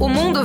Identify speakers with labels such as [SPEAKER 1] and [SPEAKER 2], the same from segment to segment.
[SPEAKER 1] O mundo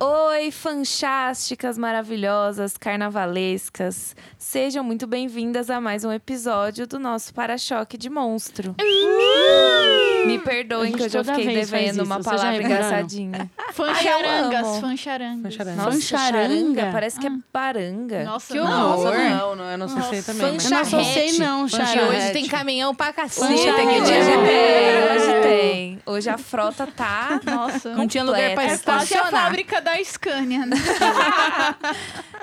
[SPEAKER 1] Oi, fantásticas, maravilhosas, carnavalescas. Sejam muito bem-vindas a mais um episódio do nosso Para-choque de monstro. Me perdoem
[SPEAKER 2] A gente
[SPEAKER 1] que eu já
[SPEAKER 2] toda
[SPEAKER 1] fiquei
[SPEAKER 2] vez faz
[SPEAKER 1] devendo
[SPEAKER 2] isso,
[SPEAKER 1] uma
[SPEAKER 2] você já
[SPEAKER 1] palavra
[SPEAKER 2] repararam?
[SPEAKER 1] engraçadinha. Ai, eu
[SPEAKER 3] Fancharangas,
[SPEAKER 1] amo.
[SPEAKER 3] fancharangas.
[SPEAKER 2] É.
[SPEAKER 1] Nossa,
[SPEAKER 2] Fancharanga?
[SPEAKER 1] charanga? Parece
[SPEAKER 2] Ah.
[SPEAKER 1] que é baranga.
[SPEAKER 3] Nossa,
[SPEAKER 2] Que
[SPEAKER 3] não.
[SPEAKER 2] horror.
[SPEAKER 3] Nossa, não.
[SPEAKER 4] não, não, eu não sei
[SPEAKER 3] Nossa.
[SPEAKER 4] também.
[SPEAKER 2] Eu
[SPEAKER 4] Mas...
[SPEAKER 2] não
[SPEAKER 3] Charrete.
[SPEAKER 2] associei não,
[SPEAKER 3] E
[SPEAKER 2] Charrete. É
[SPEAKER 3] hoje tem caminhão pra cacete.
[SPEAKER 2] Fancharanga.
[SPEAKER 3] aqui
[SPEAKER 1] Hoje
[SPEAKER 3] de-
[SPEAKER 2] um
[SPEAKER 1] tem, hoje tem. Hoje a frota tá
[SPEAKER 3] Nossa.
[SPEAKER 2] Não tinha lugar pra
[SPEAKER 1] completa.
[SPEAKER 3] É quase a
[SPEAKER 2] estacionar.
[SPEAKER 3] fábrica da Scania, né?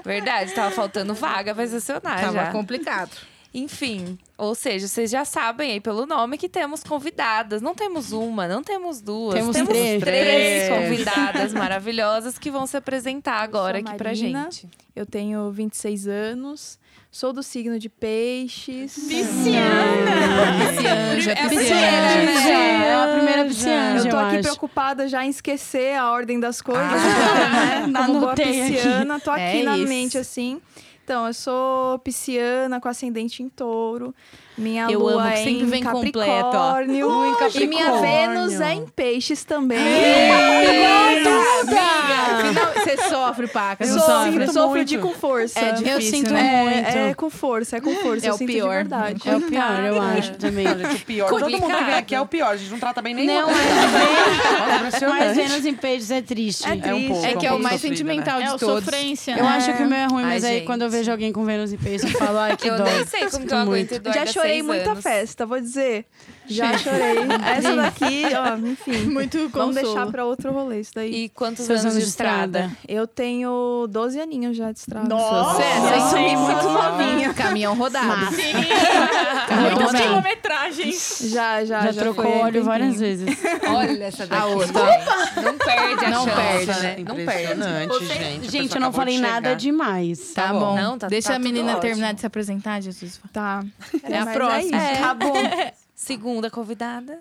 [SPEAKER 1] Verdade, tava faltando vaga pra estacionar
[SPEAKER 2] Tava
[SPEAKER 1] já.
[SPEAKER 2] complicado.
[SPEAKER 1] Enfim, ou seja, vocês já sabem aí pelo nome que temos convidadas. Não temos uma, não temos duas.
[SPEAKER 2] Temos três.
[SPEAKER 1] três
[SPEAKER 4] Três.
[SPEAKER 1] convidadas maravilhosas que vão se apresentar agora
[SPEAKER 3] Sou
[SPEAKER 1] aqui pra
[SPEAKER 3] Marina.
[SPEAKER 1] gente.
[SPEAKER 3] Eu tenho 26 anos, sou do signo de peixes.
[SPEAKER 2] Ah,
[SPEAKER 1] Anja,
[SPEAKER 3] É a
[SPEAKER 1] pisciana,
[SPEAKER 3] primeira,
[SPEAKER 1] né?
[SPEAKER 3] né?
[SPEAKER 2] É a primeira pisciana,
[SPEAKER 5] Eu tô aqui
[SPEAKER 2] acho.
[SPEAKER 5] preocupada já em esquecer a ordem das coisas.
[SPEAKER 2] Ah.
[SPEAKER 5] né?
[SPEAKER 2] anotei
[SPEAKER 5] Como boa
[SPEAKER 2] aqui.
[SPEAKER 5] pisciana, tô aqui
[SPEAKER 2] É
[SPEAKER 5] na
[SPEAKER 2] isso.
[SPEAKER 5] mente, assim. Então, eu sou pisciana com ascendente em touro. Minha
[SPEAKER 2] Eu
[SPEAKER 5] lua
[SPEAKER 2] amo que
[SPEAKER 5] é
[SPEAKER 2] sempre
[SPEAKER 5] em
[SPEAKER 2] vem completo, ó.
[SPEAKER 5] Capricórnio.
[SPEAKER 2] Lua em
[SPEAKER 5] E minha
[SPEAKER 2] Capricórnio.
[SPEAKER 5] Vênus é em peixes também.
[SPEAKER 2] Afinal, Você sofre, Paca.
[SPEAKER 5] Eu
[SPEAKER 2] Você
[SPEAKER 5] sofro,
[SPEAKER 2] sofre.
[SPEAKER 5] Ah. eu sofro de com força.
[SPEAKER 2] É difícil,
[SPEAKER 5] eu sinto
[SPEAKER 2] né?
[SPEAKER 5] muito.
[SPEAKER 2] É,
[SPEAKER 5] É,
[SPEAKER 2] é
[SPEAKER 5] com força, é com força.
[SPEAKER 2] É
[SPEAKER 5] eu
[SPEAKER 2] o
[SPEAKER 5] sinto
[SPEAKER 2] pior.
[SPEAKER 5] de verdade.
[SPEAKER 2] É o pior, eu acho também.
[SPEAKER 4] o pior. Todo mundo que vem
[SPEAKER 1] Complicado.
[SPEAKER 4] aqui é o pior. A gente não trata bem nenhum.
[SPEAKER 2] Não, é
[SPEAKER 4] Nossa,
[SPEAKER 2] Mas
[SPEAKER 4] impressionante.
[SPEAKER 2] Vênus em Peixes é triste.
[SPEAKER 5] É
[SPEAKER 4] É um pouco.
[SPEAKER 2] É que é o
[SPEAKER 4] pouco
[SPEAKER 2] mais
[SPEAKER 4] sofrido,
[SPEAKER 2] sentimental
[SPEAKER 3] É
[SPEAKER 2] de
[SPEAKER 3] o
[SPEAKER 2] todos.
[SPEAKER 3] sofrência,
[SPEAKER 2] Eu
[SPEAKER 3] né?
[SPEAKER 2] acho que o meu é ruim,
[SPEAKER 1] Ai,
[SPEAKER 2] mas aí
[SPEAKER 1] gente.
[SPEAKER 2] quando eu vejo alguém com Vênus em peixe, eu falo, ai, que
[SPEAKER 1] Eu
[SPEAKER 2] dó.
[SPEAKER 1] nem sei como que
[SPEAKER 2] Sinto
[SPEAKER 1] eu aguento
[SPEAKER 2] muito.
[SPEAKER 1] Eduardo
[SPEAKER 5] Já
[SPEAKER 1] há
[SPEAKER 5] chorei
[SPEAKER 1] seis
[SPEAKER 5] muita
[SPEAKER 1] anos.
[SPEAKER 5] festa, vou dizer. Já chorei. Essa daqui, ó, enfim.
[SPEAKER 3] Muito consolo.
[SPEAKER 5] Vamos deixar pra outro rolê isso daí.
[SPEAKER 1] E quantos
[SPEAKER 2] Seus
[SPEAKER 1] anos de estrada?
[SPEAKER 5] Eu tenho 12 aninhos já de estrada.
[SPEAKER 3] Nossa!
[SPEAKER 2] Nossa.
[SPEAKER 5] Eu sumi muito novinha.
[SPEAKER 2] é, Caminhão rodado.
[SPEAKER 3] Sim.
[SPEAKER 2] Caminhão
[SPEAKER 5] Então,
[SPEAKER 3] Muitas
[SPEAKER 2] rodado.
[SPEAKER 3] quilometragens.
[SPEAKER 5] Já, já,
[SPEAKER 2] Já
[SPEAKER 5] já.
[SPEAKER 2] trocou
[SPEAKER 5] foi,
[SPEAKER 2] óleo
[SPEAKER 5] tem
[SPEAKER 2] várias
[SPEAKER 5] tempo.
[SPEAKER 2] vezes.
[SPEAKER 1] Olha essa daqui.
[SPEAKER 4] Ah,
[SPEAKER 2] A outra.
[SPEAKER 1] também. Não perde a
[SPEAKER 2] Não
[SPEAKER 1] chance,
[SPEAKER 2] perde,
[SPEAKER 1] né? Não perde.
[SPEAKER 4] Impressionante, gente. A pessoa
[SPEAKER 2] Gente, eu não
[SPEAKER 4] acabou de
[SPEAKER 2] falei nada
[SPEAKER 4] chegar.
[SPEAKER 2] demais.
[SPEAKER 3] Tá
[SPEAKER 4] bom.
[SPEAKER 3] bom.
[SPEAKER 1] Não, tá-
[SPEAKER 3] Deixa
[SPEAKER 1] tá
[SPEAKER 3] a
[SPEAKER 1] tudo
[SPEAKER 3] menina
[SPEAKER 1] ótimo.
[SPEAKER 3] terminar de se apresentar, Jesus.
[SPEAKER 5] Tá.
[SPEAKER 3] É a
[SPEAKER 5] mas
[SPEAKER 3] próxima.
[SPEAKER 5] É
[SPEAKER 1] Tá
[SPEAKER 5] isso. Acabou.
[SPEAKER 1] Segunda convidada.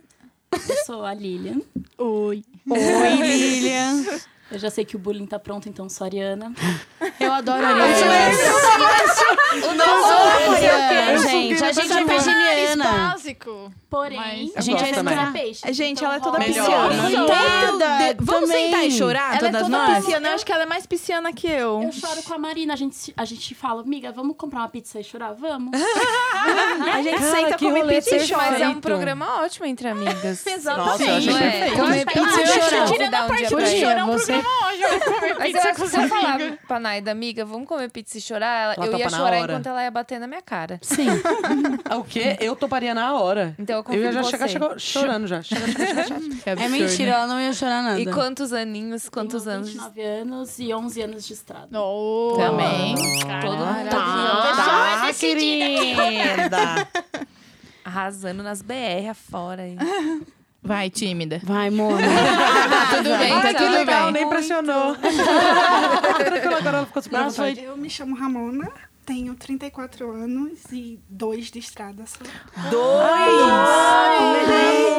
[SPEAKER 6] Eu sou a Lilian.
[SPEAKER 3] Oi.
[SPEAKER 2] Oi, Lilian.
[SPEAKER 6] Eu já sei que o bullying tá pronto, então sou a Ariana.
[SPEAKER 2] Eu adoro a Lilian.
[SPEAKER 1] O nosso
[SPEAKER 2] Gente, a gente é virginiana.
[SPEAKER 3] básico.
[SPEAKER 6] Porém,
[SPEAKER 3] Mas-
[SPEAKER 2] A gente
[SPEAKER 4] Eu
[SPEAKER 2] é
[SPEAKER 4] gosto também.
[SPEAKER 2] estra-
[SPEAKER 6] peixe.
[SPEAKER 5] Gente,
[SPEAKER 6] então
[SPEAKER 5] ela é toda
[SPEAKER 6] rola.
[SPEAKER 4] Melhor.
[SPEAKER 5] pisciana.
[SPEAKER 4] Melhor.
[SPEAKER 2] Coitada,
[SPEAKER 5] Vamos
[SPEAKER 2] também.
[SPEAKER 5] sentar e chorar,
[SPEAKER 2] Ela é
[SPEAKER 5] todas
[SPEAKER 2] toda
[SPEAKER 5] nós?
[SPEAKER 2] pisciana,
[SPEAKER 5] pisciana. Eu acho que ela é mais pisciana que eu.
[SPEAKER 6] Eu choro com a Marina, a gente, se- a gente fala, amiga, vamos comprar uma pizza e chorar? Vamos.
[SPEAKER 5] A gente
[SPEAKER 1] Ah,
[SPEAKER 2] Cara,
[SPEAKER 5] senta,
[SPEAKER 2] que
[SPEAKER 5] come
[SPEAKER 2] rolê
[SPEAKER 5] pizza e
[SPEAKER 2] perfeito.
[SPEAKER 5] chora.
[SPEAKER 1] Mas é um programa ótimo entre amigas.
[SPEAKER 4] Nossa, eu achei
[SPEAKER 1] Não é?
[SPEAKER 4] perfeito.
[SPEAKER 1] Eu acho
[SPEAKER 2] Comer
[SPEAKER 1] que
[SPEAKER 2] pizza
[SPEAKER 1] a
[SPEAKER 2] e
[SPEAKER 1] gente vai
[SPEAKER 2] chorar. Vou
[SPEAKER 1] dar um dia pra
[SPEAKER 2] Puxa,
[SPEAKER 1] ele.
[SPEAKER 2] você...
[SPEAKER 1] Mas eu acho que se eu falar pra Naida, amiga, vamos comer pizza e chorar, ela-
[SPEAKER 4] Ela
[SPEAKER 1] eu ia
[SPEAKER 4] topa na
[SPEAKER 1] chorar
[SPEAKER 4] hora.
[SPEAKER 1] enquanto ela ia bater na minha cara.
[SPEAKER 2] Sim.
[SPEAKER 4] Ah, O quê? Eu toparia na hora.
[SPEAKER 1] Então eu confio
[SPEAKER 4] Eu ia já
[SPEAKER 1] em
[SPEAKER 4] chegar
[SPEAKER 1] você.
[SPEAKER 4] chegou- chorando já. Chega, chega, chega, chega.
[SPEAKER 2] É mentira, ela não ia chorar nada.
[SPEAKER 1] E quantos aninhos, quantos
[SPEAKER 6] Tenho
[SPEAKER 1] anos?
[SPEAKER 6] 29 anos e 11 anos de estrada.
[SPEAKER 3] Oh.
[SPEAKER 1] Também. Todo maravilhoso.
[SPEAKER 4] Tá, querida.
[SPEAKER 1] Arrasando nas BR afora. hein?
[SPEAKER 3] Vai, tímida.
[SPEAKER 2] Vai, Mona.
[SPEAKER 1] Ah,
[SPEAKER 3] tudo
[SPEAKER 2] é
[SPEAKER 3] bem, tá
[SPEAKER 1] Arrasou.
[SPEAKER 3] tudo
[SPEAKER 4] Ah, Legal, né?
[SPEAKER 3] bem.
[SPEAKER 4] nem pressionou. Tranquilo, agora ela ficou super à vontade.
[SPEAKER 7] Eu me chamo Ramona, tenho 34 anos e dois de estrada só.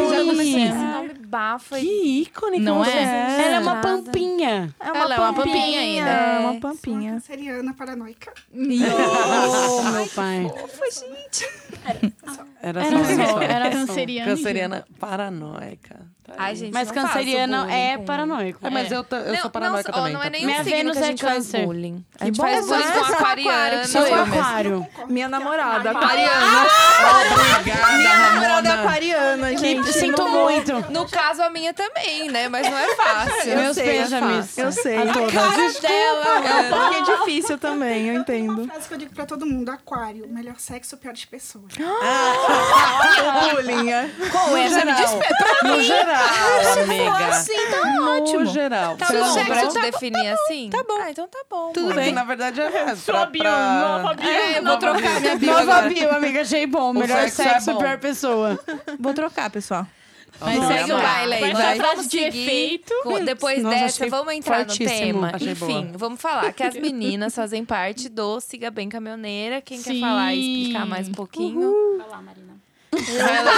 [SPEAKER 2] Já comecei.
[SPEAKER 1] Esse nome bafa e
[SPEAKER 4] Que ícone que
[SPEAKER 3] Não
[SPEAKER 4] você
[SPEAKER 3] é?
[SPEAKER 2] Ela é uma
[SPEAKER 1] Nada.
[SPEAKER 2] pampinha.
[SPEAKER 5] É
[SPEAKER 3] Ela é uma pampinha ainda.
[SPEAKER 5] É
[SPEAKER 1] É.
[SPEAKER 5] uma
[SPEAKER 7] Sou uma
[SPEAKER 5] pampinha.
[SPEAKER 7] canceriana paranoica.
[SPEAKER 2] Oh, meu pai.
[SPEAKER 4] Era
[SPEAKER 2] Era
[SPEAKER 4] só,
[SPEAKER 2] só,
[SPEAKER 4] só.
[SPEAKER 2] era só.
[SPEAKER 3] Canceriana.
[SPEAKER 4] Canceriana paranoica. Tá
[SPEAKER 1] Ai,
[SPEAKER 4] aí.
[SPEAKER 1] gente,
[SPEAKER 2] Mas
[SPEAKER 1] não faço
[SPEAKER 2] canceriano
[SPEAKER 1] bullying
[SPEAKER 2] é
[SPEAKER 1] com-
[SPEAKER 2] paranoico.
[SPEAKER 4] É, mas eu, ta- eu
[SPEAKER 1] Não,
[SPEAKER 4] sou
[SPEAKER 1] não,
[SPEAKER 4] paranoica
[SPEAKER 1] ó,
[SPEAKER 4] também.
[SPEAKER 1] não é
[SPEAKER 4] então.
[SPEAKER 1] nenhum
[SPEAKER 2] Minha
[SPEAKER 1] signo
[SPEAKER 2] Vênus
[SPEAKER 1] que a
[SPEAKER 2] é
[SPEAKER 1] gente faz
[SPEAKER 2] câncer.
[SPEAKER 1] bullying. A gente
[SPEAKER 5] bom
[SPEAKER 1] faz
[SPEAKER 5] que
[SPEAKER 1] bullying
[SPEAKER 5] você
[SPEAKER 1] com
[SPEAKER 5] é
[SPEAKER 1] aquariano.
[SPEAKER 5] aquário, que
[SPEAKER 2] Sou
[SPEAKER 5] sou
[SPEAKER 2] eu
[SPEAKER 5] eu
[SPEAKER 2] aquário.
[SPEAKER 5] Minha namorada.
[SPEAKER 4] Obrigada,
[SPEAKER 5] Minha namorada
[SPEAKER 4] Ramona.
[SPEAKER 5] aquariana, gente.
[SPEAKER 2] Sinto muito.
[SPEAKER 1] No caso, a minha também, né? Mas não é fácil.
[SPEAKER 2] Meus pêsames.
[SPEAKER 5] Eu sei.
[SPEAKER 1] Cara dela, mano.
[SPEAKER 5] Porque é difícil também, eu
[SPEAKER 8] Uma
[SPEAKER 5] entendo.
[SPEAKER 8] frase que eu digo pra todo mundo: Aquário, melhor sexo, piores pessoas.
[SPEAKER 5] Bullying, é.
[SPEAKER 4] Qual é? Você me No geral, amiga.
[SPEAKER 5] assim?
[SPEAKER 2] Sim, tá
[SPEAKER 4] No geral.
[SPEAKER 1] Tá
[SPEAKER 4] Você
[SPEAKER 1] bom
[SPEAKER 4] não-
[SPEAKER 1] pra te definir assim? Tá bom. Ah, então tá bom.
[SPEAKER 2] Tudo
[SPEAKER 4] Que,
[SPEAKER 2] bem.
[SPEAKER 4] na verdade é mesmo.
[SPEAKER 6] Sua
[SPEAKER 4] pra-
[SPEAKER 6] bio,
[SPEAKER 4] pra-
[SPEAKER 6] nova bio.
[SPEAKER 1] É, um, eu vou trocar minha bio
[SPEAKER 2] Nova
[SPEAKER 1] agora.
[SPEAKER 2] bio, amiga, achei bom. Melhor
[SPEAKER 4] sexo é
[SPEAKER 2] sexo,
[SPEAKER 4] bom.
[SPEAKER 2] pior pessoa.
[SPEAKER 5] Vou trocar, pessoal.
[SPEAKER 2] Mas
[SPEAKER 4] Nossa,
[SPEAKER 2] segue o
[SPEAKER 4] amada.
[SPEAKER 2] baile aí,
[SPEAKER 6] Vai
[SPEAKER 2] vai.
[SPEAKER 6] atrás
[SPEAKER 1] Vamos
[SPEAKER 6] de
[SPEAKER 1] seguir
[SPEAKER 6] efeito.
[SPEAKER 1] com- depois
[SPEAKER 2] Nossa,
[SPEAKER 1] dessa,
[SPEAKER 2] achei
[SPEAKER 1] vamos entrar no
[SPEAKER 2] fortíssimo.
[SPEAKER 1] tema.
[SPEAKER 4] Achei
[SPEAKER 1] Enfim,
[SPEAKER 4] boa.
[SPEAKER 1] vamos falar que as meninas fazem parte do Siga Bem Caminhoneira. Quem quer
[SPEAKER 6] Sim.
[SPEAKER 1] falar e explicar mais um pouquinho?
[SPEAKER 6] Vai lá, Marina.
[SPEAKER 1] Vai lá.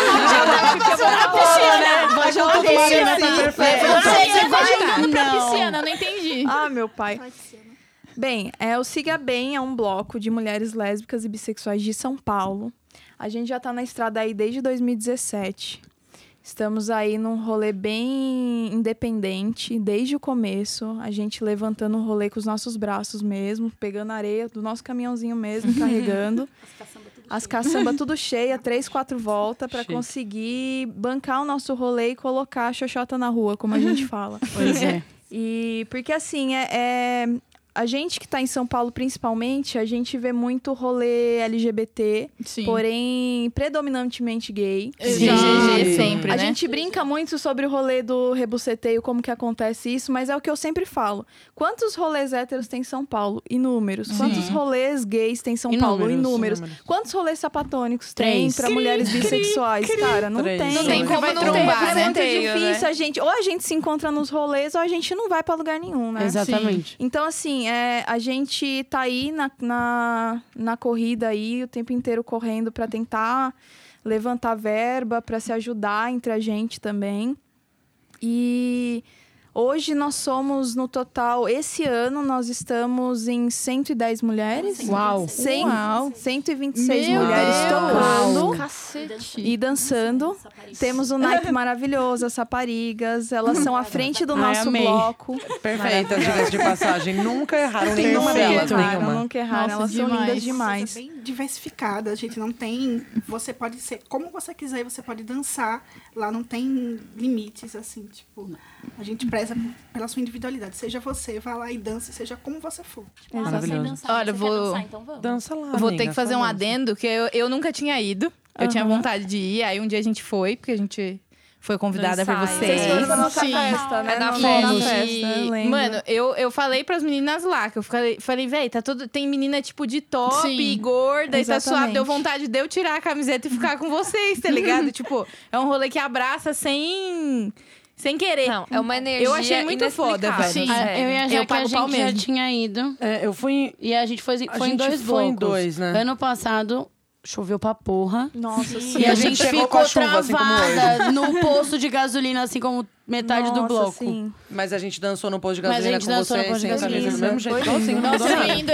[SPEAKER 2] Vai jogar o
[SPEAKER 4] né?
[SPEAKER 2] baile, vai tá perfeito.
[SPEAKER 6] Você vai jogando pra
[SPEAKER 2] Não.
[SPEAKER 6] piscina, não entendi.
[SPEAKER 5] Ah, meu pai.
[SPEAKER 8] Vai ser, né?
[SPEAKER 5] Bem, é, o Siga Bem é um bloco de mulheres lésbicas e bissexuais de São Paulo. A gente já tá na estrada aí desde 2017. Estamos aí num rolê bem independente, desde o começo. A gente levantando o rolê com os nossos braços mesmo, pegando areia do nosso caminhãozinho mesmo, carregando. As caçambas tudo cheia, três, quatro voltas, pra
[SPEAKER 2] Chique.
[SPEAKER 5] conseguir bancar o nosso rolê e colocar a xoxota na rua, como a gente fala.
[SPEAKER 2] Pois é.
[SPEAKER 5] E porque assim, é, é- a gente que tá em São Paulo principalmente, a gente vê muito rolê LGBT,
[SPEAKER 6] Sim.
[SPEAKER 5] porém predominantemente gay. Então,
[SPEAKER 2] Sim.
[SPEAKER 6] GG sempre,
[SPEAKER 5] A
[SPEAKER 6] né?
[SPEAKER 5] gente brinca muito sobre o rolê do rebuceteio, como que acontece isso, mas é o que eu sempre falo. Quantos rolês héteros tem em São Paulo? Inúmeros. Quantos rolês gays tem em São Paulo?
[SPEAKER 2] Inúmeros,
[SPEAKER 5] Inúmeros.
[SPEAKER 2] inúmeros.
[SPEAKER 5] Quantos rolês sapatônicos tem
[SPEAKER 2] Três.
[SPEAKER 5] pra mulheres bissexuais? Cara, não
[SPEAKER 4] Três.
[SPEAKER 5] tem.
[SPEAKER 1] Não tem
[SPEAKER 4] Você
[SPEAKER 1] como
[SPEAKER 4] vai
[SPEAKER 1] não
[SPEAKER 4] trombar,
[SPEAKER 1] ter
[SPEAKER 5] É muito
[SPEAKER 1] representeio, né?
[SPEAKER 5] difícil a gente. Ou a gente se encontra nos rolês, ou a gente não vai pra lugar nenhum, né?
[SPEAKER 2] Exatamente.
[SPEAKER 5] Então, assim, é, a gente tá aí na, na, na corrida aí, o tempo inteiro correndo pra tentar levantar verba, pra se ajudar entre a gente também. E hoje nós somos, no total, esse ano nós estamos em 110 mulheres.
[SPEAKER 2] Uau.
[SPEAKER 5] Cem- 126
[SPEAKER 2] Meu
[SPEAKER 5] mulheres
[SPEAKER 2] Deus.
[SPEAKER 5] tocando.
[SPEAKER 2] Uau.
[SPEAKER 6] Cacete.
[SPEAKER 5] E dançando,
[SPEAKER 6] então
[SPEAKER 5] temos um o naipe maravilhoso, as saparigas, elas são à frente do
[SPEAKER 2] Ai,
[SPEAKER 5] nosso
[SPEAKER 2] amei.
[SPEAKER 5] bloco.
[SPEAKER 4] Perfeita, diga-se de passagem. Nunca erraram
[SPEAKER 5] Tem
[SPEAKER 4] nenhuma tá?
[SPEAKER 5] uma
[SPEAKER 4] delas.
[SPEAKER 5] que erraram,
[SPEAKER 4] Nenhuma.
[SPEAKER 5] nunca erraram.
[SPEAKER 6] Nossa,
[SPEAKER 5] Elas são
[SPEAKER 6] demais.
[SPEAKER 5] lindas
[SPEAKER 8] Coisa
[SPEAKER 5] demais.
[SPEAKER 8] bem diversificada, a gente não tem. Você pode ser como você quiser, e você pode dançar. Lá não tem limites, assim, tipo. A gente preza pela sua individualidade. Seja você, vá lá e dance, seja como você for. Então,
[SPEAKER 6] então
[SPEAKER 2] Maravilhoso.
[SPEAKER 6] Olha,
[SPEAKER 3] Olha, vou-
[SPEAKER 6] vou. Dançar, então vamos.
[SPEAKER 4] Dança lá.
[SPEAKER 3] Vou
[SPEAKER 4] amiga, tá
[SPEAKER 3] ter que fazer um
[SPEAKER 4] fala.
[SPEAKER 3] adendo, que eu, eu nunca tinha ido. Eu tinha vontade de ir, aí um dia a gente foi, porque a gente foi convidada
[SPEAKER 1] No
[SPEAKER 3] pra
[SPEAKER 1] ensaio.
[SPEAKER 3] vocês.
[SPEAKER 5] Vocês foram na nossa
[SPEAKER 3] Sim.
[SPEAKER 5] festa, né?
[SPEAKER 1] É na
[SPEAKER 5] Não,
[SPEAKER 3] Fomos.
[SPEAKER 5] na festa, eu
[SPEAKER 3] E,
[SPEAKER 5] lembro.
[SPEAKER 3] mano, eu, eu falei pras meninas lá, que eu falei, falei véi, tá todo, tem menina tipo de top,
[SPEAKER 6] Sim.
[SPEAKER 3] gorda e tá
[SPEAKER 5] Exatamente.
[SPEAKER 3] suave. Deu vontade de eu tirar a camiseta e ficar com vocês, tá ligado? tipo, é um rolê que abraça sem, sem querer.
[SPEAKER 1] Não, é uma energia
[SPEAKER 3] Eu achei muito foda,
[SPEAKER 1] inexplicável, né?
[SPEAKER 3] velho.
[SPEAKER 1] sério.
[SPEAKER 2] Ah, Eu e a
[SPEAKER 3] Eu
[SPEAKER 2] Jaque,
[SPEAKER 3] pago
[SPEAKER 2] a
[SPEAKER 3] pau
[SPEAKER 2] gente já
[SPEAKER 3] mesmo.
[SPEAKER 2] tinha ido.
[SPEAKER 4] É, eu fui em-
[SPEAKER 2] E a gente foi, foi em
[SPEAKER 4] gente
[SPEAKER 2] dois
[SPEAKER 4] foi em
[SPEAKER 2] blocos.
[SPEAKER 4] dois, né?
[SPEAKER 2] Ano passado, choveu pra porra.
[SPEAKER 5] Nossa, sim.
[SPEAKER 2] E a,
[SPEAKER 4] a
[SPEAKER 2] gente,
[SPEAKER 4] gente chegou com
[SPEAKER 2] ficou
[SPEAKER 4] a chuva, assim como
[SPEAKER 2] travada no posto de gasolina, assim como metade do
[SPEAKER 5] Nossa,
[SPEAKER 2] bloco.
[SPEAKER 5] sim.
[SPEAKER 4] Mas a gente dançou no posto de
[SPEAKER 2] Mas a
[SPEAKER 4] gasolina
[SPEAKER 2] gente
[SPEAKER 4] com
[SPEAKER 2] dançou no
[SPEAKER 4] você,
[SPEAKER 2] posto de
[SPEAKER 4] sem a
[SPEAKER 2] gasolina.
[SPEAKER 4] camisa do mesmo jeito.
[SPEAKER 5] Foi
[SPEAKER 4] Igualzinho, não mudou
[SPEAKER 6] Nossa,
[SPEAKER 4] nada.
[SPEAKER 6] e em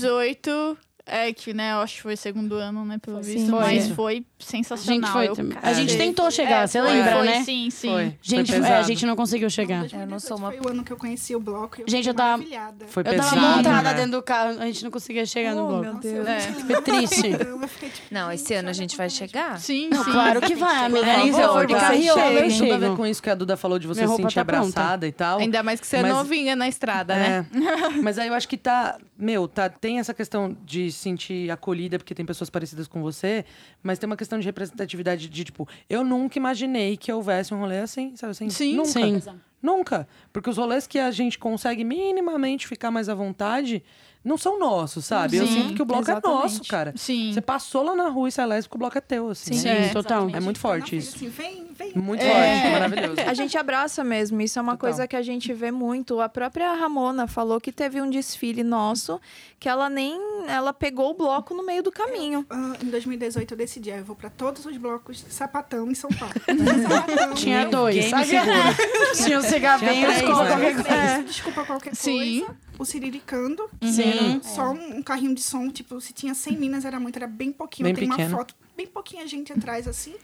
[SPEAKER 6] 2018, é que, né, eu acho que foi segundo ano, né, pelo visto,
[SPEAKER 2] foi.
[SPEAKER 6] mas foi
[SPEAKER 2] A gente
[SPEAKER 6] sensacional.
[SPEAKER 2] foi
[SPEAKER 6] eu,
[SPEAKER 2] também. A
[SPEAKER 6] cacete.
[SPEAKER 2] gente tentou chegar,
[SPEAKER 6] É,
[SPEAKER 2] você
[SPEAKER 6] foi,
[SPEAKER 2] lembra,
[SPEAKER 6] foi,
[SPEAKER 2] né?
[SPEAKER 6] Sim, sim.
[SPEAKER 4] Foi.
[SPEAKER 2] Gente,
[SPEAKER 4] foi
[SPEAKER 2] é,
[SPEAKER 4] pesado.
[SPEAKER 2] a gente não conseguiu chegar.
[SPEAKER 1] Eu não sou uma-
[SPEAKER 8] 2018 Foi o ano que eu conheci o bloco. e
[SPEAKER 2] Gente, eu
[SPEAKER 8] fiquei
[SPEAKER 2] tava-
[SPEAKER 8] maravilhada.
[SPEAKER 4] Foi
[SPEAKER 2] Eu tava
[SPEAKER 4] pesado,
[SPEAKER 2] montada
[SPEAKER 4] né?
[SPEAKER 2] dentro do carro, a gente não conseguia chegar no
[SPEAKER 5] Oh,
[SPEAKER 2] bloco.
[SPEAKER 5] meu
[SPEAKER 8] Nossa, eu
[SPEAKER 5] Deus.
[SPEAKER 3] É.
[SPEAKER 8] fiquei-
[SPEAKER 2] Foi triste.
[SPEAKER 8] Eu fiquei, tipo,
[SPEAKER 1] Não, esse
[SPEAKER 8] gente,
[SPEAKER 1] ano a gente vai
[SPEAKER 8] olha como
[SPEAKER 1] chegar?
[SPEAKER 6] Sim, sim.
[SPEAKER 2] Claro que vai, amiga.
[SPEAKER 4] Por
[SPEAKER 2] Elisa,
[SPEAKER 4] favor,
[SPEAKER 2] eu vou
[SPEAKER 4] tá?
[SPEAKER 2] de carro
[SPEAKER 4] Tem
[SPEAKER 2] eu
[SPEAKER 4] tudo a ver
[SPEAKER 2] chego.
[SPEAKER 4] com isso que a Duda falou de você
[SPEAKER 2] Minha
[SPEAKER 4] se
[SPEAKER 2] roupa
[SPEAKER 4] sentir
[SPEAKER 2] tá pronta.
[SPEAKER 4] abraçada e tal.
[SPEAKER 3] Ainda mais que você
[SPEAKER 4] Mas-
[SPEAKER 3] é novinha na estrada, né?
[SPEAKER 4] É. Mas aí eu acho que tá, meu, tá, tem essa questão de se sentir acolhida porque tem pessoas parecidas com você, mas tem uma questão de representatividade de tipo, eu nunca imaginei que houvesse um rolê assim, sabe assim?
[SPEAKER 6] Sim,
[SPEAKER 4] nunca.
[SPEAKER 2] sim.
[SPEAKER 4] Nunca, porque os rolês que a gente consegue minimamente ficar mais à vontade não são nossos, sabe? Eu
[SPEAKER 6] Sim,
[SPEAKER 4] sinto que o bloco é
[SPEAKER 5] exatamente.
[SPEAKER 4] nosso, cara.
[SPEAKER 6] Sim.
[SPEAKER 3] é,
[SPEAKER 4] Você passou lá na rua e sai lésbico, o bloco é teu, assim.
[SPEAKER 2] Sim,
[SPEAKER 4] né?
[SPEAKER 6] É,
[SPEAKER 2] total.
[SPEAKER 4] É muito
[SPEAKER 8] tá na
[SPEAKER 4] forte
[SPEAKER 8] fila,
[SPEAKER 4] isso.
[SPEAKER 8] assim, vem, vem.
[SPEAKER 4] Muito
[SPEAKER 6] É.
[SPEAKER 4] forte, maravilhoso.
[SPEAKER 5] A gente abraça mesmo, isso é uma
[SPEAKER 4] Total.
[SPEAKER 5] coisa que a gente vê muito. A própria Ramona falou que teve um desfile nosso que ela nem. Ela pegou o bloco no meio do caminho.
[SPEAKER 8] Ah, em 2018 eu decidi, ah, eu vou pra todos os blocos sapatão em São Paulo. Sapatão,
[SPEAKER 2] Tinha dois.
[SPEAKER 4] Ninguém me segura.
[SPEAKER 2] Tinha o cigarrinho,
[SPEAKER 4] três,
[SPEAKER 2] escola,
[SPEAKER 4] né?
[SPEAKER 2] qualquer coisa.
[SPEAKER 8] É. Desculpa qualquer
[SPEAKER 6] Sim.
[SPEAKER 8] coisa. O Ciriricando. que
[SPEAKER 2] Sim.
[SPEAKER 8] era Só um, um carrinho de som. Tipo, se tinha 100 minas, era muito, era bem pouquinho.
[SPEAKER 4] Bem
[SPEAKER 8] Tem
[SPEAKER 4] pequeno.
[SPEAKER 8] uma foto, bem pouquinha gente atrás, assim.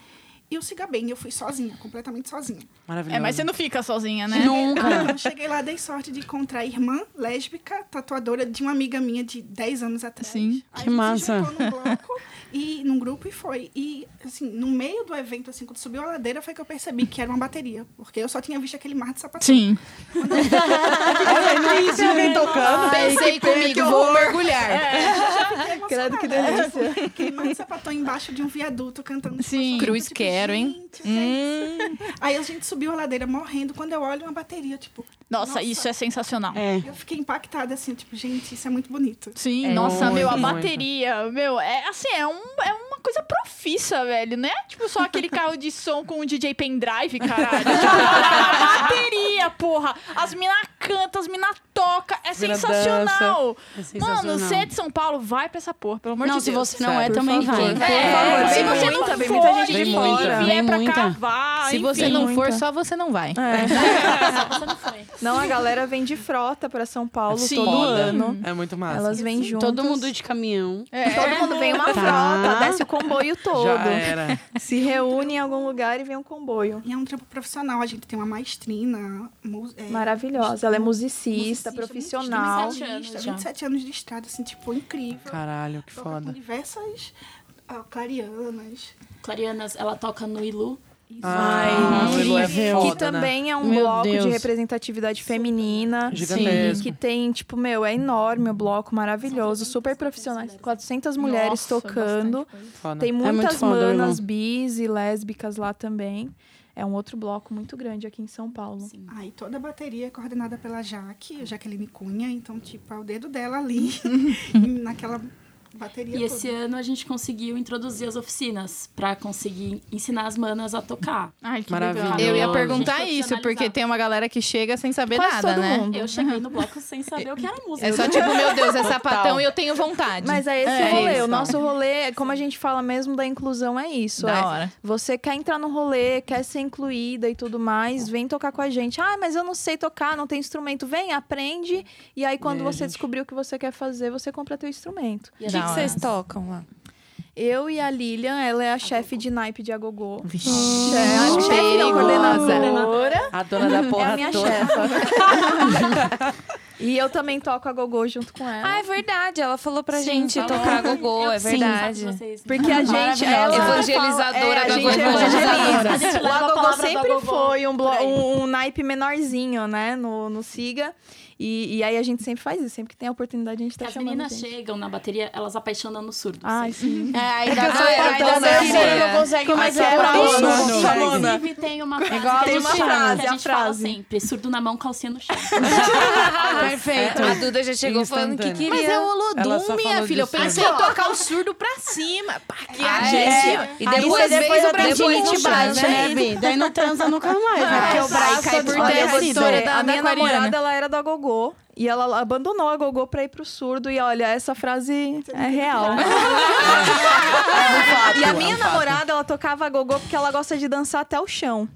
[SPEAKER 8] e o Siga Bem. E eu fui sozinha, completamente sozinha.
[SPEAKER 4] Maravilhoso.
[SPEAKER 3] É, mas você não fica sozinha, né?
[SPEAKER 2] Ah.
[SPEAKER 8] Nunca. cheguei lá, dei sorte de encontrar a irmã lésbica, tatuadora de uma amiga minha de 10 anos atrás.
[SPEAKER 3] Sim.
[SPEAKER 8] Aí
[SPEAKER 4] Que
[SPEAKER 8] a gente
[SPEAKER 4] massa.
[SPEAKER 8] Se juntou num bloco e num grupo e foi. E, assim, no meio do evento, assim, quando subiu a ladeira, foi que eu percebi que era uma bateria. Porque eu só tinha visto aquele mar de sapatinho.
[SPEAKER 3] Sim.
[SPEAKER 4] Olha, não é isso, alguém tocando.
[SPEAKER 9] Pensei comigo, vou mergulhar.
[SPEAKER 8] Credo que delícia. Aquele mar de sapatão embaixo de um viaduto cantando.
[SPEAKER 3] Sim.
[SPEAKER 8] Espaço Junto,
[SPEAKER 9] Cruz
[SPEAKER 8] tipo,
[SPEAKER 9] quero, hein?
[SPEAKER 8] gente, gente. Aí a gente subiu a ladeira morrendo. Quando eu olho, uma bateria, tipo...
[SPEAKER 3] Nossa, isso é sensacional.
[SPEAKER 4] É.
[SPEAKER 8] Eu fiquei impactada, assim, tipo, gente, isso é muito bonito.
[SPEAKER 3] Sim,
[SPEAKER 1] É,
[SPEAKER 3] nossa,
[SPEAKER 4] muito,
[SPEAKER 3] meu, a
[SPEAKER 4] muito.
[SPEAKER 3] bateria, meu, é assim, é, um, é uma coisa profissa, velho, né? Tipo, só aquele carro de som com o DJ pendrive, caralho. Tipo, a bateria, porra. As mina cantam, as mina tocam,
[SPEAKER 4] Mina
[SPEAKER 3] é sensacional.
[SPEAKER 4] É
[SPEAKER 3] Mano,
[SPEAKER 4] sensacional.
[SPEAKER 3] você é de São Paulo, vai pra essa porra, pelo amor
[SPEAKER 2] Não,
[SPEAKER 3] de
[SPEAKER 2] se
[SPEAKER 3] Deus.
[SPEAKER 2] você não é,
[SPEAKER 4] Sério,
[SPEAKER 2] também vai.
[SPEAKER 3] É, se
[SPEAKER 2] vem
[SPEAKER 3] você
[SPEAKER 2] muita,
[SPEAKER 3] não
[SPEAKER 2] vem
[SPEAKER 3] for,
[SPEAKER 2] muita gente
[SPEAKER 3] e
[SPEAKER 2] de
[SPEAKER 4] fora.
[SPEAKER 3] vier
[SPEAKER 2] Vem
[SPEAKER 3] pra cá,
[SPEAKER 2] muita.
[SPEAKER 3] vá,
[SPEAKER 9] Se você
[SPEAKER 3] enfim.
[SPEAKER 9] não for,
[SPEAKER 10] muita.
[SPEAKER 9] só você não vai.
[SPEAKER 5] Não, a galera vem de frota pra São Paulo
[SPEAKER 3] Sim.
[SPEAKER 5] todo
[SPEAKER 4] Foda.
[SPEAKER 5] ano.
[SPEAKER 4] É muito massa.
[SPEAKER 5] Elas vêm juntas. Tá.
[SPEAKER 2] Todo mundo de caminhão.
[SPEAKER 3] É.
[SPEAKER 5] Todo mundo vem uma frota, desce o comboio todo.
[SPEAKER 4] Já era.
[SPEAKER 5] Se reúne em algum lugar e vem um comboio.
[SPEAKER 8] E é um trampo profissional. A gente tem uma maestrina, mu- é,
[SPEAKER 5] Maravilhosa. Ela é musicista,
[SPEAKER 8] musicista,
[SPEAKER 5] profissional.
[SPEAKER 8] muito instrumentista, 27 anos de estrada, assim, tipo, incrível.
[SPEAKER 4] Caralho, que
[SPEAKER 8] Toca com
[SPEAKER 4] foda.
[SPEAKER 8] diversas ah, clarianas.
[SPEAKER 6] Clarianas, ela toca no Ilu.
[SPEAKER 4] Ai,
[SPEAKER 5] Ai,
[SPEAKER 4] Lulu é
[SPEAKER 5] incrível.
[SPEAKER 4] foda,
[SPEAKER 5] Uhum. que também é um
[SPEAKER 2] Meu
[SPEAKER 5] bloco de
[SPEAKER 2] Deus.
[SPEAKER 5] representatividade feminina.
[SPEAKER 4] Gigantesco.
[SPEAKER 5] Que tem, tipo, meu, é enorme o bloco, maravilhoso, super profissional. 400 mulheres
[SPEAKER 3] Nossa,
[SPEAKER 5] tocando.
[SPEAKER 3] bastante coisa.
[SPEAKER 4] Foda.
[SPEAKER 5] Tem
[SPEAKER 2] É muito
[SPEAKER 5] muitas
[SPEAKER 2] foda, meu
[SPEAKER 5] manas
[SPEAKER 2] irmão.
[SPEAKER 5] bis e lésbicas lá também. É um outro bloco muito grande aqui em São Paulo.
[SPEAKER 8] Aí toda a bateria é coordenada pela Jaque, Jaqueline Cunha. Então, tipo, é o dedo dela ali, naquela bateria
[SPEAKER 6] E
[SPEAKER 8] toda.
[SPEAKER 6] esse ano a gente conseguiu introduzir as oficinas pra conseguir ensinar as manas a tocar.
[SPEAKER 3] Ai, que
[SPEAKER 4] Maravilha.
[SPEAKER 3] legal.
[SPEAKER 6] Eu
[SPEAKER 9] Eu ia
[SPEAKER 6] amo.
[SPEAKER 9] perguntar
[SPEAKER 6] Gente,
[SPEAKER 9] isso, porque
[SPEAKER 6] profissionalizar.
[SPEAKER 9] tem uma galera que chega sem saber
[SPEAKER 5] Quase
[SPEAKER 9] nada,
[SPEAKER 5] todo
[SPEAKER 9] né?
[SPEAKER 5] mundo.
[SPEAKER 6] Eu cheguei no bloco sem saber o que era música.
[SPEAKER 9] É só tipo, meu Deus, é sapatão e eu tenho vontade.
[SPEAKER 5] Mas é esse
[SPEAKER 9] É
[SPEAKER 5] o rolê.
[SPEAKER 9] isso.
[SPEAKER 5] O nosso rolê, como a gente fala mesmo da inclusão, é isso.
[SPEAKER 9] da
[SPEAKER 5] é.
[SPEAKER 9] hora.
[SPEAKER 5] Você quer entrar no rolê, quer ser incluída e tudo mais, vem tocar com a gente. Ah, mas eu não sei tocar, não tem instrumento. Vem, aprende. E aí, quando
[SPEAKER 4] É,
[SPEAKER 5] você
[SPEAKER 4] gente.
[SPEAKER 5] descobrir o que você quer fazer, você compra teu instrumento.
[SPEAKER 1] O que que vocês tocam lá?
[SPEAKER 5] Eu e a Lilian, ela é a chefe de naipe de agogô.
[SPEAKER 9] Vixe.
[SPEAKER 5] Che- a chefe não, coordenadora.
[SPEAKER 4] A dona da
[SPEAKER 5] É
[SPEAKER 4] porra
[SPEAKER 5] a
[SPEAKER 2] tá-
[SPEAKER 5] minha
[SPEAKER 4] toda.
[SPEAKER 5] chefa. e eu também toco agogô junto com ela.
[SPEAKER 1] Ah, é verdade. Ela falou pra
[SPEAKER 6] Sim,
[SPEAKER 1] gente
[SPEAKER 6] falou.
[SPEAKER 1] tocar gogô, é
[SPEAKER 6] Sim.
[SPEAKER 1] verdade.
[SPEAKER 6] Vocês-
[SPEAKER 5] Porque a gente, ela
[SPEAKER 1] Evangelizadora
[SPEAKER 5] é, a
[SPEAKER 1] do
[SPEAKER 5] gente
[SPEAKER 1] agogô.
[SPEAKER 5] evangeliza.
[SPEAKER 6] A gente
[SPEAKER 5] O
[SPEAKER 6] leva a
[SPEAKER 5] Agogô
[SPEAKER 6] palavra do
[SPEAKER 5] sempre
[SPEAKER 6] Agogô.
[SPEAKER 5] foi um, blo-
[SPEAKER 6] Por aí.
[SPEAKER 5] um, um naipe menorzinho, né? No, no Siga. E, e aí a gente sempre faz isso. Sempre que tem a oportunidade, a gente tá
[SPEAKER 6] As
[SPEAKER 5] chamando
[SPEAKER 6] meninas
[SPEAKER 5] gente.
[SPEAKER 6] chegam na bateria, elas apaixonam no surdo.
[SPEAKER 5] Ai, sim.
[SPEAKER 2] É, aí dá
[SPEAKER 9] sou portão, né?
[SPEAKER 2] não consegue
[SPEAKER 5] Como é
[SPEAKER 2] mais
[SPEAKER 5] que é,
[SPEAKER 2] segurar
[SPEAKER 5] Paola?
[SPEAKER 2] o
[SPEAKER 4] Não,
[SPEAKER 2] surdo.
[SPEAKER 4] não.
[SPEAKER 6] Inclusive, tem uma frase,
[SPEAKER 9] Igual a
[SPEAKER 6] tem
[SPEAKER 9] do
[SPEAKER 6] uma
[SPEAKER 9] Chaves,
[SPEAKER 6] frase que
[SPEAKER 5] a
[SPEAKER 6] a gente fala
[SPEAKER 5] frase.
[SPEAKER 6] sempre: surdo na mão, calcinha no chão.
[SPEAKER 9] Perfeito.
[SPEAKER 1] A Duda já chegou falando que
[SPEAKER 4] Instantâneo.
[SPEAKER 1] queria.
[SPEAKER 9] Mas é o
[SPEAKER 4] Ela
[SPEAKER 9] Olodum,
[SPEAKER 4] só
[SPEAKER 9] minha
[SPEAKER 4] falou
[SPEAKER 9] filha. Eu
[SPEAKER 4] disso, né?
[SPEAKER 9] pensei em tocar o surdo pra cima. Pá, que
[SPEAKER 2] Ah,
[SPEAKER 9] a gente...
[SPEAKER 1] E
[SPEAKER 2] Aí
[SPEAKER 1] depois,
[SPEAKER 2] você
[SPEAKER 1] depois
[SPEAKER 2] fez
[SPEAKER 1] o
[SPEAKER 2] o Brasil
[SPEAKER 1] Brasil
[SPEAKER 2] no
[SPEAKER 1] te bate,
[SPEAKER 2] chat, né,
[SPEAKER 1] né?
[SPEAKER 2] Bi? Daí não transa nunca mais, né? Porque o Brai cai por
[SPEAKER 5] Olha,
[SPEAKER 2] terra.
[SPEAKER 5] você,
[SPEAKER 9] história da
[SPEAKER 5] É, a minha
[SPEAKER 9] Ana Aquariana.
[SPEAKER 5] namorada, ela era do Agogô. E ela abandonou a Agogô pra ir pro surdo. E olha, essa frase é real. e a minha namorada, ela tocava Agogô porque ela gosta de dançar até o chão.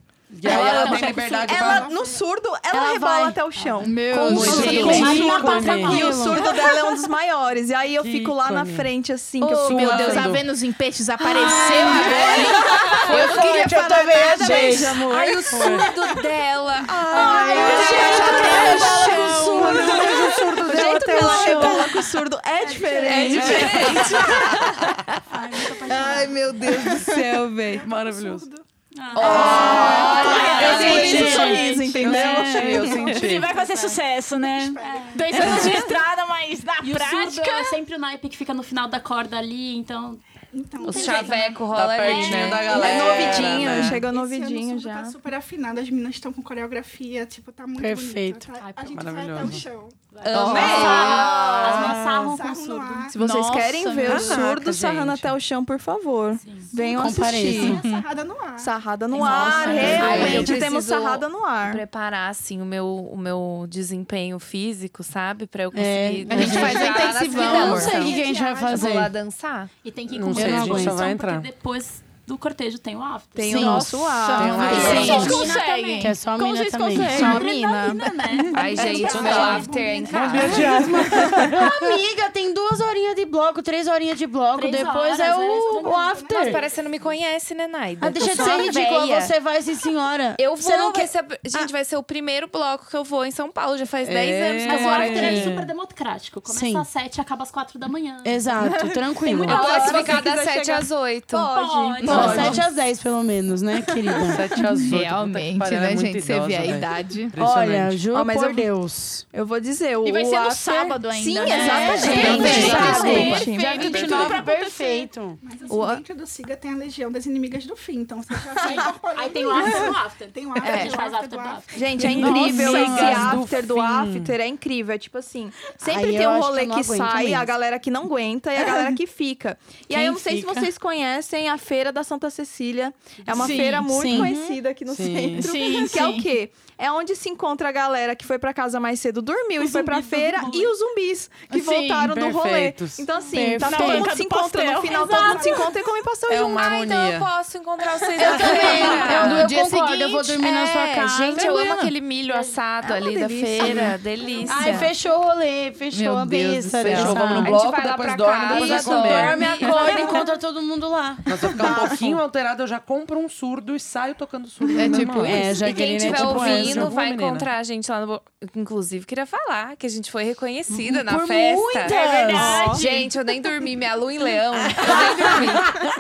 [SPEAKER 4] E aí ela tem liberdade
[SPEAKER 5] Ela, Ah,
[SPEAKER 4] pra...
[SPEAKER 5] no surdo, ela,
[SPEAKER 2] Ela
[SPEAKER 5] rebola
[SPEAKER 2] vai.
[SPEAKER 5] até o chão.
[SPEAKER 3] Meu
[SPEAKER 5] Com
[SPEAKER 4] Muito
[SPEAKER 5] surdo.
[SPEAKER 4] bem.
[SPEAKER 5] Com surdo.
[SPEAKER 6] Imagina a
[SPEAKER 5] E
[SPEAKER 6] contramão.
[SPEAKER 5] o surdo dela é um dos maiores. E aí eu
[SPEAKER 4] Que
[SPEAKER 5] fico lá na
[SPEAKER 4] ícone.
[SPEAKER 5] frente, assim, que eu
[SPEAKER 9] Oh,
[SPEAKER 5] fico
[SPEAKER 9] meu Deus, a
[SPEAKER 4] voando.
[SPEAKER 9] Vênus em Peixes apareceu agora, hein? Eu queria
[SPEAKER 2] Eu
[SPEAKER 9] falar
[SPEAKER 2] também
[SPEAKER 9] nada,
[SPEAKER 2] achei.
[SPEAKER 9] mas...
[SPEAKER 1] Ai, o surdo dela.
[SPEAKER 5] Ai, o surdo dela jeito que ela rebola com o surdo é diferente.
[SPEAKER 9] Ai, meu Deus do céu, velho.
[SPEAKER 4] Maravilhoso.
[SPEAKER 9] Eu
[SPEAKER 2] é
[SPEAKER 5] senti
[SPEAKER 9] senti.
[SPEAKER 5] um sorriso, entendeu?
[SPEAKER 4] Eu senti.
[SPEAKER 3] Vai fazer sucesso, né? Dois anos de estrada, mas na
[SPEAKER 6] E o surdo
[SPEAKER 3] prática.
[SPEAKER 6] é sempre o naipe que fica no final da corda ali, então
[SPEAKER 8] Então,
[SPEAKER 1] Os chaveco rola
[SPEAKER 4] Tá
[SPEAKER 1] ali,
[SPEAKER 4] pertinho
[SPEAKER 1] né?
[SPEAKER 4] da
[SPEAKER 5] É
[SPEAKER 4] galera,
[SPEAKER 5] novidinho,
[SPEAKER 4] né?
[SPEAKER 5] chega
[SPEAKER 8] Esse ano
[SPEAKER 5] É, novidinho
[SPEAKER 8] o surdo
[SPEAKER 5] já.
[SPEAKER 8] Tá super afinado, as meninas estão com coreografia, tipo, tá muito
[SPEAKER 2] Perfeito.
[SPEAKER 8] bonito. Tá-
[SPEAKER 6] Ai,
[SPEAKER 8] a gente vai até
[SPEAKER 4] maravilhoso.
[SPEAKER 8] o chão.
[SPEAKER 6] as mãos sarram com o
[SPEAKER 8] Sarro no
[SPEAKER 6] surdo.
[SPEAKER 8] ar.
[SPEAKER 5] Se vocês
[SPEAKER 9] Nossa,
[SPEAKER 5] querem ver o
[SPEAKER 4] caraca,
[SPEAKER 5] surdo sarrando
[SPEAKER 4] gente.
[SPEAKER 5] até o chão, por favor, venham assistir.
[SPEAKER 2] Compareçam.
[SPEAKER 8] E a é sarrada no ar.
[SPEAKER 5] Sarrada no
[SPEAKER 1] Nossa,
[SPEAKER 5] ar,
[SPEAKER 1] mas aí eu
[SPEAKER 5] realmente
[SPEAKER 1] preciso-
[SPEAKER 5] temos sarrada no ar.
[SPEAKER 1] Preparar, assim, o meu, o meu desempenho físico, sabe? Pra eu
[SPEAKER 2] É,
[SPEAKER 1] conseguir...
[SPEAKER 2] a gente faz o
[SPEAKER 1] desempenhar nas
[SPEAKER 9] intensivão,
[SPEAKER 2] Eu
[SPEAKER 1] crianças.
[SPEAKER 2] não sei o que que a gente vai
[SPEAKER 1] Eu vou lá
[SPEAKER 2] fazer.
[SPEAKER 1] dançar.
[SPEAKER 6] E tem que ir
[SPEAKER 4] Não
[SPEAKER 6] com
[SPEAKER 4] sei,
[SPEAKER 6] certeza,
[SPEAKER 4] a gente só vai
[SPEAKER 6] porque
[SPEAKER 4] entrar.
[SPEAKER 6] depois do cortejo tem o after.
[SPEAKER 5] Tem o Sim. nosso after.
[SPEAKER 1] um
[SPEAKER 5] Tem o
[SPEAKER 6] Como
[SPEAKER 5] after.
[SPEAKER 6] vocês
[SPEAKER 5] Sim.
[SPEAKER 6] conseguem?
[SPEAKER 5] Que é só a
[SPEAKER 6] Como
[SPEAKER 5] mina
[SPEAKER 6] vocês
[SPEAKER 5] também.
[SPEAKER 6] conseguem?
[SPEAKER 5] Só a mina.
[SPEAKER 6] né?
[SPEAKER 1] Ai, gente, o meu after é em casa.
[SPEAKER 2] Amiga, tem duas horinhas de bloco, três horinhas de bloco,
[SPEAKER 1] Três
[SPEAKER 2] depois é
[SPEAKER 1] horas, era isso que eu
[SPEAKER 2] o,
[SPEAKER 1] tô
[SPEAKER 2] o after.
[SPEAKER 1] Mas parece que você não me conhece, né, Naida?
[SPEAKER 2] Ah,
[SPEAKER 1] Eu
[SPEAKER 2] deixa de
[SPEAKER 1] sou
[SPEAKER 2] ser
[SPEAKER 1] uma
[SPEAKER 2] ridícula,
[SPEAKER 1] véia.
[SPEAKER 2] você vai assim, senhora.
[SPEAKER 1] Eu vou.
[SPEAKER 2] Você
[SPEAKER 1] vai
[SPEAKER 2] não quer... Ah.
[SPEAKER 1] ser a- Gente, vai ser o primeiro bloco que eu vou em São Paulo. Já faz
[SPEAKER 2] É,
[SPEAKER 1] 10 anos que eu
[SPEAKER 2] mas o
[SPEAKER 1] moro
[SPEAKER 2] after
[SPEAKER 1] aqui.
[SPEAKER 2] é
[SPEAKER 6] super democrático. Começa
[SPEAKER 2] Sim. É,
[SPEAKER 6] às sete e acaba às quatro da manhã.
[SPEAKER 2] Exato,
[SPEAKER 11] tranquilo.
[SPEAKER 1] Eu posso
[SPEAKER 2] Agora,
[SPEAKER 1] ficar
[SPEAKER 2] se
[SPEAKER 1] das
[SPEAKER 2] quiser
[SPEAKER 1] 7
[SPEAKER 2] chegar-
[SPEAKER 1] às 8.
[SPEAKER 2] Pode.
[SPEAKER 11] Não,
[SPEAKER 2] Pode.
[SPEAKER 11] 7 às 10, pelo menos, né, querida?
[SPEAKER 4] 7 às 8.
[SPEAKER 5] Realmente,
[SPEAKER 2] é
[SPEAKER 5] né, gente? Você vê a idade.
[SPEAKER 11] Olha, juro
[SPEAKER 5] Ó, mas
[SPEAKER 11] por
[SPEAKER 5] eu-
[SPEAKER 11] Deus.
[SPEAKER 5] Eu vou dizer, o
[SPEAKER 11] E vai ser no
[SPEAKER 5] after-
[SPEAKER 11] sábado ainda,
[SPEAKER 5] Sim,
[SPEAKER 11] né?
[SPEAKER 5] exatamente. Então,
[SPEAKER 11] É, perfeito. Dia
[SPEAKER 5] Desculpa.
[SPEAKER 11] 29, perfeito.
[SPEAKER 8] Mas assim,
[SPEAKER 11] O-
[SPEAKER 8] dentro do SIGA tem a legião das inimigas do fim, então você já vai
[SPEAKER 6] Aí-
[SPEAKER 8] incorporando
[SPEAKER 6] aí tem o after
[SPEAKER 8] isso.
[SPEAKER 6] do after.
[SPEAKER 8] Tem o after,
[SPEAKER 6] É.
[SPEAKER 8] do
[SPEAKER 6] Faz
[SPEAKER 8] after, do
[SPEAKER 6] after do
[SPEAKER 8] after.
[SPEAKER 5] Gente, é
[SPEAKER 8] Nossa,
[SPEAKER 5] incrível esse
[SPEAKER 8] amigas do
[SPEAKER 5] after do,
[SPEAKER 8] fim.
[SPEAKER 5] after, é incrível. É tipo assim, sempre
[SPEAKER 11] Aí
[SPEAKER 5] tem
[SPEAKER 11] eu
[SPEAKER 5] um
[SPEAKER 11] acho
[SPEAKER 5] rolê
[SPEAKER 11] que eu não
[SPEAKER 5] que,
[SPEAKER 11] aguento
[SPEAKER 5] sai, a
[SPEAKER 11] mesmo.
[SPEAKER 5] galera que não aguenta e a galera que fica. E aí
[SPEAKER 11] Quem
[SPEAKER 5] eu não sei
[SPEAKER 11] fica?
[SPEAKER 5] se vocês conhecem a Feira da Santa Cecília. É uma
[SPEAKER 11] Sim,
[SPEAKER 5] feira muito
[SPEAKER 11] sim.
[SPEAKER 5] conhecida aqui no
[SPEAKER 11] Sim.
[SPEAKER 5] centro.
[SPEAKER 11] Sim,
[SPEAKER 5] que é o
[SPEAKER 11] sim.
[SPEAKER 5] quê? É onde se encontra a galera que foi pra casa mais cedo, dormiu e foi pra feira, e os zumbis que
[SPEAKER 11] Sim,
[SPEAKER 5] voltaram do rolê.
[SPEAKER 4] perfeitos.
[SPEAKER 5] Então, assim, tá
[SPEAKER 11] Perfeito.
[SPEAKER 5] todo
[SPEAKER 11] Na
[SPEAKER 5] mundo
[SPEAKER 11] banca
[SPEAKER 5] se
[SPEAKER 11] do
[SPEAKER 5] encontra no
[SPEAKER 11] pastel. um
[SPEAKER 5] final, todo mundo se encontra e come pastel
[SPEAKER 4] É
[SPEAKER 5] junto.
[SPEAKER 4] uma
[SPEAKER 1] Ah, então eu
[SPEAKER 4] harmonia.
[SPEAKER 1] posso encontrar vocês
[SPEAKER 2] Eu
[SPEAKER 1] aqui.
[SPEAKER 2] também. Eu-
[SPEAKER 1] Eu,
[SPEAKER 2] no dia seguinte, é,
[SPEAKER 1] Gente, eu amo aquele milho assado ali da feira. Delícia.
[SPEAKER 2] Ai, fechou o rolê, fechou
[SPEAKER 11] Meu
[SPEAKER 2] a
[SPEAKER 11] Deus do céu.
[SPEAKER 2] pista.
[SPEAKER 11] Fechou, vamos no
[SPEAKER 2] A gente
[SPEAKER 4] bloco,
[SPEAKER 2] vai lá
[SPEAKER 4] depois
[SPEAKER 2] pra
[SPEAKER 4] dorme,
[SPEAKER 2] casa.
[SPEAKER 4] depois vai
[SPEAKER 2] Isso,
[SPEAKER 4] comer.
[SPEAKER 2] dorme, acorda, encontra todo mundo lá.
[SPEAKER 4] Mas eu ficar um pouquinho alterado, eu já compro um surdo e saio tocando surdo.
[SPEAKER 11] É
[SPEAKER 4] na
[SPEAKER 11] tipo
[SPEAKER 4] mão.
[SPEAKER 11] isso. É, já
[SPEAKER 1] E
[SPEAKER 11] Jaqueline
[SPEAKER 1] quem estiver
[SPEAKER 11] tipo
[SPEAKER 1] ouvindo
[SPEAKER 4] essa.
[SPEAKER 1] vai
[SPEAKER 4] Boa, menina.
[SPEAKER 1] encontrar a gente lá no. bo- Inclusive, queria falar que a gente foi reconhecida
[SPEAKER 4] Hum,
[SPEAKER 1] na
[SPEAKER 2] Por
[SPEAKER 1] festa.
[SPEAKER 2] muitas!
[SPEAKER 1] É verdade.
[SPEAKER 2] Ó.
[SPEAKER 1] Gente, eu nem dormi, minha lua em leão. Eu nem dormi.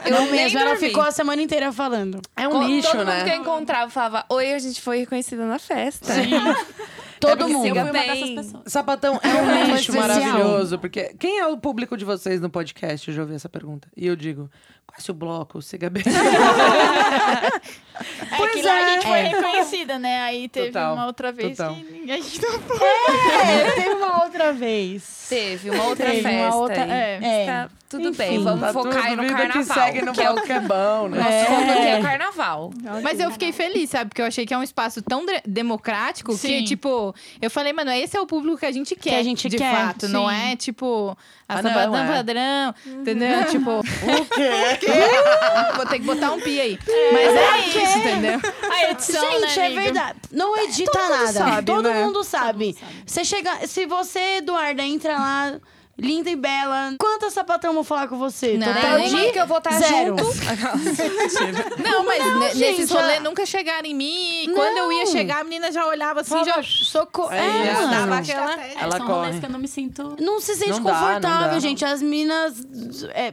[SPEAKER 1] Eu
[SPEAKER 11] Não
[SPEAKER 1] nem
[SPEAKER 11] mesmo, ela
[SPEAKER 1] dormi.
[SPEAKER 11] ficou um a semana inteira falando.
[SPEAKER 4] É
[SPEAKER 1] Co- Todo
[SPEAKER 11] né?
[SPEAKER 1] mundo que eu encontrava falava: Oi, a gente foi reconhecida na festa.
[SPEAKER 11] é Todo
[SPEAKER 1] Eu
[SPEAKER 11] mundo.
[SPEAKER 1] fui uma
[SPEAKER 6] Bem.
[SPEAKER 1] dessas pessoas.
[SPEAKER 4] Sapatão é um lixo
[SPEAKER 11] especial.
[SPEAKER 4] maravilhoso, porque quem é o público de vocês no podcast? Eu já ouvi essa pergunta. E eu digo, conhece o bloco, o CGB?
[SPEAKER 12] É que lá a gente foi reconhecida, né? Aí teve
[SPEAKER 4] Total,
[SPEAKER 12] uma outra vez
[SPEAKER 4] total.
[SPEAKER 12] que ninguém- a gente não foi.
[SPEAKER 11] É, teve uma outra vez.
[SPEAKER 1] Teve uma outra
[SPEAKER 11] Teve
[SPEAKER 1] festa.
[SPEAKER 11] uma outra-
[SPEAKER 1] aí.
[SPEAKER 11] é.
[SPEAKER 1] Mas tá tudo
[SPEAKER 11] Enfim.
[SPEAKER 1] bem, vamos
[SPEAKER 4] Tá
[SPEAKER 1] focar aí
[SPEAKER 4] tudo,
[SPEAKER 1] no
[SPEAKER 4] vida
[SPEAKER 1] carnaval.
[SPEAKER 4] que segue no
[SPEAKER 1] que é o
[SPEAKER 4] bloco é bom, né?
[SPEAKER 1] nosso foco aqui é o carnaval.
[SPEAKER 3] Mas eu fiquei feliz, sabe? Porque eu achei que é um espaço tão dre- democrático
[SPEAKER 12] Sim.
[SPEAKER 3] que, tipo, eu falei, mano, esse é o público que a gente quer.
[SPEAKER 11] a gente
[SPEAKER 3] de
[SPEAKER 11] quer,
[SPEAKER 3] fato, não
[SPEAKER 11] sim.
[SPEAKER 3] é tipo a
[SPEAKER 4] Ah, não,
[SPEAKER 3] sabadão
[SPEAKER 4] é.
[SPEAKER 3] padrão, entendeu? Tipo, o quê? Vou ter que botar um pi aí. Mas é isso, entendeu?
[SPEAKER 12] A edição,
[SPEAKER 11] Gente,
[SPEAKER 12] né,
[SPEAKER 11] é
[SPEAKER 12] amiga?
[SPEAKER 11] verdade. Não edita nada.
[SPEAKER 5] sabe,
[SPEAKER 11] Todo
[SPEAKER 5] né?
[SPEAKER 11] mundo sabe. Você chega. Se você, Eduarda, entra lá. Linda e bela. Quantas sapatão vou falar com você?
[SPEAKER 3] Não,
[SPEAKER 11] Total
[SPEAKER 3] nenhuma
[SPEAKER 11] tá de
[SPEAKER 1] Né? que eu vou tá estar
[SPEAKER 11] zero.
[SPEAKER 3] Não, mas ne-
[SPEAKER 11] gente,
[SPEAKER 3] nesses rolês
[SPEAKER 11] a-
[SPEAKER 3] nunca chegaram em mim. E quando eu ia chegar, a menina já olhava assim, já socorro.
[SPEAKER 4] É,
[SPEAKER 3] É,
[SPEAKER 4] não.
[SPEAKER 3] dava aquela...
[SPEAKER 8] Estratégia.
[SPEAKER 4] Ela
[SPEAKER 6] São
[SPEAKER 4] corre.
[SPEAKER 6] rolês que eu não me sinto...
[SPEAKER 11] Não se sente
[SPEAKER 4] Não dá,
[SPEAKER 11] confortável,
[SPEAKER 4] não dá.
[SPEAKER 11] gente. As minas. É,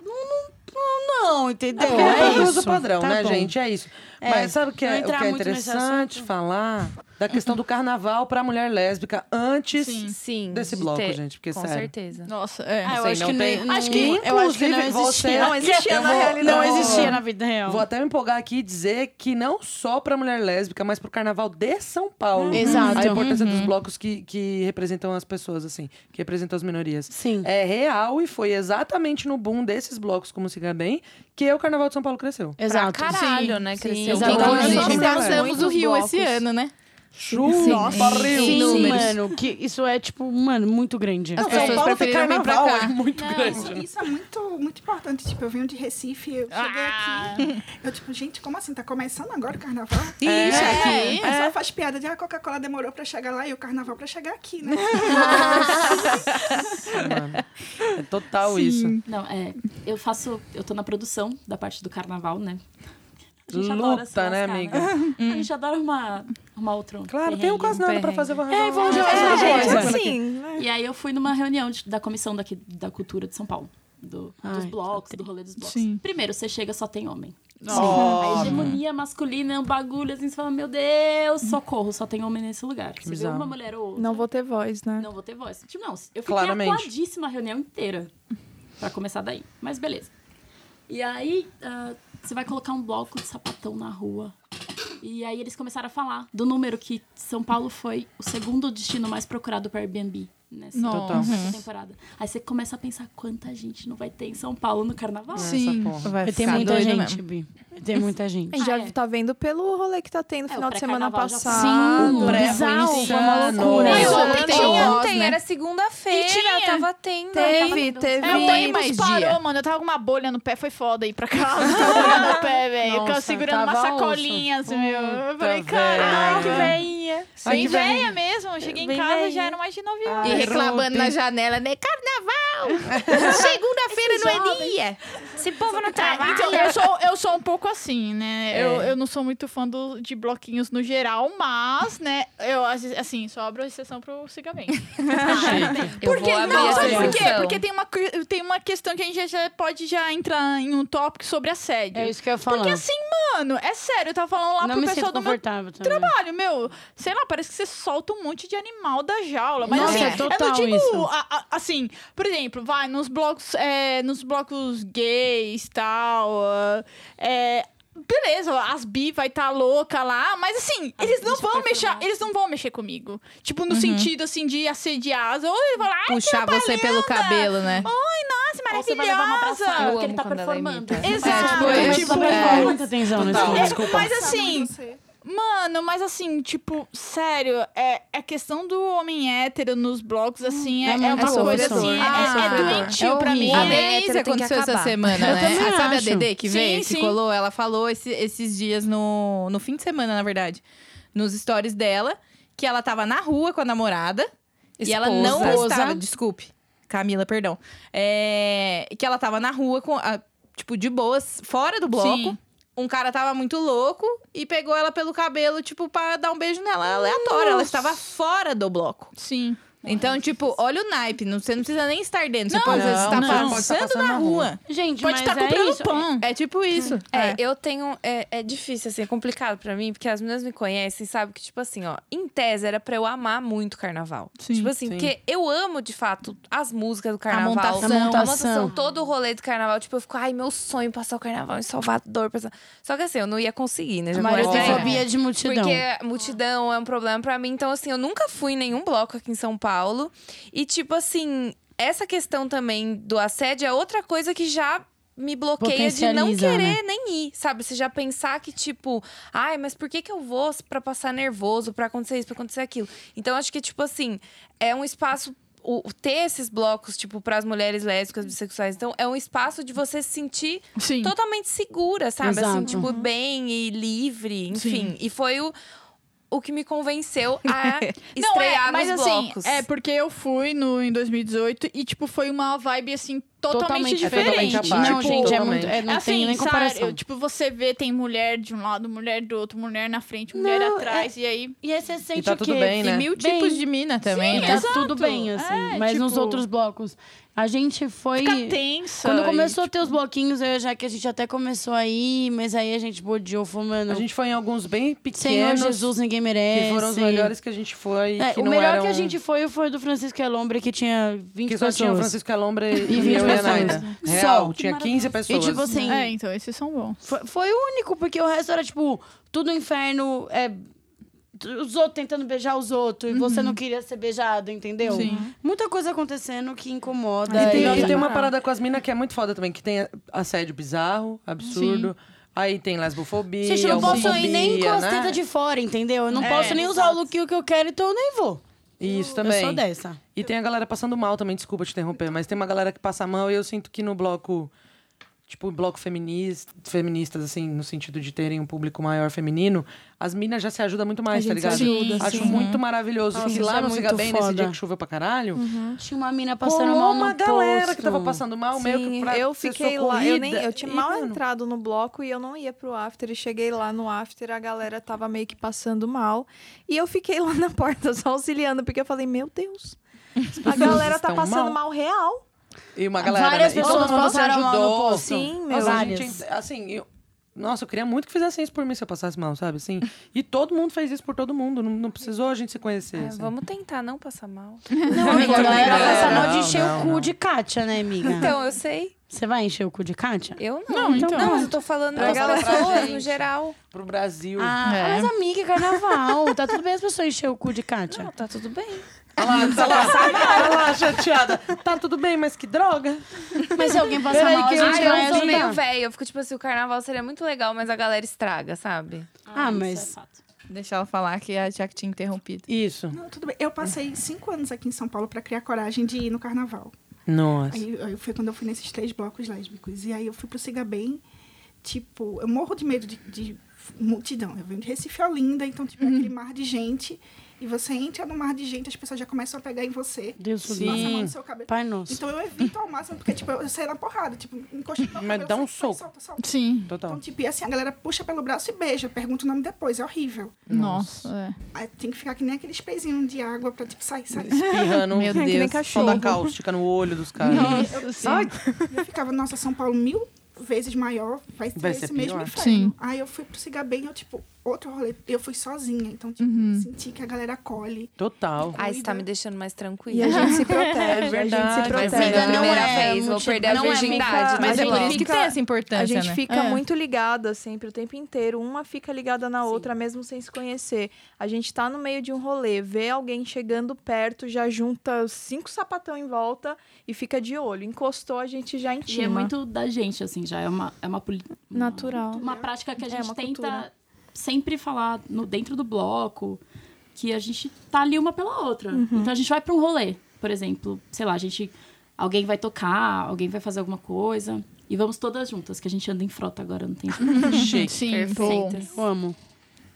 [SPEAKER 11] não, não, não, não, entendeu?
[SPEAKER 4] Porque
[SPEAKER 11] É
[SPEAKER 4] reproduz
[SPEAKER 11] isso.
[SPEAKER 4] o padrão,
[SPEAKER 11] Tá
[SPEAKER 4] né,
[SPEAKER 11] bom.
[SPEAKER 4] gente? É isso.
[SPEAKER 11] É,
[SPEAKER 4] Mas sabe o que
[SPEAKER 11] não
[SPEAKER 4] é, o que
[SPEAKER 11] entrar
[SPEAKER 4] é
[SPEAKER 11] muito nesse
[SPEAKER 4] interessante
[SPEAKER 11] assunto.
[SPEAKER 4] falar? Da questão do carnaval pra mulher lésbica antes
[SPEAKER 1] Sim.
[SPEAKER 4] desse
[SPEAKER 1] de
[SPEAKER 4] bloco,
[SPEAKER 1] ter-
[SPEAKER 4] gente. Porque,
[SPEAKER 1] Com
[SPEAKER 4] sério.
[SPEAKER 1] certeza.
[SPEAKER 12] Nossa, é.
[SPEAKER 11] Ah, eu
[SPEAKER 4] Assim,
[SPEAKER 11] acho
[SPEAKER 4] não
[SPEAKER 11] que não-
[SPEAKER 4] tem-
[SPEAKER 11] não-
[SPEAKER 4] acho que,
[SPEAKER 11] eu acho que não
[SPEAKER 4] inclusive,
[SPEAKER 11] existia.
[SPEAKER 4] você-
[SPEAKER 11] Não existia
[SPEAKER 4] Eu
[SPEAKER 11] na
[SPEAKER 4] vou-
[SPEAKER 11] realidade. Não
[SPEAKER 4] eu vou-
[SPEAKER 11] existia na vida real.
[SPEAKER 4] Vou até me empolgar aqui e dizer que não só pra mulher lésbica, mas pro carnaval de São Paulo.
[SPEAKER 11] Uhum. Exato. Uhum.
[SPEAKER 4] A importância dos blocos que, que representam as pessoas, assim, que representam as minorias.
[SPEAKER 11] Sim.
[SPEAKER 4] É real e foi exatamente no boom desses blocos, como se Siga Bem, que o carnaval de São Paulo cresceu.
[SPEAKER 11] Exato.
[SPEAKER 1] Pra caralho, né?
[SPEAKER 11] exatamente.
[SPEAKER 1] Cresceu. muito.
[SPEAKER 11] Então,
[SPEAKER 3] Nós
[SPEAKER 11] gente,
[SPEAKER 3] passamos tá o
[SPEAKER 5] muitos
[SPEAKER 3] Rio
[SPEAKER 5] blocos.
[SPEAKER 3] esse ano, né?
[SPEAKER 4] Chuva, barril.
[SPEAKER 11] Sim,
[SPEAKER 4] números.
[SPEAKER 11] mano. Que isso é, tipo, mano, muito grande. É.
[SPEAKER 3] As
[SPEAKER 4] São
[SPEAKER 3] pessoas
[SPEAKER 4] Paulo tem
[SPEAKER 3] preferiram vir pra
[SPEAKER 4] carnaval,
[SPEAKER 3] cá.
[SPEAKER 4] É muito grande.
[SPEAKER 8] Isso, isso é muito, muito importante. Tipo, eu venho de Recife, eu cheguei aqui.
[SPEAKER 6] Ah!
[SPEAKER 8] Eu, tipo, gente, como assim? Tá começando agora o carnaval?
[SPEAKER 4] Isso é.
[SPEAKER 8] O pessoal faz piada de ah, a Coca-Cola demorou pra chegar lá e o carnaval pra chegar aqui, né?
[SPEAKER 4] mano. É total isso.
[SPEAKER 6] Não, é... Eu faço... Eu tô na produção da parte do carnaval, né? A gente adora se
[SPEAKER 4] Luta, né,
[SPEAKER 6] lascar,
[SPEAKER 4] amiga?
[SPEAKER 6] A gente adora arrumar, arrumar outro
[SPEAKER 4] Claro, tem um
[SPEAKER 6] perrengue. né?
[SPEAKER 4] quase nada pra fazer com a
[SPEAKER 11] É, vamos jogar
[SPEAKER 5] É,
[SPEAKER 11] essa
[SPEAKER 5] gente,
[SPEAKER 11] coisa.
[SPEAKER 5] assim,
[SPEAKER 6] E aí eu fui numa reunião de- da comissão daqui, da cultura de São Paulo. do- dos
[SPEAKER 11] Ai,
[SPEAKER 6] blocos,
[SPEAKER 4] tá
[SPEAKER 6] do rolê dos blocos.
[SPEAKER 12] Sim.
[SPEAKER 6] Primeiro, você chega só tem homem.
[SPEAKER 4] Oh,
[SPEAKER 6] A hegemonia masculina é um bagulho, assim, você fala, meu Deus, socorro, só tem homem nesse lugar. Você vê
[SPEAKER 4] bizarro.
[SPEAKER 6] uma mulher ou outra,
[SPEAKER 5] não vou ter voz, né?
[SPEAKER 6] não vou ter voz. Tipo, não, eu fiquei
[SPEAKER 4] Claramente.
[SPEAKER 6] acuadíssima a reunião inteira. Pra começar daí. Mas beleza. E aí, ah, você vai colocar um bloco de sapatão na rua. E aí eles começaram a falar do número que São Paulo foi o segundo destino mais procurado para Airbnb nessa
[SPEAKER 12] Nossa.
[SPEAKER 6] nessa temporada. Aí você começa a pensar quanta gente não vai ter em São Paulo no carnaval.
[SPEAKER 4] Sim.
[SPEAKER 3] Vai
[SPEAKER 11] Tem
[SPEAKER 3] ficar
[SPEAKER 11] muita
[SPEAKER 3] Tá doido
[SPEAKER 11] gente,
[SPEAKER 3] mesmo.
[SPEAKER 11] Bi. Tem muita gente.
[SPEAKER 5] A gente já
[SPEAKER 6] Ah, é.
[SPEAKER 5] tá vendo pelo rolê que tá tendo
[SPEAKER 6] É, o
[SPEAKER 5] final de semana
[SPEAKER 6] pré-carnaval já foi.
[SPEAKER 5] passado.
[SPEAKER 11] Sim,
[SPEAKER 4] pré-
[SPEAKER 11] bizarro.
[SPEAKER 4] foi
[SPEAKER 11] Foi uma
[SPEAKER 1] loucura.
[SPEAKER 4] nossa.
[SPEAKER 1] Mas
[SPEAKER 4] Isso,
[SPEAKER 1] ontem
[SPEAKER 4] ontem,
[SPEAKER 1] tinha,
[SPEAKER 4] ontem,
[SPEAKER 1] ontem,
[SPEAKER 4] né?
[SPEAKER 1] era segunda-feira, tava tendo.
[SPEAKER 3] Teve,
[SPEAKER 1] tava...
[SPEAKER 3] teve. É, o ônibus parou, mano. Eu tava com uma bolha no pé, foi foda ir pra casa. Tava com uma bolha no pé, velho. Eu
[SPEAKER 1] Nossa,
[SPEAKER 3] tava segurando umas
[SPEAKER 1] tava
[SPEAKER 3] sacolinhas,
[SPEAKER 1] osso.
[SPEAKER 3] meu. Eu falei,
[SPEAKER 1] Puta,
[SPEAKER 3] caralho.
[SPEAKER 1] velho. Ai, que veinha. Ai,
[SPEAKER 3] Bem
[SPEAKER 1] que
[SPEAKER 3] velha
[SPEAKER 1] veinha.
[SPEAKER 3] mesmo. Eu Cheguei em
[SPEAKER 1] Bem
[SPEAKER 3] casa,
[SPEAKER 1] velhinha.
[SPEAKER 3] já era mais de 9 anos.
[SPEAKER 13] E reclamando na janela, né? Carnaval! Segunda-feira
[SPEAKER 3] Esses
[SPEAKER 13] não é
[SPEAKER 3] jovens.
[SPEAKER 13] dia! Esse povo não
[SPEAKER 3] Tá,
[SPEAKER 13] trabalha!
[SPEAKER 3] então, eu sou, eu sou um pouco assim, né?
[SPEAKER 13] É.
[SPEAKER 3] Eu, eu não sou muito fã do- de bloquinhos no geral, mas, né, eu, assim, só abro exceção pro cigamento.
[SPEAKER 1] Eu
[SPEAKER 3] Porque,
[SPEAKER 1] vou abrir
[SPEAKER 3] não,
[SPEAKER 1] essa
[SPEAKER 3] sabe por quê?
[SPEAKER 1] discussão.
[SPEAKER 3] Porque tem uma, cu- tem uma questão que a gente já- já pode já entrar em um tópico sobre assédio. É isso
[SPEAKER 2] que eu ia falar.
[SPEAKER 3] Porque assim, mano, é sério, eu tava falando
[SPEAKER 2] Ah.
[SPEAKER 3] lá
[SPEAKER 2] Não
[SPEAKER 3] pro
[SPEAKER 2] me
[SPEAKER 3] pessoal
[SPEAKER 2] sinto
[SPEAKER 3] do meu
[SPEAKER 2] confortável também.
[SPEAKER 3] trabalho, meu. Sei lá, parece que você solta um monte de animal da jaula. Mas
[SPEAKER 2] Nossa,
[SPEAKER 3] assim,
[SPEAKER 2] é
[SPEAKER 3] eu
[SPEAKER 2] total
[SPEAKER 3] não digo
[SPEAKER 2] isso.
[SPEAKER 3] a- a- assim, por exemplo, vai nos blocos, é, nos blocos gays e tal. ah, é, Beleza, as bi vai estar tá louca lá, mas assim, eles não vão mexer, eles não vão mexer comigo. Tipo, no
[SPEAKER 13] Uhum.
[SPEAKER 3] sentido assim de assediar, ou ele vai lá, "Ai, que
[SPEAKER 13] Puxar você pelo cabelo, né?
[SPEAKER 3] Oi,
[SPEAKER 6] Ou
[SPEAKER 3] nossa,
[SPEAKER 6] você vai levar uma
[SPEAKER 3] maravilhosa.
[SPEAKER 6] abraçada, porque ele tá
[SPEAKER 5] é
[SPEAKER 6] performando.
[SPEAKER 3] Exato.
[SPEAKER 6] É, tipo,
[SPEAKER 3] tipo,
[SPEAKER 6] eu
[SPEAKER 3] é.
[SPEAKER 6] dou muita atenção nesse
[SPEAKER 3] Total.
[SPEAKER 6] filme,
[SPEAKER 3] É,
[SPEAKER 6] desculpa.
[SPEAKER 3] Mas assim, mano, mas assim, tipo, sério, é, a questão do homem hétero nos
[SPEAKER 13] Hum,
[SPEAKER 3] blocos, assim, é, é uma coisa assim, é, é doentio pra mim.
[SPEAKER 13] A Denise aconteceu essa semana, né? Ah, Sabe a Dedê que
[SPEAKER 3] Sim,
[SPEAKER 13] veio, que
[SPEAKER 3] sim.
[SPEAKER 13] colou? Ela falou esse- esses dias no, no fim de semana, na verdade, nos stories dela, que ela tava na rua com a namorada e ela não
[SPEAKER 1] Esposa.
[SPEAKER 13] gostava. Desculpe, Camila, perdão. É, que ela tava na rua com. a- tipo, de boas, fora do bloco.
[SPEAKER 3] Sim.
[SPEAKER 13] Um cara tava muito louco e pegou ela pelo cabelo, tipo, pra dar um beijo nela. Aleatório, ela estava fora do bloco.
[SPEAKER 3] Sim.
[SPEAKER 13] Então, tipo, olha o naipe. Não, você não precisa nem estar dentro. Você
[SPEAKER 1] Não,
[SPEAKER 13] pode, às vezes,
[SPEAKER 1] não,
[SPEAKER 13] estar
[SPEAKER 1] não. Pode
[SPEAKER 13] passando,
[SPEAKER 1] estar passando
[SPEAKER 13] na
[SPEAKER 1] na
[SPEAKER 13] rua.
[SPEAKER 1] rua.
[SPEAKER 2] Gente,
[SPEAKER 13] pode
[SPEAKER 1] mas
[SPEAKER 13] estar
[SPEAKER 1] é
[SPEAKER 13] comprando
[SPEAKER 1] isso.
[SPEAKER 13] pão. É, tipo isso.
[SPEAKER 1] É, eu tenho. É, é difícil, assim, é complicado pra mim, porque as meninas me conhecem e sabem que, tipo assim, ó, em tese era pra eu amar muito carnaval.
[SPEAKER 3] Sim,
[SPEAKER 1] tipo assim,
[SPEAKER 3] sim.
[SPEAKER 1] porque eu amo, de fato, as músicas do carnaval.
[SPEAKER 13] montação.
[SPEAKER 1] a
[SPEAKER 13] A
[SPEAKER 1] montação,
[SPEAKER 13] montação.
[SPEAKER 1] todo o rolê do carnaval. Tipo, eu fico, ai, meu sonho é passar o carnaval em Salvador. Passar... Só que assim, eu não ia conseguir, né? Já
[SPEAKER 2] Mário
[SPEAKER 1] comecei.
[SPEAKER 3] é.
[SPEAKER 2] tem fobia de multidão.
[SPEAKER 1] Porque multidão é um problema pra mim. Então, assim, eu nunca fui em nenhum bloco aqui em São Paulo. E, tipo assim, essa questão também do assédio é outra coisa que já me bloqueia de não
[SPEAKER 2] Potencializa,
[SPEAKER 1] querer
[SPEAKER 2] né?
[SPEAKER 1] nem ir, sabe? Você já pensar que, tipo, ai, mas por que, que eu vou pra passar nervoso, pra acontecer isso, pra acontecer aquilo? Então, acho que, tipo assim, é um espaço. O, o ter esses blocos, tipo, para as mulheres lésbicas, bissexuais, então, é um espaço de você se sentir totalmente segura, sabe? Assim,
[SPEAKER 2] Exato.
[SPEAKER 1] tipo,
[SPEAKER 2] Uhum.
[SPEAKER 1] bem e livre, enfim.
[SPEAKER 2] Sim.
[SPEAKER 1] E foi o, o que me convenceu a
[SPEAKER 3] Não,
[SPEAKER 1] estrear
[SPEAKER 3] é, mas
[SPEAKER 1] nos
[SPEAKER 3] assim,
[SPEAKER 1] blocos.
[SPEAKER 3] é porque eu fui no, em 2018 e, tipo, foi uma vibe, assim, totalmente,
[SPEAKER 2] Totalmente, é
[SPEAKER 3] diferente.
[SPEAKER 2] totalmente à parte,
[SPEAKER 3] tipo,
[SPEAKER 2] gente, é muito- é, não tem
[SPEAKER 3] assim,
[SPEAKER 2] nem
[SPEAKER 3] sabe,
[SPEAKER 2] comparação.
[SPEAKER 3] eu, tipo, você vê, tem mulher de um lado, mulher do outro, mulher na frente, mulher
[SPEAKER 2] Não,
[SPEAKER 3] atrás, e aí...
[SPEAKER 2] E aí você sente
[SPEAKER 3] tá
[SPEAKER 2] o quê?
[SPEAKER 3] tudo bem,
[SPEAKER 4] Assim,
[SPEAKER 3] né?
[SPEAKER 13] E mil
[SPEAKER 2] Bem.
[SPEAKER 13] tipos de mina também,
[SPEAKER 2] Sim,
[SPEAKER 13] né?
[SPEAKER 2] tá tudo bem, assim.
[SPEAKER 13] É,
[SPEAKER 2] mas
[SPEAKER 13] tipo-
[SPEAKER 2] nos outros blocos, a gente foi...
[SPEAKER 13] Fica tensa
[SPEAKER 2] Quando
[SPEAKER 13] e,
[SPEAKER 3] tipo
[SPEAKER 2] começou a ter os bloquinhos, eu já que a gente até começou aí, mas aí a gente bodeou, falou, mano...
[SPEAKER 4] A gente foi em alguns bem
[SPEAKER 2] Senhor
[SPEAKER 4] pequenos.
[SPEAKER 2] Jesus, ninguém merece.
[SPEAKER 4] Que foram os melhores que a gente foi.
[SPEAKER 2] É,
[SPEAKER 4] que
[SPEAKER 2] o
[SPEAKER 4] não
[SPEAKER 2] melhor
[SPEAKER 4] eram... né?
[SPEAKER 2] que a gente foi foi o do Francisco Elombre, que tinha 20
[SPEAKER 4] Que só
[SPEAKER 2] pessoas.
[SPEAKER 4] tinha o Francisco Elombre e
[SPEAKER 2] E 20
[SPEAKER 4] eu e a
[SPEAKER 2] pessoas.
[SPEAKER 4] Naida.
[SPEAKER 2] Só.
[SPEAKER 4] Real, tinha 15 pessoas.
[SPEAKER 2] E tipo assim...
[SPEAKER 3] É, então, esses são bons.
[SPEAKER 2] Foi, foi o único, porque o resto era, tipo, tudo inferno, é... Os outros tentando beijar os outros e você não queria ser beijado, entendeu?
[SPEAKER 4] Uhum. Sim.
[SPEAKER 2] Muita coisa acontecendo que incomoda.
[SPEAKER 4] E tem, e tem uma parada com as minas que é muito foda também, que tem assédio bizarro, absurdo. Aí tem lesbofobia.
[SPEAKER 2] Gente, eu não posso ir nem com as
[SPEAKER 4] né?
[SPEAKER 2] tetas de fora, entendeu? Eu não
[SPEAKER 4] É,
[SPEAKER 2] posso nem usar o look que eu quero, então eu nem vou.
[SPEAKER 4] Isso também.
[SPEAKER 2] Eu sou dessa.
[SPEAKER 4] E tem a galera passando mal também, desculpa te interromper, mas tem uma galera que passa mal e eu sinto que no bloco. Tipo, bloco feminista, feministas, assim, no sentido de terem um público maior feminino, as minas já se ajudam muito mais,
[SPEAKER 2] A
[SPEAKER 4] tá
[SPEAKER 2] gente se
[SPEAKER 4] ligado?
[SPEAKER 2] ajuda,
[SPEAKER 4] Acho
[SPEAKER 2] sim. Uhum.
[SPEAKER 4] muito maravilhoso.
[SPEAKER 2] Nossa,
[SPEAKER 4] que
[SPEAKER 2] isso
[SPEAKER 4] lá
[SPEAKER 2] é
[SPEAKER 4] no
[SPEAKER 2] muito
[SPEAKER 4] Siga Bem, nesse
[SPEAKER 2] foda.
[SPEAKER 4] dia que choveu pra caralho,
[SPEAKER 2] Tinha uma mina passando
[SPEAKER 4] Rolou
[SPEAKER 2] mal
[SPEAKER 4] uma
[SPEAKER 2] no
[SPEAKER 4] galera
[SPEAKER 2] posto.
[SPEAKER 4] que tava passando mal, meio que pra
[SPEAKER 5] eu
[SPEAKER 4] ser
[SPEAKER 5] fiquei lá, eu, nem,
[SPEAKER 4] socorrida.
[SPEAKER 5] eu tinha
[SPEAKER 4] E,
[SPEAKER 5] mal
[SPEAKER 4] mano,
[SPEAKER 5] entrado no bloco e eu não ia pro after. E cheguei lá no after, a galera tava meio que passando mal. E eu fiquei lá na porta só auxiliando, porque eu falei, meu Deus, a
[SPEAKER 4] pessoas
[SPEAKER 5] galera tá
[SPEAKER 4] estão
[SPEAKER 5] passando
[SPEAKER 4] mal."
[SPEAKER 5] mal real.
[SPEAKER 4] E uma galera.
[SPEAKER 5] Várias
[SPEAKER 4] né? E
[SPEAKER 5] pessoas
[SPEAKER 4] todo mundo se
[SPEAKER 5] passaram mal no
[SPEAKER 4] ajudou.
[SPEAKER 5] posto. Sim, meu,
[SPEAKER 4] Nossa,
[SPEAKER 5] várias.
[SPEAKER 4] gente, assim, eu- Nossa, eu queria muito que fizessem isso por mim se eu passasse mal, sabe? Assim, e todo mundo fez isso por todo mundo. Não, não precisou a gente se conhecer.
[SPEAKER 1] É,
[SPEAKER 4] assim.
[SPEAKER 1] Vamos tentar não passar mal.
[SPEAKER 2] Não, amiga, a galera
[SPEAKER 4] Não,
[SPEAKER 2] passa mal de
[SPEAKER 4] não,
[SPEAKER 2] encher
[SPEAKER 4] não,
[SPEAKER 2] o cu de Kátia, né, amiga?
[SPEAKER 1] Então, eu sei.
[SPEAKER 2] Você vai encher o cu de Kátia?
[SPEAKER 1] Eu não. Não, mas eu tô falando
[SPEAKER 2] Pra
[SPEAKER 1] das
[SPEAKER 2] galera, pra
[SPEAKER 1] pessoas
[SPEAKER 2] gente.
[SPEAKER 1] no geral.
[SPEAKER 4] Pro Brasil.
[SPEAKER 2] Ah, mas amiga, é carnaval. Tá tudo bem as pessoas encher o cu de Kátia? Não,
[SPEAKER 1] tá tudo bem.
[SPEAKER 4] Olha lá, tá lá, tá lá, chateada. Tá tudo bem, mas que droga.
[SPEAKER 2] Mas se alguém passar mal, a gente vai
[SPEAKER 1] Ah, eu sou
[SPEAKER 2] ajudar.
[SPEAKER 1] meio velha. Eu fico tipo assim, o carnaval seria muito legal, mas a galera estraga, sabe?
[SPEAKER 2] Ah, mas...
[SPEAKER 3] Deixa ela falar que a Jack tinha interrompido.
[SPEAKER 4] Isso.
[SPEAKER 8] Não, tudo bem. Eu passei cinco anos aqui em São Paulo para criar coragem de ir no carnaval.
[SPEAKER 4] Nossa.
[SPEAKER 8] Aí, aí foi quando eu fui nesses três blocos lésbicos. E aí eu fui pro Siga Bem, tipo, eu morro de medo de, de multidão. Eu venho de Recife a Olinda, então, tipo, é
[SPEAKER 4] Uhum.
[SPEAKER 8] aquele mar de gente. E você entra no mar de gente, as pessoas já começam a pegar em você.
[SPEAKER 4] Deus
[SPEAKER 8] passa
[SPEAKER 4] do
[SPEAKER 8] a mão
[SPEAKER 4] céu.
[SPEAKER 8] no seu cabelo.
[SPEAKER 4] Pai nosso.
[SPEAKER 8] Então eu evito ao máximo, porque, tipo, eu saio na porrada, tipo, encosta no meu
[SPEAKER 4] Mas
[SPEAKER 8] cabelo,
[SPEAKER 4] dá um
[SPEAKER 8] sai, sai,
[SPEAKER 4] soco.
[SPEAKER 8] Solta, solta.
[SPEAKER 12] Sim.
[SPEAKER 4] Total.
[SPEAKER 8] Então, tipo, e assim, a galera puxa pelo braço e beija, pergunta o nome depois, é horrível.
[SPEAKER 12] Nossa, é.
[SPEAKER 8] Aí tem que ficar que nem aquele sprayzinho de água pra, tipo, sair, sair.
[SPEAKER 4] Espirrando,
[SPEAKER 12] Meu
[SPEAKER 4] pondo
[SPEAKER 12] Deus.
[SPEAKER 4] a
[SPEAKER 12] cachorro.
[SPEAKER 4] cáustica no olho dos caras.
[SPEAKER 8] eu,
[SPEAKER 12] sim.
[SPEAKER 8] Ai, eu ficava, nossa, São Paulo mil vezes maior, vai ser,
[SPEAKER 4] Vai ser
[SPEAKER 8] esse mesmo
[SPEAKER 4] pior.
[SPEAKER 8] inferno.
[SPEAKER 12] Sim.
[SPEAKER 8] Aí eu fui pro Cigar Bem, eu, tipo, outro rolê, eu fui sozinha, então, tipo, senti que a galera acolhe.
[SPEAKER 4] Total.
[SPEAKER 1] Ah, isso tá me deixando mais tranquila.
[SPEAKER 5] E a gente se protege. A gente
[SPEAKER 4] verdade,
[SPEAKER 5] se
[SPEAKER 1] Mas
[SPEAKER 5] protege.
[SPEAKER 1] amiga,
[SPEAKER 12] não
[SPEAKER 1] primeira
[SPEAKER 12] é
[SPEAKER 1] vez, vou
[SPEAKER 12] motivo-
[SPEAKER 1] perder a
[SPEAKER 12] não é
[SPEAKER 1] virgindade.
[SPEAKER 5] ficar-
[SPEAKER 1] tá
[SPEAKER 5] Mas
[SPEAKER 3] Mas é
[SPEAKER 5] a
[SPEAKER 1] bom.
[SPEAKER 3] por
[SPEAKER 5] gente
[SPEAKER 3] isso que
[SPEAKER 5] fica-
[SPEAKER 3] tem essa importância,
[SPEAKER 5] A gente
[SPEAKER 3] né?
[SPEAKER 5] fica
[SPEAKER 12] É.
[SPEAKER 5] muito ligada sempre o tempo inteiro, uma fica ligada na outra mesmo sem se conhecer. A gente tá no meio de um rolê, vê alguém chegando perto, já junta cinco sapatão em volta e fica de olho. Encostou, a gente já
[SPEAKER 6] E
[SPEAKER 5] intima.
[SPEAKER 6] é muito da gente, assim, já é uma, é uma, poli- uma-
[SPEAKER 5] natural.
[SPEAKER 6] uma prática que a
[SPEAKER 5] É,
[SPEAKER 6] gente
[SPEAKER 5] uma
[SPEAKER 6] tenta
[SPEAKER 5] cultura.
[SPEAKER 6] sempre falar no, dentro do bloco, que a gente tá ali uma pela outra.
[SPEAKER 5] Uhum.
[SPEAKER 6] Então a gente vai pra um rolê, por exemplo, sei lá, a gente. Alguém vai tocar, alguém vai fazer alguma coisa. E vamos todas juntas, que a gente anda em frota agora, não tem jeito.
[SPEAKER 5] Uhum.
[SPEAKER 4] Chique.
[SPEAKER 12] Sim,
[SPEAKER 6] Perfeitas.
[SPEAKER 4] Eu amo.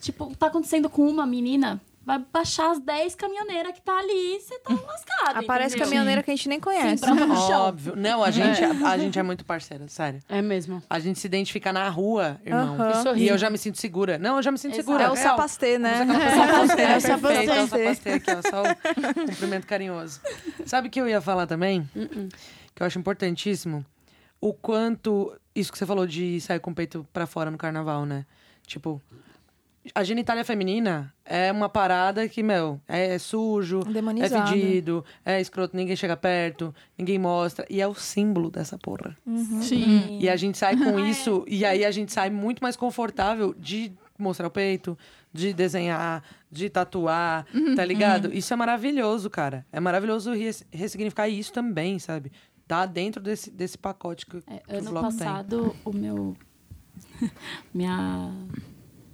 [SPEAKER 6] Tipo, tá acontecendo com uma menina, vai baixar as 10 caminhoneiras que tá ali, você tá lascado.
[SPEAKER 5] Aparece
[SPEAKER 6] entendeu?
[SPEAKER 1] assim.
[SPEAKER 5] caminhoneira que a gente nem
[SPEAKER 3] É, assim,
[SPEAKER 5] conhece.
[SPEAKER 6] brava no chão.
[SPEAKER 4] Óbvio. Não, a gente, a, a gente é muito parceira, sério.
[SPEAKER 2] É mesmo.
[SPEAKER 4] A gente se identifica na rua, irmão.
[SPEAKER 5] Aham. E
[SPEAKER 4] E eu já me sinto segura. Não, eu já me sinto
[SPEAKER 6] Exato.
[SPEAKER 4] segura.
[SPEAKER 5] é o
[SPEAKER 4] real.
[SPEAKER 5] sapastê,
[SPEAKER 4] É
[SPEAKER 5] né?
[SPEAKER 4] o
[SPEAKER 5] sapastê.
[SPEAKER 4] perfeito, é o sapastê aqui, ó. Só um cumprimento carinhoso. Sabe o que eu ia falar também?
[SPEAKER 5] Uh-uh.
[SPEAKER 4] Que eu acho importantíssimo. O quanto... Isso que você falou de sair com o peito pra fora no carnaval, né? Tipo... A genitália feminina é uma parada que, meu, é, sujo, é
[SPEAKER 5] Demonizada.
[SPEAKER 4] fedido, é escroto, ninguém chega perto, ninguém mostra. E é o símbolo dessa porra.
[SPEAKER 12] Sim.
[SPEAKER 4] E a gente sai com isso, e aí a gente sai muito mais confortável de mostrar o peito, de desenhar, de tatuar, tá ligado? Isso é maravilhoso, cara. É maravilhoso res- ressignificar isso também, sabe? Tá dentro desse, desse pacote que,
[SPEAKER 6] É,
[SPEAKER 4] que o
[SPEAKER 6] ano
[SPEAKER 4] bloco
[SPEAKER 6] passado, o meu. minha.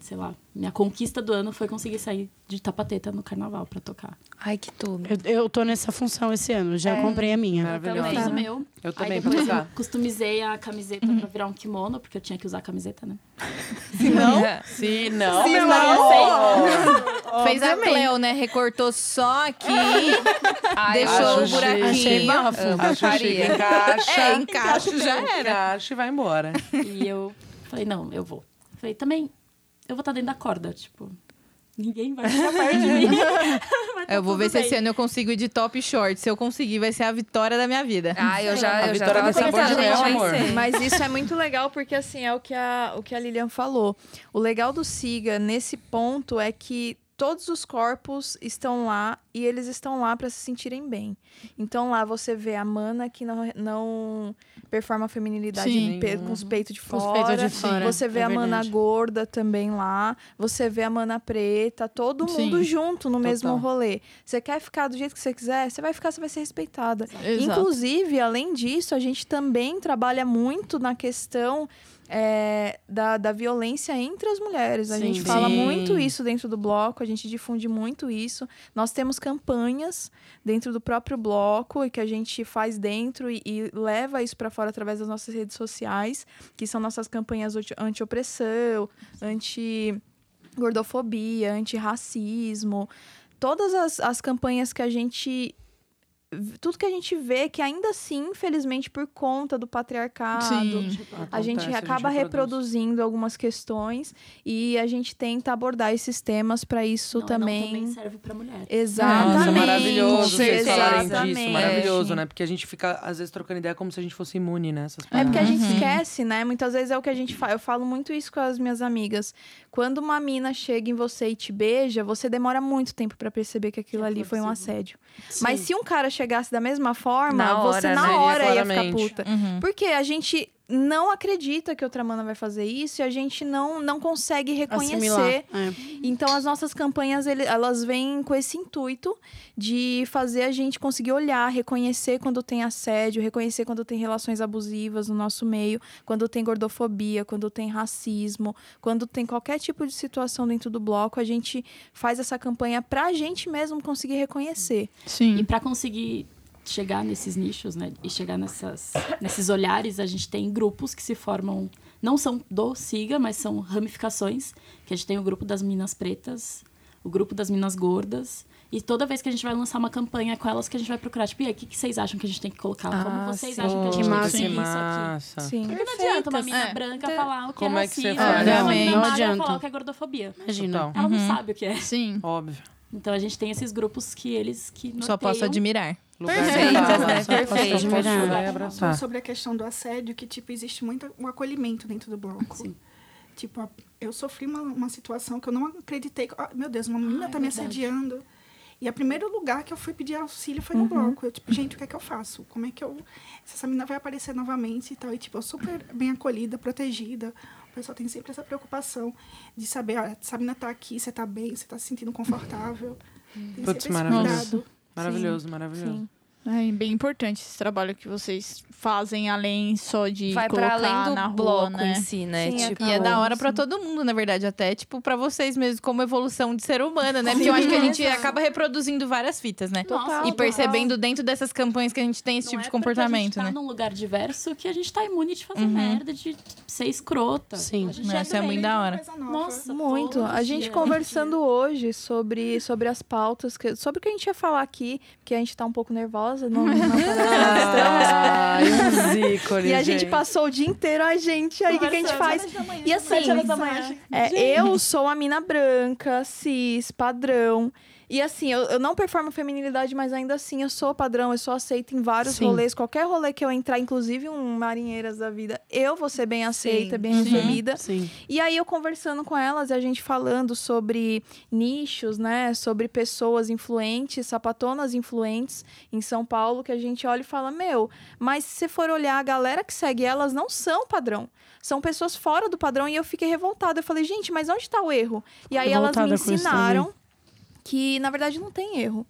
[SPEAKER 6] Sei lá, minha conquista do ano foi conseguir sair de tapateta no carnaval pra tocar.
[SPEAKER 1] Ai, que tudo.
[SPEAKER 2] Eu, eu tô nessa função esse ano, já comprei a minha.
[SPEAKER 4] Maravilhoso.
[SPEAKER 6] Eu fiz o meu.
[SPEAKER 4] tem. Tá. Eu também, Uhum.
[SPEAKER 6] Aí
[SPEAKER 4] pra
[SPEAKER 6] depois
[SPEAKER 4] usar.
[SPEAKER 6] eu customizei a camiseta pra virar um kimono, porque eu tinha que usar a camiseta, né?
[SPEAKER 1] É.
[SPEAKER 4] Se não,
[SPEAKER 6] Se
[SPEAKER 4] meu
[SPEAKER 6] não,
[SPEAKER 4] amor.
[SPEAKER 3] Fez a Cleo, né? Recortou só aqui, deixou o
[SPEAKER 4] acho
[SPEAKER 3] buraquinho.
[SPEAKER 2] Achei bafo.
[SPEAKER 3] Amo,
[SPEAKER 4] Acho chique,
[SPEAKER 3] faria.
[SPEAKER 4] encaixa.
[SPEAKER 3] É, encaixa, já era.
[SPEAKER 4] Encaixa e vai embora.
[SPEAKER 6] E eu falei, não, eu vou. Falei, também, eu vou estar dentro da corda, tipo.
[SPEAKER 4] Uhum.
[SPEAKER 6] Ninguém vai escapar de mim. Mas tá
[SPEAKER 3] Eu vou
[SPEAKER 6] tudo
[SPEAKER 3] ver se
[SPEAKER 6] bem.
[SPEAKER 3] esse ano eu consigo ir de top short. Se eu conseguir, vai ser a vitória da minha vida.
[SPEAKER 1] Ah, eu já,
[SPEAKER 4] A
[SPEAKER 1] eu já
[SPEAKER 4] vitória
[SPEAKER 1] tava
[SPEAKER 4] tem sabor de
[SPEAKER 1] pensando,
[SPEAKER 4] mel,
[SPEAKER 1] gente, vai
[SPEAKER 4] amor.
[SPEAKER 1] ser.
[SPEAKER 5] Mas isso é muito legal porque assim é o que a, o que a Lilian falou. O legal do Siga nesse ponto é que todos os corpos estão lá e eles estão lá para se sentirem bem. Então lá você vê a mana que não, não performa a feminilidade
[SPEAKER 12] Sim.
[SPEAKER 5] pe- com os peitos de
[SPEAKER 2] Com os
[SPEAKER 5] fora.
[SPEAKER 2] peitos de fora,
[SPEAKER 5] Você vê
[SPEAKER 2] é
[SPEAKER 5] a mana
[SPEAKER 2] verdade.
[SPEAKER 5] gorda também lá. Você vê a mana preta. Todo
[SPEAKER 12] Sim.
[SPEAKER 5] mundo junto no mesmo
[SPEAKER 4] Total.
[SPEAKER 5] rolê. Você quer ficar do jeito que você quiser? Você vai ficar, você vai ser respeitada.
[SPEAKER 12] Exato.
[SPEAKER 5] Inclusive, além disso, a gente também trabalha muito na questão é, da, da violência entre as mulheres. A
[SPEAKER 2] Sim.
[SPEAKER 5] gente fala
[SPEAKER 2] Sim.
[SPEAKER 5] muito isso dentro do bloco, a gente difunde muito isso. Nós temos campanhas dentro do próprio bloco e que a gente faz dentro e, e leva isso para fora através das nossas redes sociais, que são nossas campanhas anti- anti-opressão, anti gordofobia, antirracismo, todas as, as campanhas que a gente. Tudo que a gente vê que ainda assim, infelizmente, por conta do patriarcado,
[SPEAKER 12] Sim.
[SPEAKER 5] a
[SPEAKER 4] Acontece,
[SPEAKER 5] gente acaba
[SPEAKER 4] reproduz.
[SPEAKER 5] reproduzindo algumas questões e a gente tenta abordar esses temas para isso
[SPEAKER 6] Não, não,
[SPEAKER 5] também.
[SPEAKER 6] serve pra mulher.
[SPEAKER 5] Exatamente.
[SPEAKER 4] Nossa, é
[SPEAKER 5] com
[SPEAKER 4] maravilhoso vocês
[SPEAKER 5] certeza.
[SPEAKER 4] falarem disso.
[SPEAKER 5] Exatamente.
[SPEAKER 4] Maravilhoso, né? Porque a gente fica, às vezes, trocando ideia como se a gente fosse imune, né? Essas
[SPEAKER 5] É porque a
[SPEAKER 4] paradas.
[SPEAKER 5] gente esquece, né? Muitas vezes é o que a gente fala. Eu falo muito isso com as minhas amigas. Quando uma mina chega em você e te beija, você demora muito tempo pra perceber que aquilo ali foi um assédio. Mas se um cara chegasse da mesma forma,
[SPEAKER 1] Na
[SPEAKER 5] você
[SPEAKER 1] hora,
[SPEAKER 5] na
[SPEAKER 1] né?
[SPEAKER 5] hora ia ficar
[SPEAKER 4] Claramente.
[SPEAKER 1] uhum.
[SPEAKER 5] puta. Porque a gente não acredita que outra mana vai fazer isso e a gente não, não consegue reconhecer.
[SPEAKER 2] Assimilar, é.
[SPEAKER 5] Então, as nossas campanhas, ele- elas vêm com esse intuito de fazer a gente conseguir olhar, reconhecer quando tem assédio, reconhecer quando tem relações abusivas no nosso meio, quando tem gordofobia, quando tem racismo, quando tem qualquer tipo de situação dentro do bloco, a gente faz essa campanha pra gente mesmo conseguir reconhecer.
[SPEAKER 3] Hum, Uhum.
[SPEAKER 6] E para conseguir chegar nesses nichos, né, e chegar nessas, nesses olhares, a gente tem grupos que se formam, não são do SIGA, mas são ramificações, que a gente tem o grupo das meninas pretas, o grupo das meninas gordas, e toda vez que a gente vai lançar uma campanha é com elas que a gente vai procurar, tipo, e aí, o que, que vocês acham que a gente tem que colocar? Como
[SPEAKER 4] Ah,
[SPEAKER 6] vocês
[SPEAKER 4] sim.
[SPEAKER 6] acham que a gente
[SPEAKER 4] Que
[SPEAKER 6] tem
[SPEAKER 4] massa,
[SPEAKER 6] que
[SPEAKER 4] que
[SPEAKER 6] isso
[SPEAKER 4] massa.
[SPEAKER 6] aqui?
[SPEAKER 4] Sim.
[SPEAKER 6] Porque não adianta uma menina
[SPEAKER 3] É.
[SPEAKER 6] branca
[SPEAKER 3] Então,
[SPEAKER 6] falar o que
[SPEAKER 4] como
[SPEAKER 6] é
[SPEAKER 4] é que você
[SPEAKER 6] racismo,
[SPEAKER 4] faz?
[SPEAKER 6] uma
[SPEAKER 4] Não,
[SPEAKER 6] menina
[SPEAKER 4] não
[SPEAKER 6] magra falar
[SPEAKER 4] adianta. Então.
[SPEAKER 6] o que é gordofobia.
[SPEAKER 2] Imagina. Total.
[SPEAKER 6] Ela
[SPEAKER 3] Uhum.
[SPEAKER 6] não sabe o que é.
[SPEAKER 3] Sim.
[SPEAKER 4] Óbvio.
[SPEAKER 6] Então a gente tem esses grupos que eles que
[SPEAKER 3] Só posso
[SPEAKER 6] norteiam
[SPEAKER 3] admirar.
[SPEAKER 4] Lugar
[SPEAKER 3] Perfeitas,
[SPEAKER 4] pra falar,
[SPEAKER 3] né?
[SPEAKER 4] só posso-
[SPEAKER 3] Perfeitas.
[SPEAKER 4] posso chorar
[SPEAKER 3] Admirar.
[SPEAKER 6] Ah,
[SPEAKER 4] e
[SPEAKER 8] Falou
[SPEAKER 6] tá.
[SPEAKER 4] abraçar.
[SPEAKER 8] sobre a questão do assédio, que, tipo, existe muito um acolhimento dentro do bloco. Tipo, a- eu sofri uma, uma situação que eu não acreditei. que- ah, meu Deus, uma menina
[SPEAKER 6] Ah, é
[SPEAKER 8] tá me
[SPEAKER 6] verdade.
[SPEAKER 8] assediando. E o primeiro lugar que eu fui pedir auxílio foi no
[SPEAKER 6] Uhum.
[SPEAKER 8] bloco. Eu, tipo, gente, o que é que eu faço? Como é que eu... se Essa menina vai aparecer novamente e tal. E, tipo, eu super bem acolhida, protegida. O pessoal tem sempre essa preocupação de saber, olha, essa menina tá aqui, você tá bem, você tá se sentindo confortável. Tem sempre
[SPEAKER 4] Putz,
[SPEAKER 8] esse
[SPEAKER 4] maravilhoso.
[SPEAKER 8] cuidado.
[SPEAKER 4] Maravilhoso, maravilhoso.
[SPEAKER 12] É bem importante esse trabalho que vocês fazem além só de
[SPEAKER 1] Vai pra
[SPEAKER 12] colocar
[SPEAKER 1] além do
[SPEAKER 12] na rua,
[SPEAKER 1] bloco
[SPEAKER 12] né?
[SPEAKER 1] em si, né?
[SPEAKER 5] Sim, é
[SPEAKER 1] tipo,
[SPEAKER 3] E é da hora pra todo mundo, na verdade, até tipo pra vocês mesmo, como evolução de ser humano, né? Porque eu acho que a gente acaba reproduzindo várias fitas, né?
[SPEAKER 6] Total,
[SPEAKER 3] e percebendo dentro dessas campanhas que a gente tem esse tipo
[SPEAKER 6] Não
[SPEAKER 3] de
[SPEAKER 6] é porque
[SPEAKER 3] comportamento,
[SPEAKER 6] a gente tá
[SPEAKER 3] né?
[SPEAKER 6] num lugar diverso que a gente tá imune de fazer merda, de ser
[SPEAKER 2] Tá.
[SPEAKER 6] escrota.
[SPEAKER 2] Sim.
[SPEAKER 6] A gente
[SPEAKER 3] Nossa, é
[SPEAKER 6] também.
[SPEAKER 3] muito da hora.
[SPEAKER 8] Coisa nova.
[SPEAKER 6] Nossa,
[SPEAKER 5] Muito.
[SPEAKER 6] todo
[SPEAKER 5] A gente
[SPEAKER 6] dia.
[SPEAKER 5] conversando hoje sobre, sobre as pautas, que- sobre o que a gente ia falar aqui, porque a gente tá um pouco nervosa, não, não
[SPEAKER 4] Ah, uns ícones,
[SPEAKER 5] E a gente passou o dia inteiro, a gente, aí o que, que a gente faz? E assim, é, eu sou a mina branca, cis, padrão. E assim, eu, eu não performo feminilidade, mas ainda assim eu sou padrão, eu sou aceita em vários
[SPEAKER 2] Sim.
[SPEAKER 5] rolês. Qualquer rolê que eu entrar, inclusive um Marinheiras da Vida, eu vou ser bem aceita,
[SPEAKER 2] Sim. Uhum.
[SPEAKER 5] bem recebida.
[SPEAKER 2] Sim.
[SPEAKER 5] E aí eu conversando com elas e a gente falando sobre nichos, né? Sobre pessoas influentes, sapatonas influentes em São Paulo, que a gente olha e fala, meu, mas se você for olhar a galera que segue elas, não são padrão. São pessoas fora do padrão e eu fiquei revoltada. Eu falei, gente, mas onde tá o erro? E aí elas me
[SPEAKER 2] Revoltada com isso
[SPEAKER 5] ensinaram que, na verdade, não tem erro.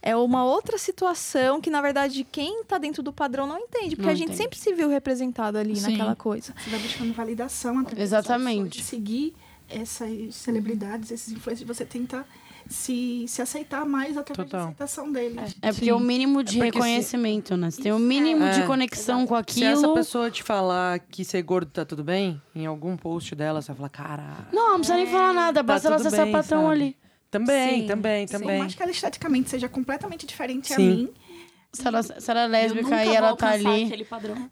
[SPEAKER 5] É uma outra situação que, na verdade, quem tá dentro do padrão não entende. Porque
[SPEAKER 2] Não
[SPEAKER 5] a gente
[SPEAKER 2] entende.
[SPEAKER 5] sempre se viu representado ali
[SPEAKER 12] Sim.
[SPEAKER 5] naquela coisa.
[SPEAKER 8] Você vai buscando validação através
[SPEAKER 2] Exatamente.
[SPEAKER 8] das pessoas, de seguir essas celebridades, esses influencers, você tenta se, se aceitar mais através
[SPEAKER 4] Total.
[SPEAKER 8] da aceitação deles.
[SPEAKER 2] É porque é o mínimo de
[SPEAKER 4] É porque se-
[SPEAKER 2] reconhecimento, né? Você tem o mínimo de
[SPEAKER 4] É.
[SPEAKER 2] conexão com
[SPEAKER 4] Se essa
[SPEAKER 2] aquilo.
[SPEAKER 4] pessoa te falar que ser gordo tá tudo bem, em algum post dela, você vai falar, cara. tá
[SPEAKER 2] Não, não precisa nem falar nada, basta ela
[SPEAKER 4] tudo
[SPEAKER 2] ser
[SPEAKER 4] bem,
[SPEAKER 2] sapatão
[SPEAKER 4] sabe?
[SPEAKER 2] ali.
[SPEAKER 4] Também,
[SPEAKER 1] Sim,
[SPEAKER 4] também,
[SPEAKER 8] Por
[SPEAKER 4] também.
[SPEAKER 8] mais que ela esteticamente seja completamente diferente a
[SPEAKER 4] Sim.
[SPEAKER 8] mim,
[SPEAKER 2] Se ela, se ela é
[SPEAKER 6] Eu nunca
[SPEAKER 2] lésbica e
[SPEAKER 6] vou
[SPEAKER 2] ela tá
[SPEAKER 6] alcançar
[SPEAKER 2] ali.
[SPEAKER 6] Aquele padrão.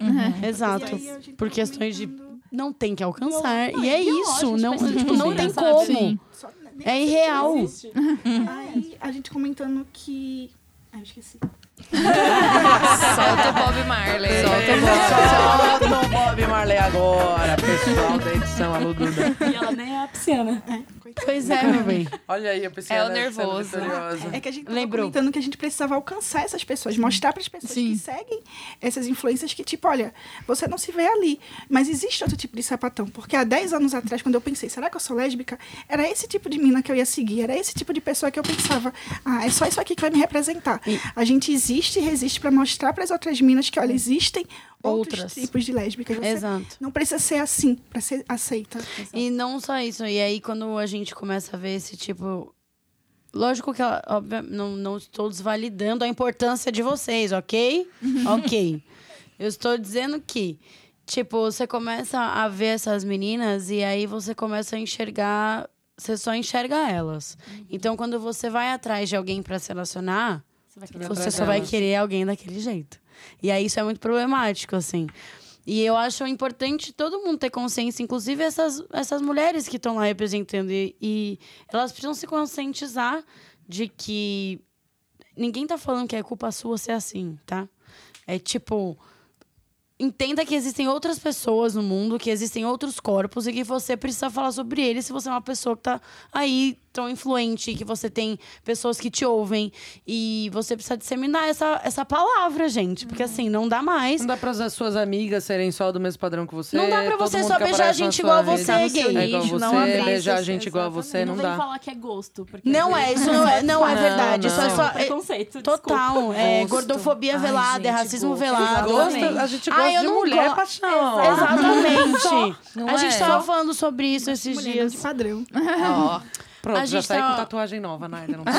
[SPEAKER 2] Exato.
[SPEAKER 8] e aí a gente
[SPEAKER 2] Por
[SPEAKER 8] tá
[SPEAKER 2] questões de.
[SPEAKER 8] comentando,
[SPEAKER 2] Não tem que alcançar.
[SPEAKER 6] Não,
[SPEAKER 2] e é
[SPEAKER 6] e é
[SPEAKER 2] isso.
[SPEAKER 6] lógico,
[SPEAKER 2] Não,
[SPEAKER 6] mas, tipo,
[SPEAKER 2] tipo, não tem
[SPEAKER 6] sabe?
[SPEAKER 2] como.
[SPEAKER 12] Sim.
[SPEAKER 8] só- né, nem-
[SPEAKER 2] É irreal.
[SPEAKER 6] Existe.
[SPEAKER 8] Aí a gente comentando que. Ah, eu esqueci.
[SPEAKER 1] Solta o Bob Marley. Solta
[SPEAKER 4] é.
[SPEAKER 1] o Bob.
[SPEAKER 4] Solta o Bob Marley agora, pessoal da edição né? Aluduna.
[SPEAKER 6] E ela nem é a pisciana.
[SPEAKER 8] É, coitada.
[SPEAKER 2] Pois é, meu bem.
[SPEAKER 4] Olha aí, eu pensei
[SPEAKER 1] É o
[SPEAKER 4] ela sendo
[SPEAKER 1] nervoso.
[SPEAKER 4] vitoriosa.
[SPEAKER 8] É que a gente tava
[SPEAKER 2] Lembrou.
[SPEAKER 8] comentando que a gente precisava alcançar essas pessoas, mostrar para as pessoas
[SPEAKER 12] Sim.
[SPEAKER 8] que seguem essas influências que, tipo, olha, você não se vê ali. Mas existe outro tipo de sapatão. Porque há 10 anos atrás, quando eu pensei, será que eu sou lésbica? Era esse tipo de mina que eu ia seguir, era esse tipo de pessoa que eu pensava, ah, é só isso aqui que vai me representar. A gente existe e resiste para mostrar para as outras minas que, olha, existem outros
[SPEAKER 2] Outras.
[SPEAKER 8] tipos de lésbicas. Você
[SPEAKER 2] Exato.
[SPEAKER 8] Não precisa ser assim para ser aceita.
[SPEAKER 2] E não só isso. E aí, quando a gente começa a ver esse tipo. Lógico que, ela- óbvio, não, não estou desvalidando a importância de vocês, ok? ok. Eu estou dizendo que, tipo, você começa a ver essas meninas e aí você começa a enxergar. Você só enxerga elas.
[SPEAKER 6] Uhum.
[SPEAKER 2] Então, quando você vai atrás de alguém para se relacionar,
[SPEAKER 6] Você vai
[SPEAKER 4] Você vai
[SPEAKER 6] querer.
[SPEAKER 2] você
[SPEAKER 4] atrás
[SPEAKER 2] só vai
[SPEAKER 4] delas.
[SPEAKER 2] querer alguém daquele jeito. E aí isso é muito problemático, assim. E eu acho importante todo mundo ter consciência, inclusive essas, essas mulheres que estão lá representando. E, e elas precisam se conscientizar de que ninguém tá falando que é culpa sua ser assim, tá? É tipo. Entenda que existem outras pessoas no mundo, que existem outros corpos e que você precisa falar sobre eles se você é uma pessoa que tá aí tão influente, que você tem pessoas que te ouvem. E você precisa disseminar essa, essa palavra, gente. Porque assim, não dá mais.
[SPEAKER 4] Não dá para as suas amigas serem só do mesmo padrão que você.
[SPEAKER 2] Não dá pra
[SPEAKER 4] todo
[SPEAKER 2] você
[SPEAKER 4] mundo
[SPEAKER 2] só
[SPEAKER 4] que
[SPEAKER 2] beijar
[SPEAKER 4] aparece na
[SPEAKER 2] gente
[SPEAKER 4] sua
[SPEAKER 2] igual a
[SPEAKER 4] rede
[SPEAKER 2] você,
[SPEAKER 4] é
[SPEAKER 2] gay.
[SPEAKER 4] Igual
[SPEAKER 2] Não
[SPEAKER 4] você,
[SPEAKER 2] abrir
[SPEAKER 4] beijar
[SPEAKER 2] essas-
[SPEAKER 4] gente igual a você, não
[SPEAKER 6] não vem
[SPEAKER 4] dá.
[SPEAKER 6] falar que é gosto. Porque
[SPEAKER 2] Não
[SPEAKER 6] às
[SPEAKER 2] é,
[SPEAKER 6] vezes-
[SPEAKER 2] isso não é, não é
[SPEAKER 4] Não,
[SPEAKER 2] verdade. Isso é
[SPEAKER 4] não.
[SPEAKER 2] só.
[SPEAKER 6] É preconceito,
[SPEAKER 2] Total.
[SPEAKER 6] desculpa.
[SPEAKER 2] É
[SPEAKER 6] Gosto.
[SPEAKER 2] gordofobia
[SPEAKER 6] Ai,
[SPEAKER 2] velada, é
[SPEAKER 6] gente,
[SPEAKER 2] racismo
[SPEAKER 6] gosto.
[SPEAKER 2] velado.
[SPEAKER 4] Gosta, a gente
[SPEAKER 2] Ah,
[SPEAKER 4] gosta
[SPEAKER 2] eu
[SPEAKER 4] de
[SPEAKER 2] não
[SPEAKER 4] mulher
[SPEAKER 2] go-
[SPEAKER 4] paixão.
[SPEAKER 2] Exatamente.
[SPEAKER 4] Não
[SPEAKER 2] a gente
[SPEAKER 4] é?
[SPEAKER 2] tava falando sobre isso esses
[SPEAKER 8] Mulher não é.
[SPEAKER 2] dias.
[SPEAKER 8] de padrão.
[SPEAKER 3] Ó.
[SPEAKER 4] Pronto,
[SPEAKER 2] a
[SPEAKER 4] já
[SPEAKER 2] gente
[SPEAKER 4] saí
[SPEAKER 2] tá-
[SPEAKER 4] com tatuagem nova, Naida. Não
[SPEAKER 2] A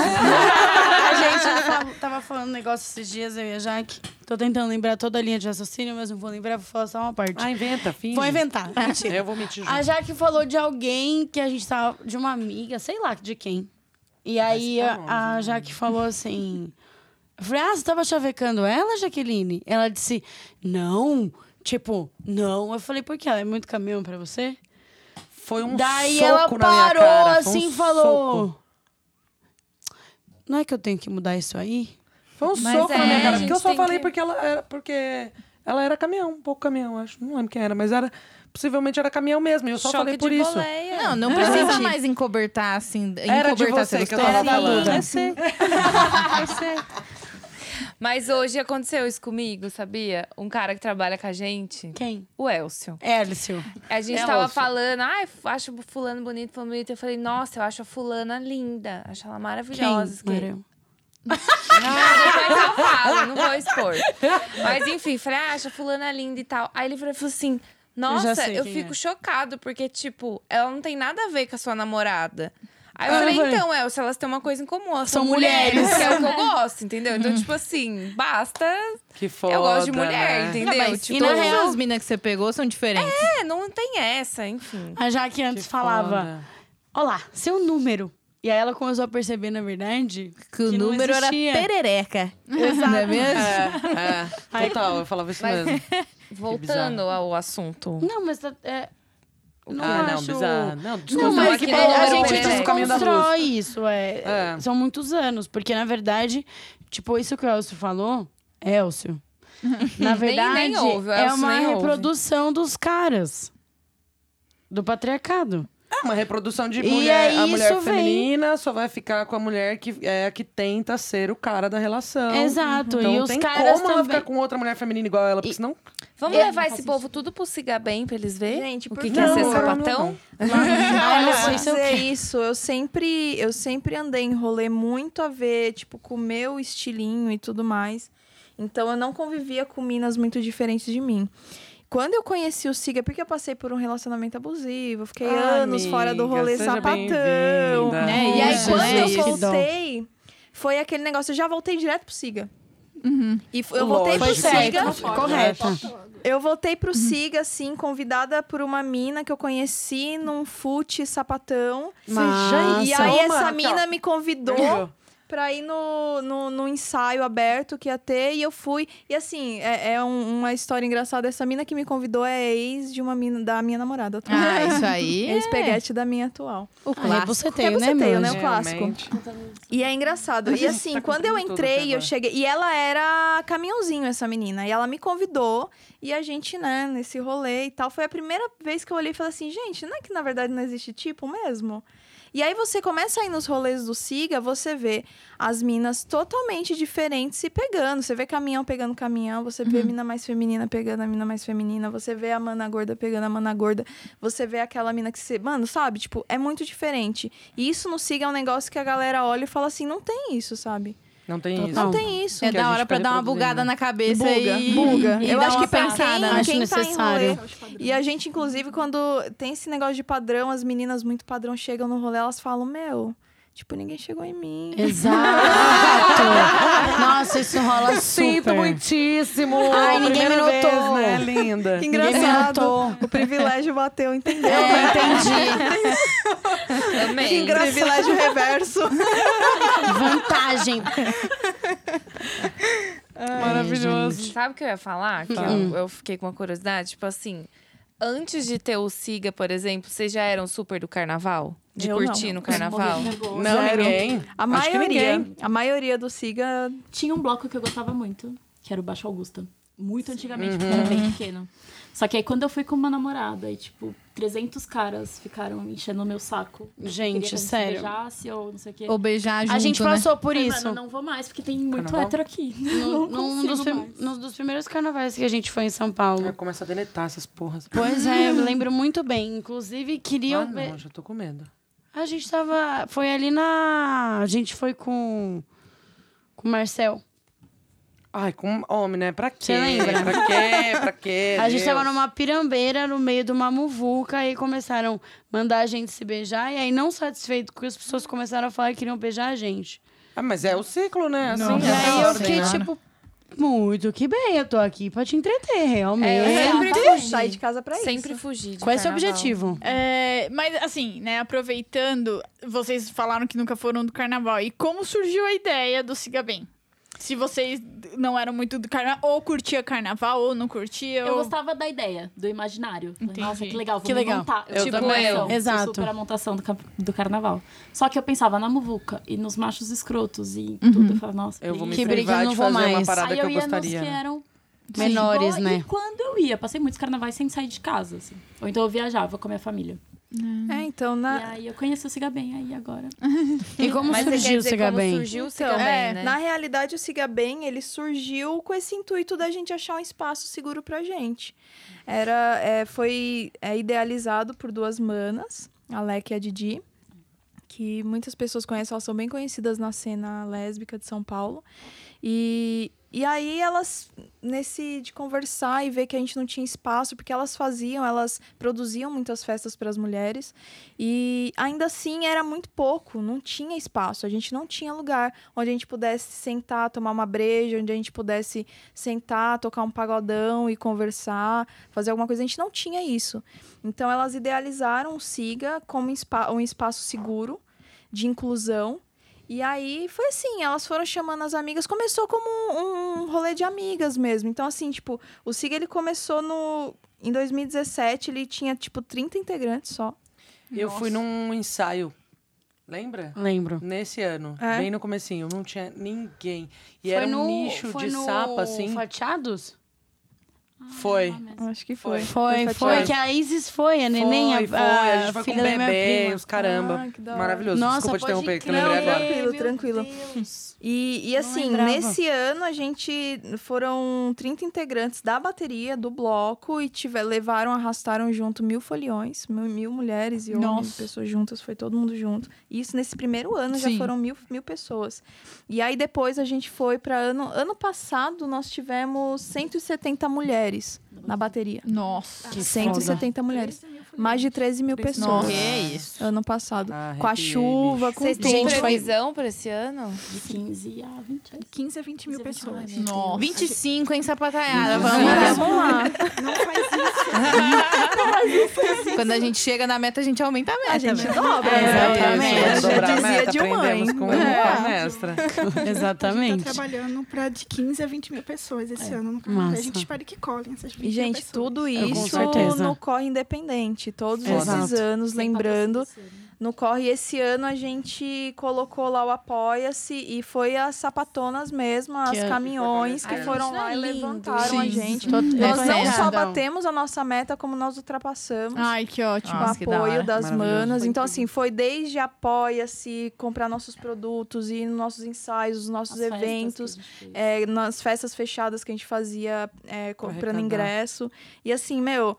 [SPEAKER 2] gente tava- tava falando um negócio esses dias, eu e a Jaque. Tô tentando lembrar toda a linha de raciocínio, mas não vou lembrar, vou falar só uma parte.
[SPEAKER 4] ah, inventa, finge.
[SPEAKER 2] vou inventar. Mentira.
[SPEAKER 4] Eu vou mentir junto.
[SPEAKER 2] A Jaque falou de alguém que a gente tava. De uma amiga, sei lá de quem. E aí
[SPEAKER 4] citar nomes,
[SPEAKER 2] a, a Jaque falou assim. Eu falei, ah, você tava chavecando ela, Jaqueline? Ela disse, não. Tipo, não. Eu falei, por quê? Ela é muito caminhão pra você?
[SPEAKER 4] Foi um
[SPEAKER 2] Daí
[SPEAKER 4] soco
[SPEAKER 2] ela
[SPEAKER 4] na minha
[SPEAKER 2] parou
[SPEAKER 4] cara, foi um
[SPEAKER 2] assim e falou.
[SPEAKER 4] soco.
[SPEAKER 2] Não é que eu tenho que mudar isso aí?
[SPEAKER 4] Foi um
[SPEAKER 1] Mas
[SPEAKER 4] soco na
[SPEAKER 1] é,
[SPEAKER 4] minha cara.
[SPEAKER 1] a
[SPEAKER 4] Porque
[SPEAKER 1] gente
[SPEAKER 4] eu só
[SPEAKER 1] tem
[SPEAKER 4] falei
[SPEAKER 1] que-
[SPEAKER 4] porque ela era. Porque ela era caminhão, um pouco caminhão, acho. Não lembro quem era, mas era. Possivelmente era caminhão mesmo. E eu só
[SPEAKER 1] Choque
[SPEAKER 4] falei
[SPEAKER 1] de
[SPEAKER 4] por isso.
[SPEAKER 1] boleia.
[SPEAKER 3] Não, não precisa mais encobertar assim.
[SPEAKER 4] Era de
[SPEAKER 3] encobertar
[SPEAKER 4] você
[SPEAKER 3] essa
[SPEAKER 4] que eu tava
[SPEAKER 3] história.
[SPEAKER 4] falando.
[SPEAKER 3] Eu assim, sei. Eu sei.
[SPEAKER 1] Mas hoje aconteceu isso comigo, sabia? Um cara que trabalha com a gente,
[SPEAKER 2] Quem?
[SPEAKER 1] o Elcio.
[SPEAKER 2] É, Lício.
[SPEAKER 1] A gente
[SPEAKER 4] É,
[SPEAKER 1] tava
[SPEAKER 4] Elcio.
[SPEAKER 1] falando, ai, f- acho fulano bonito, fulano bonito. Eu falei, nossa, eu acho a fulana linda. Acho ela maravilhosa.
[SPEAKER 2] Quem?
[SPEAKER 1] Esque-
[SPEAKER 2] Mariel?
[SPEAKER 1] Depois eu falo, não vou expor. Mas enfim, falei, ah, acho a fulana linda e tal. Aí ele virou e falou assim:
[SPEAKER 2] já
[SPEAKER 1] Nossa,
[SPEAKER 2] sei
[SPEAKER 1] eu
[SPEAKER 2] quem
[SPEAKER 1] fico
[SPEAKER 2] é."
[SPEAKER 1] chocado, porque, tipo, ela não tem nada a ver com a sua namorada. Aí eu
[SPEAKER 2] Ah,
[SPEAKER 1] falei,
[SPEAKER 2] eu falei.
[SPEAKER 1] então, El, se elas têm uma coisa em comum, elas são,
[SPEAKER 2] São
[SPEAKER 1] mulheres,
[SPEAKER 2] mulheres. Uhum.
[SPEAKER 1] que é o que eu gosto, entendeu? Então, tipo assim, basta.
[SPEAKER 4] Que foda.
[SPEAKER 1] eu gosto de mulher,
[SPEAKER 4] né?
[SPEAKER 3] Não,
[SPEAKER 1] entendeu?
[SPEAKER 3] mas
[SPEAKER 1] tipo,
[SPEAKER 3] e na
[SPEAKER 2] todas
[SPEAKER 3] real, as minas que você pegou são diferentes.
[SPEAKER 1] é, não tem essa, enfim.
[SPEAKER 2] A Jaque
[SPEAKER 4] Que
[SPEAKER 2] antes falava,
[SPEAKER 4] foda.
[SPEAKER 2] olha lá, seu número. E aí ela começou a perceber, na verdade,
[SPEAKER 3] Que o
[SPEAKER 2] Que não
[SPEAKER 3] número era
[SPEAKER 2] existia.
[SPEAKER 3] perereca. Não é mesmo?
[SPEAKER 4] É, é, total, eu falava isso
[SPEAKER 1] Mas-
[SPEAKER 4] mesmo.
[SPEAKER 1] Voltando ao assunto.
[SPEAKER 2] não, mas tá- é, não
[SPEAKER 4] ah, não,
[SPEAKER 2] acho...
[SPEAKER 4] bizarro. Não, desculpa,
[SPEAKER 2] Não, mas
[SPEAKER 1] aqui
[SPEAKER 2] é,
[SPEAKER 1] no
[SPEAKER 2] a
[SPEAKER 1] número
[SPEAKER 2] gente
[SPEAKER 1] perereca.
[SPEAKER 2] desconstrói isso. É,
[SPEAKER 4] É.
[SPEAKER 2] São muitos anos. Porque, na verdade, tipo, isso que o Elcio falou... Elcio. na verdade,
[SPEAKER 1] nem ouve, o
[SPEAKER 2] é
[SPEAKER 1] Elcio
[SPEAKER 2] uma
[SPEAKER 1] nem ouve.
[SPEAKER 2] reprodução dos caras. Do patriarcado.
[SPEAKER 4] É uma reprodução de
[SPEAKER 2] E
[SPEAKER 4] mulher.
[SPEAKER 2] aí
[SPEAKER 4] a mulher
[SPEAKER 2] isso vem.
[SPEAKER 4] feminina só vai ficar com a mulher que é a que tenta ser o cara da relação.
[SPEAKER 2] Exato.
[SPEAKER 4] Então
[SPEAKER 2] e
[SPEAKER 4] não
[SPEAKER 2] os
[SPEAKER 4] tem
[SPEAKER 2] caras
[SPEAKER 4] como ela
[SPEAKER 2] também...
[SPEAKER 4] ficar com outra mulher feminina igual ela, porque senão...
[SPEAKER 1] Vamos levar esse povo tudo pro Siga Bem pra eles verem?
[SPEAKER 5] Gente,
[SPEAKER 1] o
[SPEAKER 5] por
[SPEAKER 1] que,
[SPEAKER 5] que
[SPEAKER 1] que é ser
[SPEAKER 4] não, não, não.
[SPEAKER 1] sapatão?
[SPEAKER 2] Ah, não sei
[SPEAKER 5] Mas
[SPEAKER 2] se eu
[SPEAKER 5] é isso. Eu sempre, eu sempre andei em rolê muito a ver, tipo, com o meu estilinho e tudo mais. Então eu não convivia com minas muito diferentes de mim. Quando eu conheci o Siga, porque eu passei por um relacionamento abusivo, eu fiquei
[SPEAKER 4] Ah,
[SPEAKER 5] anos fora do
[SPEAKER 4] amiga,
[SPEAKER 5] rolê
[SPEAKER 4] seja
[SPEAKER 5] sapatão.
[SPEAKER 4] bem-vinda.
[SPEAKER 2] É,
[SPEAKER 3] Né?
[SPEAKER 5] E aí,
[SPEAKER 3] Isso,
[SPEAKER 5] quando
[SPEAKER 3] né?
[SPEAKER 5] eu
[SPEAKER 3] Isso.
[SPEAKER 5] voltei, foi aquele negócio, eu já voltei direto pro Siga. E f- eu voltei pro
[SPEAKER 4] Lógico.
[SPEAKER 5] Siga.
[SPEAKER 2] Correto.
[SPEAKER 5] Eu voltei
[SPEAKER 3] Uhum.
[SPEAKER 5] pro Siga, assim, convidada por uma mina que eu conheci num fute sapatão.
[SPEAKER 2] Mas-
[SPEAKER 5] E
[SPEAKER 2] Nossa,
[SPEAKER 5] aí
[SPEAKER 4] ô,
[SPEAKER 5] essa
[SPEAKER 4] mano,
[SPEAKER 5] mina
[SPEAKER 4] aquela-
[SPEAKER 5] me
[SPEAKER 3] Uhum.
[SPEAKER 5] convidou pra ir no, no, no ensaio aberto que ia ter, e eu fui. E assim, é, é um- uma história engraçada. Essa mina que me convidou é ex de uma mina da minha namorada. atual.
[SPEAKER 3] Ah, isso aí.
[SPEAKER 5] Ex-peguete da minha atual.
[SPEAKER 2] O
[SPEAKER 3] clássico.
[SPEAKER 2] rebuceteio, né,
[SPEAKER 5] Rebuceteio,
[SPEAKER 2] meu?
[SPEAKER 5] né? o clássico.
[SPEAKER 4] Realmente.
[SPEAKER 5] E é engraçado. E assim,
[SPEAKER 4] Tá
[SPEAKER 5] quando eu
[SPEAKER 4] cumprindo tudo até
[SPEAKER 5] entrei, eu
[SPEAKER 4] agora.
[SPEAKER 5] cheguei. E ela era caminhãozinho, essa menina. E ela me convidou. E a gente, né, nesse rolê e tal. Foi a primeira vez que eu olhei e falei assim: gente, não é que na verdade não existe tipo mesmo? E aí você começa a ir nos rolês do Siga, você vê as minas totalmente diferentes se pegando. Você vê caminhão pegando caminhão, você
[SPEAKER 4] Uhum.
[SPEAKER 5] vê a mina mais feminina pegando a mina mais feminina, você vê a mana gorda pegando a mana gorda, você vê aquela mina que se. Mano, sabe? Tipo, é muito diferente. E isso no Siga é um negócio que a galera olha e fala assim: não tem isso, sabe?
[SPEAKER 4] Não tem isso.
[SPEAKER 5] Não tem isso.
[SPEAKER 3] É
[SPEAKER 4] que a
[SPEAKER 3] da
[SPEAKER 4] gente
[SPEAKER 3] hora
[SPEAKER 4] tá
[SPEAKER 3] pra dar uma
[SPEAKER 12] né?
[SPEAKER 4] reproduzindo.
[SPEAKER 3] bugada na cabeça
[SPEAKER 5] Buga,
[SPEAKER 3] e.
[SPEAKER 5] buga.
[SPEAKER 3] e
[SPEAKER 5] Eu
[SPEAKER 3] dar
[SPEAKER 5] acho
[SPEAKER 3] uma
[SPEAKER 5] que pra
[SPEAKER 3] pensada.
[SPEAKER 5] quem-
[SPEAKER 3] né?
[SPEAKER 2] Acho
[SPEAKER 5] quem tá em
[SPEAKER 2] necessário.
[SPEAKER 5] rolê- E a gente, inclusive, quando tem esse negócio de padrão, as meninas muito padrão chegam no rolê, elas falam: meu, tipo, ninguém chegou em mim.
[SPEAKER 2] Exato. Nossa, isso rola super.
[SPEAKER 4] Sinto muitíssimo.
[SPEAKER 2] Ai, ninguém me
[SPEAKER 4] Primeira vez,
[SPEAKER 2] notou.
[SPEAKER 4] né, linda?
[SPEAKER 5] Que
[SPEAKER 2] Ninguém me
[SPEAKER 5] engraçado.
[SPEAKER 2] notou.
[SPEAKER 5] O privilégio bateu, entendeu?
[SPEAKER 2] É, entendi.
[SPEAKER 5] Que
[SPEAKER 1] Amém.
[SPEAKER 5] engraçado. Privilégio reverso.
[SPEAKER 2] Vantagem.
[SPEAKER 4] Maravilhoso.
[SPEAKER 1] Sabe o que eu ia falar? Que
[SPEAKER 2] Hum.
[SPEAKER 1] eu, eu fiquei com uma curiosidade. Tipo assim, antes de ter o Siga, por exemplo, vocês já eram super do carnaval? De
[SPEAKER 5] Eu
[SPEAKER 1] curtir
[SPEAKER 5] não.
[SPEAKER 1] no carnaval?
[SPEAKER 4] Não,
[SPEAKER 5] Zero.
[SPEAKER 4] ninguém.
[SPEAKER 5] A
[SPEAKER 4] Acho que
[SPEAKER 5] maioria,
[SPEAKER 4] ninguém.
[SPEAKER 5] a maioria do é Siga
[SPEAKER 6] Tinha um bloco que eu gostava muito, que era o Baixo Augusta. Muito antigamente,
[SPEAKER 14] Uhum.
[SPEAKER 6] porque era bem pequeno. Só que aí quando eu fui com uma namorada, aí, tipo, 300 caras ficaram enchendo o meu saco. Queria que
[SPEAKER 2] Gente,
[SPEAKER 6] a
[SPEAKER 2] sério.
[SPEAKER 6] Se beijasse ou não sei o quê.
[SPEAKER 2] Ou beijar junto,
[SPEAKER 6] A gente
[SPEAKER 2] né?
[SPEAKER 6] passou por
[SPEAKER 2] Ai,
[SPEAKER 6] isso.
[SPEAKER 2] mano,
[SPEAKER 6] não vou mais, porque tem muito
[SPEAKER 2] Carnaval?
[SPEAKER 6] hétero aqui.
[SPEAKER 2] No-
[SPEAKER 6] Não
[SPEAKER 2] num dos
[SPEAKER 6] consigo
[SPEAKER 2] prim-
[SPEAKER 6] mais.
[SPEAKER 2] num dos primeiros carnavais que a gente foi em São Paulo.
[SPEAKER 4] Eu começo a deletar essas porras.
[SPEAKER 2] Pois é, eu me lembro muito bem. Inclusive, queriam.
[SPEAKER 4] Ah,
[SPEAKER 2] ver-
[SPEAKER 4] não, já tô com medo.
[SPEAKER 2] A gente tava. Foi ali na. A gente foi com. Com o Marcel.
[SPEAKER 4] Ai, com homem, né? Pra quê?
[SPEAKER 2] Você lembra?
[SPEAKER 4] Pra quê? Pra quê?
[SPEAKER 2] a gente
[SPEAKER 4] Deus?
[SPEAKER 2] tava numa pirambeira no meio de uma muvuca e começaram a mandar a gente se beijar. E aí, não satisfeito com isso, as pessoas começaram a falar que queriam beijar a gente.
[SPEAKER 4] Ah, mas é o ciclo, né? Assim,
[SPEAKER 2] e
[SPEAKER 4] é
[SPEAKER 2] aí
[SPEAKER 4] da
[SPEAKER 2] eu
[SPEAKER 4] ordem,
[SPEAKER 2] fiquei
[SPEAKER 4] né?
[SPEAKER 2] tipo. Muito que bem, eu tô aqui pra te entreter, realmente.
[SPEAKER 12] É, eu sempre
[SPEAKER 2] Exatamente.
[SPEAKER 12] saí de casa pra
[SPEAKER 1] Sempre
[SPEAKER 12] isso.
[SPEAKER 1] fugi de
[SPEAKER 2] Qual é seu
[SPEAKER 12] carnaval.
[SPEAKER 2] objetivo?
[SPEAKER 12] É, mas assim, né, aproveitando, vocês falaram que nunca foram do carnaval. E como surgiu a ideia do Siga Bem? Se vocês não eram muito do carnaval, ou curtia carnaval, ou não curtia.
[SPEAKER 6] Eu
[SPEAKER 12] ou...
[SPEAKER 6] gostava da ideia, do imaginário. Falei,
[SPEAKER 12] Entendi.
[SPEAKER 6] Nossa, que legal, vou
[SPEAKER 12] Que
[SPEAKER 6] me
[SPEAKER 12] legal.
[SPEAKER 6] montar.
[SPEAKER 12] Eu
[SPEAKER 6] tive
[SPEAKER 12] também.
[SPEAKER 6] montação, sou
[SPEAKER 12] Exato.
[SPEAKER 6] super a montação do, cap- do carnaval. Só que eu pensava na muvuca e nos machos escrotos e em
[SPEAKER 12] Uhum.
[SPEAKER 6] tudo. Eu falava, nossa,
[SPEAKER 12] Eu vou me
[SPEAKER 6] preguiça.
[SPEAKER 12] privar Que briga, eu de não vou fazer uma mais. parada
[SPEAKER 6] Aí
[SPEAKER 12] que eu
[SPEAKER 6] ia
[SPEAKER 12] gostaria,
[SPEAKER 6] Nos que
[SPEAKER 12] né?
[SPEAKER 6] eram
[SPEAKER 2] Sim. Menores,
[SPEAKER 6] e
[SPEAKER 2] né?
[SPEAKER 6] quando eu ia, passei muitos carnavais sem sair de casa, assim. Ou então eu viajava com a minha família.
[SPEAKER 5] É, então na.
[SPEAKER 6] E aí eu conheci o Siga Bem aí agora.
[SPEAKER 2] E como
[SPEAKER 5] Mas você
[SPEAKER 2] surgiu
[SPEAKER 5] quer
[SPEAKER 2] o
[SPEAKER 5] dizer
[SPEAKER 2] Siga
[SPEAKER 5] como
[SPEAKER 2] Bem?
[SPEAKER 5] surgiu o
[SPEAKER 2] Então,
[SPEAKER 5] Siga Bem, né?
[SPEAKER 2] é,
[SPEAKER 1] né?
[SPEAKER 5] Na realidade, o Siga Bem, ele surgiu com esse intuito da gente achar um espaço seguro pra gente. Era, é, foi é, idealizado por duas manas, a Leque e a Didi, que muitas pessoas conhecem, elas são bem conhecidas na cena lésbica de São Paulo. E, e aí elas, nesse de conversar e ver que a gente não tinha espaço, porque elas faziam, elas produziam muitas festas para as mulheres, e ainda assim era muito pouco, não tinha espaço, a gente não tinha lugar onde a gente pudesse sentar, tomar uma breja, onde a gente pudesse sentar, tocar um pagodão e conversar, fazer alguma coisa, a gente não tinha isso. Então elas idealizaram o SIGA como um espa- um espaço seguro, de inclusão, e aí foi assim, elas foram chamando as amigas, começou como um, um rolê de amigas mesmo. Então assim, tipo, o Siga ele começou no em 2017, ele tinha tipo 30 integrantes só.
[SPEAKER 4] Eu fui num ensaio. Lembra?
[SPEAKER 2] Lembro.
[SPEAKER 4] Nesse ano,
[SPEAKER 5] É.
[SPEAKER 4] bem no comecinho, não tinha ninguém. E
[SPEAKER 2] Foi
[SPEAKER 4] era um
[SPEAKER 2] no-
[SPEAKER 4] nicho
[SPEAKER 2] foi
[SPEAKER 4] de
[SPEAKER 2] no
[SPEAKER 4] sapa, assim.
[SPEAKER 2] Fatiados?
[SPEAKER 4] Foi.
[SPEAKER 2] Ah,
[SPEAKER 5] Acho que
[SPEAKER 4] foi.
[SPEAKER 2] Foi, foi, que a Isis foi, a
[SPEAKER 4] Foi,
[SPEAKER 2] neném, a,
[SPEAKER 4] foi. A gente foi com
[SPEAKER 2] filha da minha
[SPEAKER 4] bebê,
[SPEAKER 2] prima.
[SPEAKER 4] os caramba.
[SPEAKER 2] Ah, que da hora.
[SPEAKER 4] Maravilhoso.
[SPEAKER 2] Nossa,
[SPEAKER 4] Desculpa te
[SPEAKER 2] pode
[SPEAKER 4] interromper, que eu
[SPEAKER 2] crer.
[SPEAKER 4] lembrei agora.
[SPEAKER 5] Tranquilo, tranquilo. E, e assim,
[SPEAKER 2] lembrava.
[SPEAKER 5] nesse ano a gente foram 30 integrantes da bateria, do bloco, e tiver, levaram, arrastaram junto mil foliões, mil, mil mulheres e homens,
[SPEAKER 12] Nossa.
[SPEAKER 5] pessoas juntas, foi todo mundo junto. E Isso nesse primeiro ano já
[SPEAKER 12] Sim.
[SPEAKER 5] foram mil, mil pessoas. E aí depois a gente foi para ano. Ano passado nós tivemos 170 mulheres na bateria.
[SPEAKER 12] Nossa.
[SPEAKER 5] Que 170 mulheres. Mais de 13 mil pessoas.
[SPEAKER 1] Nossa. Que isso.
[SPEAKER 5] Ano passado.
[SPEAKER 2] É
[SPEAKER 5] com a chuva, com
[SPEAKER 1] Vocês têm
[SPEAKER 5] tudo.
[SPEAKER 1] previsão pra esse ano?
[SPEAKER 6] De 15 a 20.
[SPEAKER 8] 15 a 20 mil pessoas.
[SPEAKER 12] Nossa.
[SPEAKER 3] 25 em sapataiada.
[SPEAKER 12] Vamos
[SPEAKER 5] lá.
[SPEAKER 3] Quando a gente chega na meta, a gente aumenta a meta. né? A gente
[SPEAKER 5] dobra.
[SPEAKER 2] é. né?
[SPEAKER 8] Dobrar
[SPEAKER 4] a meta, aprendemos com
[SPEAKER 8] É.
[SPEAKER 4] a mestra.
[SPEAKER 8] A gente
[SPEAKER 2] Exatamente.
[SPEAKER 8] tá trabalhando para de 15 a 20 mil pessoas esse ano no carnaval. A gente
[SPEAKER 2] Massa.
[SPEAKER 8] espera que colhem essas 20
[SPEAKER 5] E,
[SPEAKER 8] mil
[SPEAKER 5] gente,
[SPEAKER 8] pessoas.
[SPEAKER 5] tudo
[SPEAKER 2] Eu É, com
[SPEAKER 5] isso
[SPEAKER 2] certeza.
[SPEAKER 5] no Corre Independente. Todos
[SPEAKER 2] Exato.
[SPEAKER 5] esses anos, lembrando. No Corre, esse ano a gente colocou lá o Apoia-se e foi as sapatonas mesmo, as
[SPEAKER 2] Que é-
[SPEAKER 5] caminhões que
[SPEAKER 2] Ai,
[SPEAKER 5] foram
[SPEAKER 2] isso
[SPEAKER 5] lá
[SPEAKER 2] é
[SPEAKER 5] e
[SPEAKER 2] lindo.
[SPEAKER 5] levantaram a
[SPEAKER 2] Sim.
[SPEAKER 5] gente.
[SPEAKER 2] Tô-
[SPEAKER 5] um Nós
[SPEAKER 2] é
[SPEAKER 5] não só
[SPEAKER 2] verdade.
[SPEAKER 5] batemos a nossa meta, como nós ultrapassamos.
[SPEAKER 12] Ai, que ótimo.
[SPEAKER 5] com o apoio das manas. Então, assim, foi desde apoia-se, comprar nossos produtos, ir nos nossos ensaios, nos nossos
[SPEAKER 2] As festas que a
[SPEAKER 5] eventos, é, nas festas fechadas que a gente fazia é, comprando
[SPEAKER 2] arrecadar.
[SPEAKER 5] ingresso. E assim, meu.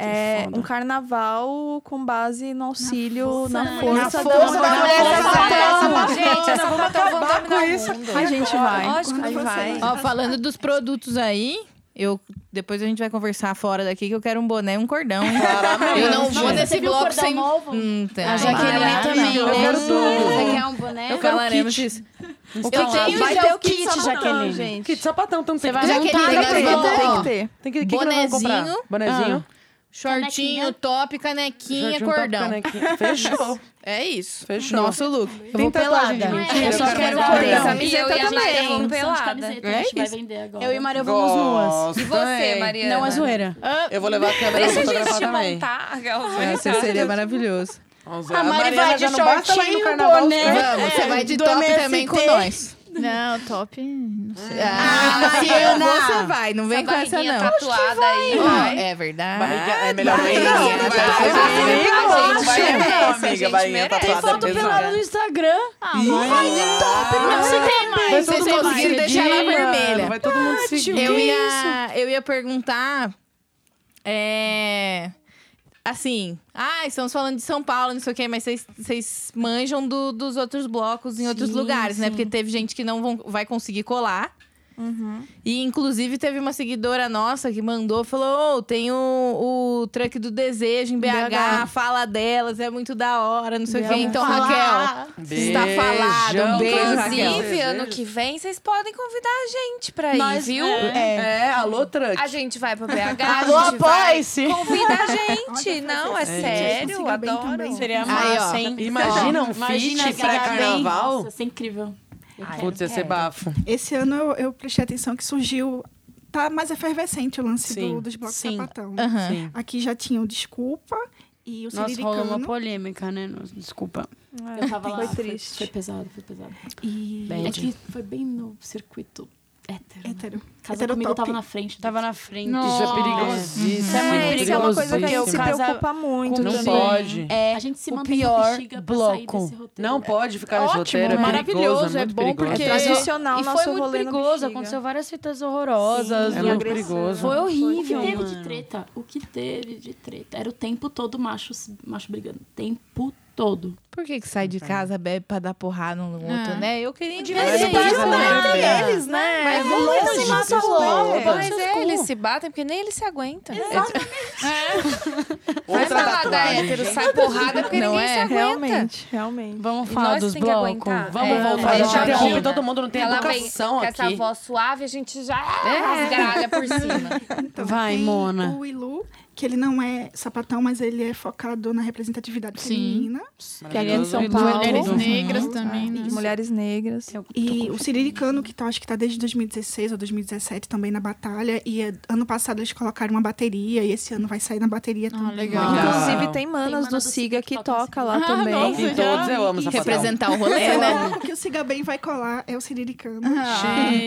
[SPEAKER 5] é, um carnaval com base no auxílio, na força,
[SPEAKER 1] Na força da mulher
[SPEAKER 5] sapatão.
[SPEAKER 1] sapatão. Gente, essa vamos acabar com isso.
[SPEAKER 5] A gente vai.
[SPEAKER 1] Lógico que
[SPEAKER 5] Aí
[SPEAKER 1] vai.
[SPEAKER 3] Ó, falando dos produtos aí, eu depois a gente vai conversar fora daqui que eu quero um boné e um cordão.
[SPEAKER 2] Claramente.
[SPEAKER 3] Eu não vou
[SPEAKER 2] Nossa,
[SPEAKER 3] nesse
[SPEAKER 2] você viu o
[SPEAKER 3] bloco
[SPEAKER 2] cordão
[SPEAKER 3] sem.
[SPEAKER 2] novo?
[SPEAKER 3] Hum, tá.
[SPEAKER 2] A Jaqueline
[SPEAKER 3] Maravilha.
[SPEAKER 2] também, né?
[SPEAKER 3] Eu quero tudo.
[SPEAKER 2] Você quer um boné?
[SPEAKER 3] Eu quero um
[SPEAKER 2] Falaremos
[SPEAKER 3] kit.
[SPEAKER 2] disso.
[SPEAKER 3] Eu
[SPEAKER 2] Então,
[SPEAKER 3] tenho
[SPEAKER 2] vai
[SPEAKER 3] já
[SPEAKER 2] ter
[SPEAKER 3] o
[SPEAKER 2] o
[SPEAKER 3] kit
[SPEAKER 2] kit,
[SPEAKER 3] sapatão,
[SPEAKER 2] Jaqueline.
[SPEAKER 3] gente.
[SPEAKER 4] Kit sapatão, então tem
[SPEAKER 2] Você vai
[SPEAKER 4] que
[SPEAKER 2] Jaqueline,
[SPEAKER 3] montar,
[SPEAKER 2] tem que
[SPEAKER 3] Gabriela.
[SPEAKER 2] ter.
[SPEAKER 3] Tem que
[SPEAKER 4] ter. Tem que, que que nós vamos comprar?
[SPEAKER 3] Bonezinho.
[SPEAKER 4] Bonezinho?
[SPEAKER 3] Ah. Shortinho, top, canequinha,
[SPEAKER 4] Shortinho, top,
[SPEAKER 3] cordão.
[SPEAKER 4] canequinha. Fechou.
[SPEAKER 3] É isso.
[SPEAKER 4] Fechou.
[SPEAKER 3] Nosso look.
[SPEAKER 4] Tem tatuagem de
[SPEAKER 3] né?
[SPEAKER 2] pelada.
[SPEAKER 4] mentira?
[SPEAKER 2] Eu só quero
[SPEAKER 4] mais
[SPEAKER 2] cordão.
[SPEAKER 4] dez.
[SPEAKER 2] Camiseta
[SPEAKER 1] E eu e a
[SPEAKER 2] também.
[SPEAKER 1] Maria vamos
[SPEAKER 2] Produção de
[SPEAKER 1] pelada.
[SPEAKER 6] É
[SPEAKER 2] camiseta, a gente vai
[SPEAKER 6] vender agora.
[SPEAKER 2] Eu e Maria vamos nuas.
[SPEAKER 4] Gosto,
[SPEAKER 1] E você,
[SPEAKER 4] hein?
[SPEAKER 1] Mariana?
[SPEAKER 2] Não é zoeira.
[SPEAKER 4] Eu vou levar a câmera
[SPEAKER 1] Deixa
[SPEAKER 4] pra
[SPEAKER 1] a gente
[SPEAKER 4] fotografar
[SPEAKER 1] te
[SPEAKER 4] também.
[SPEAKER 1] montar,
[SPEAKER 3] Essa seria maravilhoso.
[SPEAKER 4] Vamos
[SPEAKER 2] A
[SPEAKER 4] lá.
[SPEAKER 2] Mari
[SPEAKER 4] Mariana
[SPEAKER 2] vai de
[SPEAKER 4] já não basta lá ir no
[SPEAKER 2] shortinho,
[SPEAKER 3] É,
[SPEAKER 4] carnaval,
[SPEAKER 2] boné.
[SPEAKER 4] os caras-
[SPEAKER 3] Vamos, você vai de
[SPEAKER 2] do
[SPEAKER 3] top
[SPEAKER 2] MST.
[SPEAKER 3] também com nós.
[SPEAKER 12] Não, top. Não sei.
[SPEAKER 3] Ah, Mariana! Você vai, não vem com essa,
[SPEAKER 1] barriguinha
[SPEAKER 3] não.
[SPEAKER 1] tatuada aí,
[SPEAKER 3] Ó,
[SPEAKER 1] vai.
[SPEAKER 3] É verdade.
[SPEAKER 1] Barriga-
[SPEAKER 4] é melhor barriguinha,
[SPEAKER 3] Barriguinha,
[SPEAKER 4] vai
[SPEAKER 3] né?
[SPEAKER 4] ser barriguinha.
[SPEAKER 3] Barriguinha,
[SPEAKER 4] Gente, vai
[SPEAKER 3] gente,
[SPEAKER 4] melhor,
[SPEAKER 3] merece,
[SPEAKER 4] amiga,
[SPEAKER 3] gente,
[SPEAKER 4] barriguinha
[SPEAKER 3] merece.
[SPEAKER 4] tatuada.
[SPEAKER 2] Foto pelada no Instagram.
[SPEAKER 12] Ah, não vai de top,
[SPEAKER 3] Não, você tem mais.
[SPEAKER 4] todo
[SPEAKER 3] Vocês
[SPEAKER 4] mundo
[SPEAKER 3] conseguiram deixar ela
[SPEAKER 4] seguir, mano.
[SPEAKER 3] vermelha.
[SPEAKER 4] Vai todo mundo seguir.
[SPEAKER 3] Eu ia, eu ia perguntar. É. Assim, ah, estamos falando de São Paulo, não sei o quê, mas vocês- vocês manjam do- dos outros blocos em outros lugares, né? Porque teve gente que não vão- vai conseguir colar. E, inclusive, teve uma seguidora nossa que mandou, falou, "Ô, tem o, o truck do desejo em BH, fala delas, é muito da hora, não sei o quê. Então, Raquel, está
[SPEAKER 4] Beijão,
[SPEAKER 3] falado. Um beijo, Raquel.
[SPEAKER 1] Inclusive, ano que vem, vocês podem convidar a gente pra ir, viu?
[SPEAKER 4] É, alô, truck.
[SPEAKER 1] A gente vai pra BH,
[SPEAKER 2] Alô,
[SPEAKER 1] a gente vai...
[SPEAKER 2] apoie-se.
[SPEAKER 1] Convida a
[SPEAKER 8] Olha,
[SPEAKER 1] gente. Não, é
[SPEAKER 8] vocês
[SPEAKER 1] sério,
[SPEAKER 8] conseguiram bem
[SPEAKER 1] adoro. Ah,
[SPEAKER 8] também.
[SPEAKER 2] Seria
[SPEAKER 3] massa,
[SPEAKER 2] hein?
[SPEAKER 4] Imagina um feat
[SPEAKER 6] se
[SPEAKER 4] pra
[SPEAKER 6] dá bem.
[SPEAKER 4] carnaval.
[SPEAKER 6] Nossa, isso é incrível. Eu quero.
[SPEAKER 4] Putz, ia ser
[SPEAKER 1] quero.
[SPEAKER 4] bafo.
[SPEAKER 8] Esse ano eu, eu prestei atenção que surgiu. Tá mais efervescente o lance
[SPEAKER 4] Sim,
[SPEAKER 8] do, dos blocos
[SPEAKER 2] sim.
[SPEAKER 8] sapatão.
[SPEAKER 3] Aham.
[SPEAKER 4] Sim.
[SPEAKER 8] Aqui já tinham desculpa e o
[SPEAKER 2] Nossa, rolou uma
[SPEAKER 8] Siriricano.
[SPEAKER 2] polêmica, né? Nossa, Desculpa.
[SPEAKER 6] Eu tava
[SPEAKER 5] Foi
[SPEAKER 6] lá.
[SPEAKER 5] triste.
[SPEAKER 6] Foi, pesado, foi pesado.
[SPEAKER 8] E
[SPEAKER 6] É que foi bem no circuito hétero. né?
[SPEAKER 8] hétero.
[SPEAKER 6] Casa
[SPEAKER 8] Hétero
[SPEAKER 6] comigo
[SPEAKER 8] top.
[SPEAKER 6] tava na frente.
[SPEAKER 2] Tava na frente.
[SPEAKER 4] Isso é
[SPEAKER 12] Nossa.
[SPEAKER 4] perigosíssimo.
[SPEAKER 2] Isso é muito
[SPEAKER 5] É, isso é uma coisa que a gente se
[SPEAKER 2] Perigosíssimo.
[SPEAKER 4] perigosíssimo.
[SPEAKER 5] preocupa muito.
[SPEAKER 4] Não
[SPEAKER 5] também.
[SPEAKER 4] pode.
[SPEAKER 2] É
[SPEAKER 6] A gente se
[SPEAKER 2] o
[SPEAKER 6] mantém
[SPEAKER 2] pior
[SPEAKER 6] na bexiga pra sair
[SPEAKER 2] bloco.
[SPEAKER 6] desse roteiro.
[SPEAKER 4] Não pode ficar nesse
[SPEAKER 12] Ótimo,
[SPEAKER 4] roteiro, é
[SPEAKER 12] maravilhoso,
[SPEAKER 4] perigoso,
[SPEAKER 12] é
[SPEAKER 4] muito
[SPEAKER 12] bom
[SPEAKER 4] perigoso.
[SPEAKER 12] porque-
[SPEAKER 5] É tradicional
[SPEAKER 2] E
[SPEAKER 5] nosso
[SPEAKER 2] foi muito
[SPEAKER 5] rolê na
[SPEAKER 2] perigoso.
[SPEAKER 5] bexiga.
[SPEAKER 2] Aconteceu várias fitas horrorosas.
[SPEAKER 4] É
[SPEAKER 2] e
[SPEAKER 4] muito
[SPEAKER 2] agressivas.
[SPEAKER 4] perigoso.
[SPEAKER 2] Foi
[SPEAKER 6] O que
[SPEAKER 2] horrível,
[SPEAKER 6] teve de
[SPEAKER 2] mano.
[SPEAKER 6] treta? O que teve de treta? Era o tempo todo macho, macho brigando. Tempo todo.
[SPEAKER 3] Por que, que sai de casa, bebe pra dar porrada um no
[SPEAKER 1] Ah.
[SPEAKER 3] outro, né? Eu queria
[SPEAKER 4] vez em quando,
[SPEAKER 3] isso,
[SPEAKER 4] né?
[SPEAKER 3] né?
[SPEAKER 4] É.
[SPEAKER 5] Eles, né?
[SPEAKER 1] Mas eles se matam logo.
[SPEAKER 3] pelo
[SPEAKER 1] Mas
[SPEAKER 3] seu
[SPEAKER 1] é,
[SPEAKER 3] cu.
[SPEAKER 1] eles se batem porque nem eles se aguentam. Vai
[SPEAKER 4] Outra
[SPEAKER 1] falar da
[SPEAKER 4] tatuagem.
[SPEAKER 1] hétero, sai porrada porque
[SPEAKER 3] Não
[SPEAKER 1] ninguém
[SPEAKER 3] é?
[SPEAKER 1] se aguenta.
[SPEAKER 5] Realmente, realmente.
[SPEAKER 2] Vamos
[SPEAKER 1] E
[SPEAKER 2] falar
[SPEAKER 1] nós
[SPEAKER 2] dos
[SPEAKER 1] tem que
[SPEAKER 2] blocos.
[SPEAKER 1] aguentar.
[SPEAKER 4] Vamos
[SPEAKER 1] É,
[SPEAKER 4] voltar. A gente um
[SPEAKER 1] Imagina.
[SPEAKER 4] interrompe todo mundo, não tem
[SPEAKER 1] Ela vem
[SPEAKER 4] educação
[SPEAKER 1] com essa
[SPEAKER 4] aqui.
[SPEAKER 1] voz suave, a gente já rasgalha por cima.
[SPEAKER 8] Então,
[SPEAKER 2] Vai,
[SPEAKER 8] tem
[SPEAKER 2] Mona.
[SPEAKER 8] O Ilu, que ele não é sapatão, mas ele é focado na representatividade
[SPEAKER 12] Sim.
[SPEAKER 8] feminina.
[SPEAKER 5] Querendo
[SPEAKER 4] é um
[SPEAKER 5] São
[SPEAKER 12] Paulo,
[SPEAKER 5] Paulo.
[SPEAKER 12] mulheres
[SPEAKER 2] Paulo.
[SPEAKER 12] negras também, né?
[SPEAKER 5] De mulheres negras.
[SPEAKER 8] E o Siriricano, que tá, acho que tá desde 2016 ou 2017 também na batalha. E é, ano passado eles colocaram uma bateria e esse ano vai sair na bateria também.
[SPEAKER 12] legal.
[SPEAKER 4] Legal.
[SPEAKER 5] Inclusive, tem manas
[SPEAKER 6] mana
[SPEAKER 5] do
[SPEAKER 6] do
[SPEAKER 5] Siga
[SPEAKER 6] Siga
[SPEAKER 5] que
[SPEAKER 6] que toca
[SPEAKER 5] toca lá
[SPEAKER 12] Ah,
[SPEAKER 5] também.
[SPEAKER 12] nossa.
[SPEAKER 4] E todos eu amo sapatão.
[SPEAKER 3] Representar o rolê,
[SPEAKER 8] Eu
[SPEAKER 3] né?
[SPEAKER 8] amo que É o Siga Bem vai colar, é o Siriricano.
[SPEAKER 6] Ah,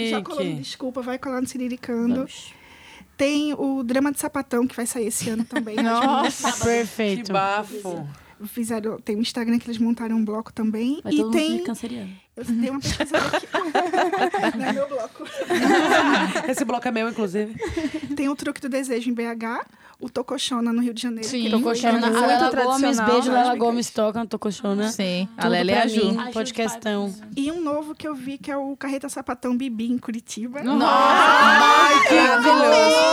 [SPEAKER 8] Já colou no
[SPEAKER 4] Chique.
[SPEAKER 8] Desculpa, vai colar no Siriricando. Tem o Drama de Sapatão, que vai sair esse ano também. Nós
[SPEAKER 2] Nossa,
[SPEAKER 4] Tá Que
[SPEAKER 2] perfeito.
[SPEAKER 4] bafo.
[SPEAKER 8] Fizeram, tem um Instagram que eles montaram um bloco também.
[SPEAKER 6] Vai
[SPEAKER 8] e
[SPEAKER 6] todo mundo
[SPEAKER 8] tem.
[SPEAKER 6] de canceriano.
[SPEAKER 8] Eu dei uma pesquisa aqui. Não é meu bloco.
[SPEAKER 4] Esse bloco é meu, inclusive.
[SPEAKER 8] Tem o Truque do Desejo em BH, o Tocochona no Rio de Janeiro.
[SPEAKER 12] Sim.
[SPEAKER 8] que é
[SPEAKER 2] Tô coxando.
[SPEAKER 5] muito
[SPEAKER 2] A Lela Gomes,
[SPEAKER 5] tradicional,
[SPEAKER 2] beijo.
[SPEAKER 8] né?
[SPEAKER 2] Lela Gomes toca no Tô coxando.
[SPEAKER 3] Sim, é a
[SPEAKER 2] Tudo
[SPEAKER 3] Lélia e a
[SPEAKER 2] pra
[SPEAKER 3] Ju.
[SPEAKER 2] mim. Um podcastão.
[SPEAKER 8] E um novo que eu vi, que é o Carreta Sapatão Bibi, em Curitiba.
[SPEAKER 4] Ai, que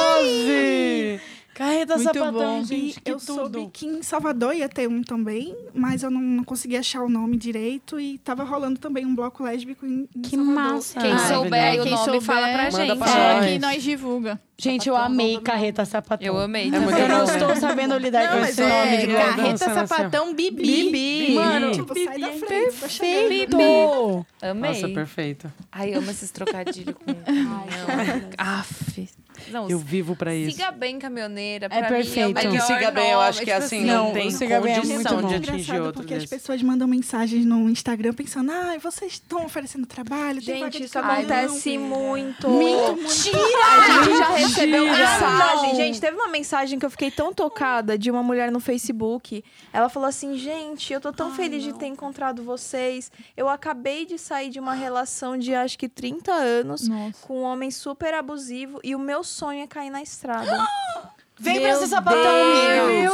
[SPEAKER 4] maravilhoso!
[SPEAKER 2] Carreta
[SPEAKER 3] Muito
[SPEAKER 2] sapatão,
[SPEAKER 3] bom.
[SPEAKER 8] E
[SPEAKER 2] gente. que
[SPEAKER 8] eu
[SPEAKER 2] tudo.
[SPEAKER 8] soube que em Salvador ia ter um também, mas eu não, não consegui achar o nome direito. E tava rolando também um bloco lésbico em, em
[SPEAKER 2] Que
[SPEAKER 8] Salvador.
[SPEAKER 2] massa.
[SPEAKER 1] Quem
[SPEAKER 4] Ah,
[SPEAKER 1] souber
[SPEAKER 4] é
[SPEAKER 1] aí o
[SPEAKER 12] Quem
[SPEAKER 1] nome,
[SPEAKER 12] souber,
[SPEAKER 1] fala pra
[SPEAKER 4] manda
[SPEAKER 1] gente.
[SPEAKER 4] pra
[SPEAKER 12] É,
[SPEAKER 4] nós.
[SPEAKER 12] que nós divulga.
[SPEAKER 2] Gente, eu amei Carreta Sapatão.
[SPEAKER 1] Eu amei
[SPEAKER 4] muito
[SPEAKER 1] também.
[SPEAKER 2] Eu não
[SPEAKER 4] bom.
[SPEAKER 2] estou sabendo lidar
[SPEAKER 3] Não,
[SPEAKER 2] com
[SPEAKER 3] mas
[SPEAKER 2] esse nome
[SPEAKER 3] é
[SPEAKER 2] de
[SPEAKER 4] igual
[SPEAKER 2] carreta.
[SPEAKER 3] carreta,
[SPEAKER 4] dança,
[SPEAKER 3] sapatão, bibi.
[SPEAKER 4] Bibi.
[SPEAKER 2] Mano,
[SPEAKER 8] Tipo, sai da frente. tá chegando.
[SPEAKER 2] Perfeito!
[SPEAKER 1] Amei.
[SPEAKER 4] Nossa, perfeito.
[SPEAKER 1] Ai, amo esses trocadilhos com...
[SPEAKER 6] Ai, maravilhoso.
[SPEAKER 1] Aff. Não,
[SPEAKER 4] Eu vivo pra isso. Então,
[SPEAKER 1] Siga bem caminhoneira, pra
[SPEAKER 2] É
[SPEAKER 1] mim
[SPEAKER 2] perfeito.
[SPEAKER 1] é o
[SPEAKER 4] Que
[SPEAKER 1] melhor
[SPEAKER 4] siga bem, eu
[SPEAKER 1] nome,
[SPEAKER 4] acho que
[SPEAKER 1] tipo
[SPEAKER 4] assim,
[SPEAKER 2] Não,
[SPEAKER 4] não tem
[SPEAKER 2] o siga bem é muito
[SPEAKER 4] condição
[SPEAKER 2] bom.
[SPEAKER 4] de atingir
[SPEAKER 8] Engraçado,
[SPEAKER 4] outro
[SPEAKER 8] porque as
[SPEAKER 4] desse.
[SPEAKER 8] pessoas mandam mensagens no Instagram pensando, ah, vocês estão oferecendo trabalho, tem vaga
[SPEAKER 5] Gente,
[SPEAKER 8] de
[SPEAKER 5] isso
[SPEAKER 8] carão."
[SPEAKER 5] acontece muito.
[SPEAKER 1] A gente já recebeu
[SPEAKER 5] mensagem,
[SPEAKER 1] mensagem,
[SPEAKER 5] gente, teve uma mensagem que eu fiquei tão tocada de uma mulher no Facebook. Ela falou assim: "Gente, eu tô tão feliz de ter encontrado vocês. Eu acabei de sair de uma relação de acho que 30 anos
[SPEAKER 12] Nossa.
[SPEAKER 5] com um homem super abusivo e o meu sonho é cair na estrada".
[SPEAKER 2] Vem pra ser sapatão, amiga.
[SPEAKER 1] Eu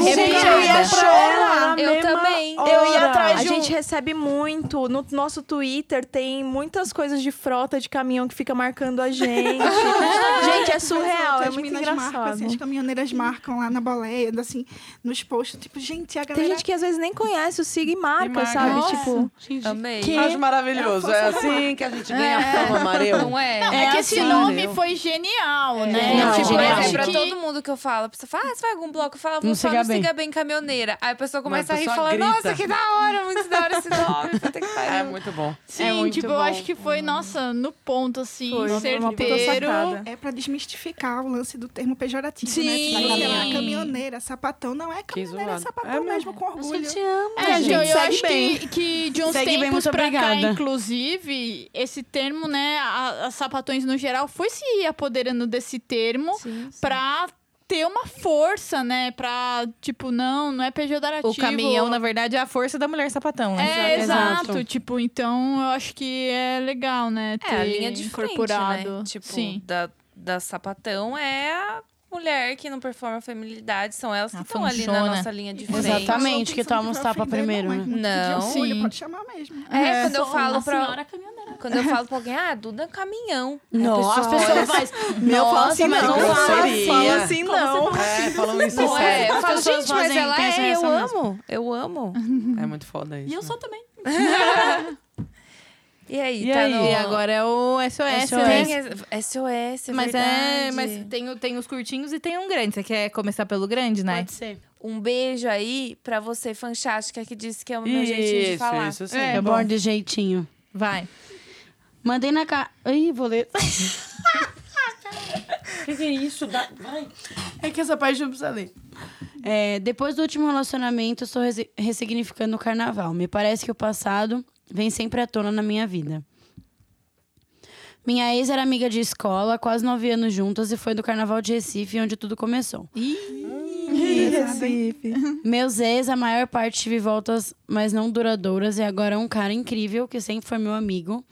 [SPEAKER 1] fiquei
[SPEAKER 2] Gente, eu ia
[SPEAKER 1] é arrepiada.
[SPEAKER 2] chorar.
[SPEAKER 1] Eu também.
[SPEAKER 5] Eu ia atrás
[SPEAKER 2] de
[SPEAKER 5] A
[SPEAKER 2] um-
[SPEAKER 5] gente recebe muito. No nosso Twitter tem muitas coisas de frota de caminhão que fica marcando a gente. gente, é surreal, é
[SPEAKER 8] As
[SPEAKER 5] muito
[SPEAKER 8] minas Marcam,
[SPEAKER 5] engraçado.
[SPEAKER 8] assim, as caminhoneiras marcam lá na boleia, assim, nos posts. Tipo, gente, a
[SPEAKER 5] Tem
[SPEAKER 8] galera...
[SPEAKER 5] gente que às vezes nem conhece o Sig e marca,
[SPEAKER 4] marca.
[SPEAKER 5] sabe?
[SPEAKER 4] Nossa.
[SPEAKER 5] Tipo,
[SPEAKER 1] Amei.
[SPEAKER 4] Acho maravilhoso. É assim que a gente ganha fama, Mareu.
[SPEAKER 1] Não é?
[SPEAKER 12] É, que esse nome foi genial, né?
[SPEAKER 2] Não,
[SPEAKER 12] tipo,
[SPEAKER 2] genial.
[SPEAKER 12] eu
[SPEAKER 1] Mas
[SPEAKER 12] acho
[SPEAKER 1] é pra
[SPEAKER 12] que
[SPEAKER 1] todo mundo que eu falo, a pessoa fala, ah, você vai a algum bloco? Eu falo, vou
[SPEAKER 2] Não
[SPEAKER 1] só
[SPEAKER 2] siga
[SPEAKER 1] não
[SPEAKER 2] bem.
[SPEAKER 1] siga bem caminhoneira. Aí a pessoa começa
[SPEAKER 4] a
[SPEAKER 1] a rir e
[SPEAKER 4] pessoa
[SPEAKER 1] fala,
[SPEAKER 4] grita.
[SPEAKER 1] nossa, que da hora, muito da hora esse nome. puta que pariu.
[SPEAKER 4] É muito bom.
[SPEAKER 12] Sim,
[SPEAKER 5] muito
[SPEAKER 12] tipo,
[SPEAKER 5] bom.
[SPEAKER 12] eu acho que foi, nossa, no ponto, assim,
[SPEAKER 5] Foi, foi uma puta
[SPEAKER 12] certeiro.
[SPEAKER 5] sacada.
[SPEAKER 8] É pra desmistificar o lance do termo pejorativo, né?
[SPEAKER 12] Sim.
[SPEAKER 8] Tipo, sei lá, caminhoneira, sapatão. Não é caminhoneira, é
[SPEAKER 4] zoado.
[SPEAKER 8] sapatão
[SPEAKER 4] É
[SPEAKER 8] mesmo, com orgulho.
[SPEAKER 12] É,
[SPEAKER 5] gente,
[SPEAKER 12] então, eu
[SPEAKER 5] segue
[SPEAKER 12] acho
[SPEAKER 5] bem.
[SPEAKER 12] que, que de uns
[SPEAKER 2] Segue bem,
[SPEAKER 12] tempos
[SPEAKER 2] muito
[SPEAKER 12] pra cá,
[SPEAKER 2] obrigada.
[SPEAKER 12] inclusive, esse termo, né, a- as sapatões no geral, foi se apoderando desse termo pra ter uma força, né, pra, tipo, não, não é pejorativo.
[SPEAKER 3] O
[SPEAKER 5] Então,
[SPEAKER 3] caminhão, na verdade, é a força da mulher sapatão, né?
[SPEAKER 12] É, exato. Tipo, então eu acho que é legal, né, ter
[SPEAKER 1] É, a linha de
[SPEAKER 12] incorporado.
[SPEAKER 1] frente, né? Tipo,
[SPEAKER 12] Sim.
[SPEAKER 1] Da, da sapatão é a mulher que não performa a feminilidade, são elas que
[SPEAKER 3] A
[SPEAKER 1] estão ali na
[SPEAKER 3] fanchona.
[SPEAKER 1] nossa linha de frente.
[SPEAKER 2] Exatamente, que toma uns
[SPEAKER 8] os
[SPEAKER 2] tapas primeiro, né?
[SPEAKER 1] Não.
[SPEAKER 12] Sim.
[SPEAKER 8] Sim. Pode chamar mesmo.
[SPEAKER 1] É, quando eu falo
[SPEAKER 6] pra...
[SPEAKER 1] pra...
[SPEAKER 6] senhora caminhoneira.
[SPEAKER 1] Quando eu falo pra alguém, ah, Duda é um caminhão.
[SPEAKER 2] Nossa, as pessoas fazem.
[SPEAKER 5] Meu, fala assim,
[SPEAKER 2] mas
[SPEAKER 5] não.
[SPEAKER 2] não fala assim.
[SPEAKER 5] Fala assim, não.
[SPEAKER 4] Tipo, É, falam isso.
[SPEAKER 1] Não é, eu
[SPEAKER 2] As
[SPEAKER 1] falo,
[SPEAKER 2] pessoas
[SPEAKER 1] gente, mas
[SPEAKER 2] fazem-
[SPEAKER 1] ela
[SPEAKER 2] pensam
[SPEAKER 1] é, eu
[SPEAKER 2] essa mesmo.
[SPEAKER 1] amo, eu amo.
[SPEAKER 4] É muito foda isso.
[SPEAKER 6] E eu
[SPEAKER 4] né?
[SPEAKER 6] sou também.
[SPEAKER 1] E aí,
[SPEAKER 4] E
[SPEAKER 1] tá
[SPEAKER 4] aí?
[SPEAKER 1] no...
[SPEAKER 3] E agora é o SOS, né?
[SPEAKER 1] Tem SOS, é
[SPEAKER 3] Mas
[SPEAKER 1] verdade.
[SPEAKER 3] é, mas tem, o- tem os curtinhos e tem um grande. Você quer começar pelo grande, né?
[SPEAKER 2] Pode ser.
[SPEAKER 1] Um beijo aí pra você, fanchástica, que disse que é o meu jeitinho de
[SPEAKER 4] Isso,
[SPEAKER 1] falar.
[SPEAKER 4] isso sim.
[SPEAKER 2] É bom de jeitinho.
[SPEAKER 3] Vai.
[SPEAKER 2] Mandei na cara. Ih, vou ler.
[SPEAKER 8] que, é isso?
[SPEAKER 11] É que essa parte não precisa ler.
[SPEAKER 2] É, depois do último relacionamento, estou resi- ressignificando o carnaval. Me parece que o passado vem sempre à tona na minha vida. Minha ex era amiga de escola, quase nove anos juntas, e foi do carnaval de Recife onde tudo começou.
[SPEAKER 5] Recife.
[SPEAKER 2] Meus ex, a maior parte tive voltas, mas não duradouras, e agora é um cara incrível que sempre foi meu amigo.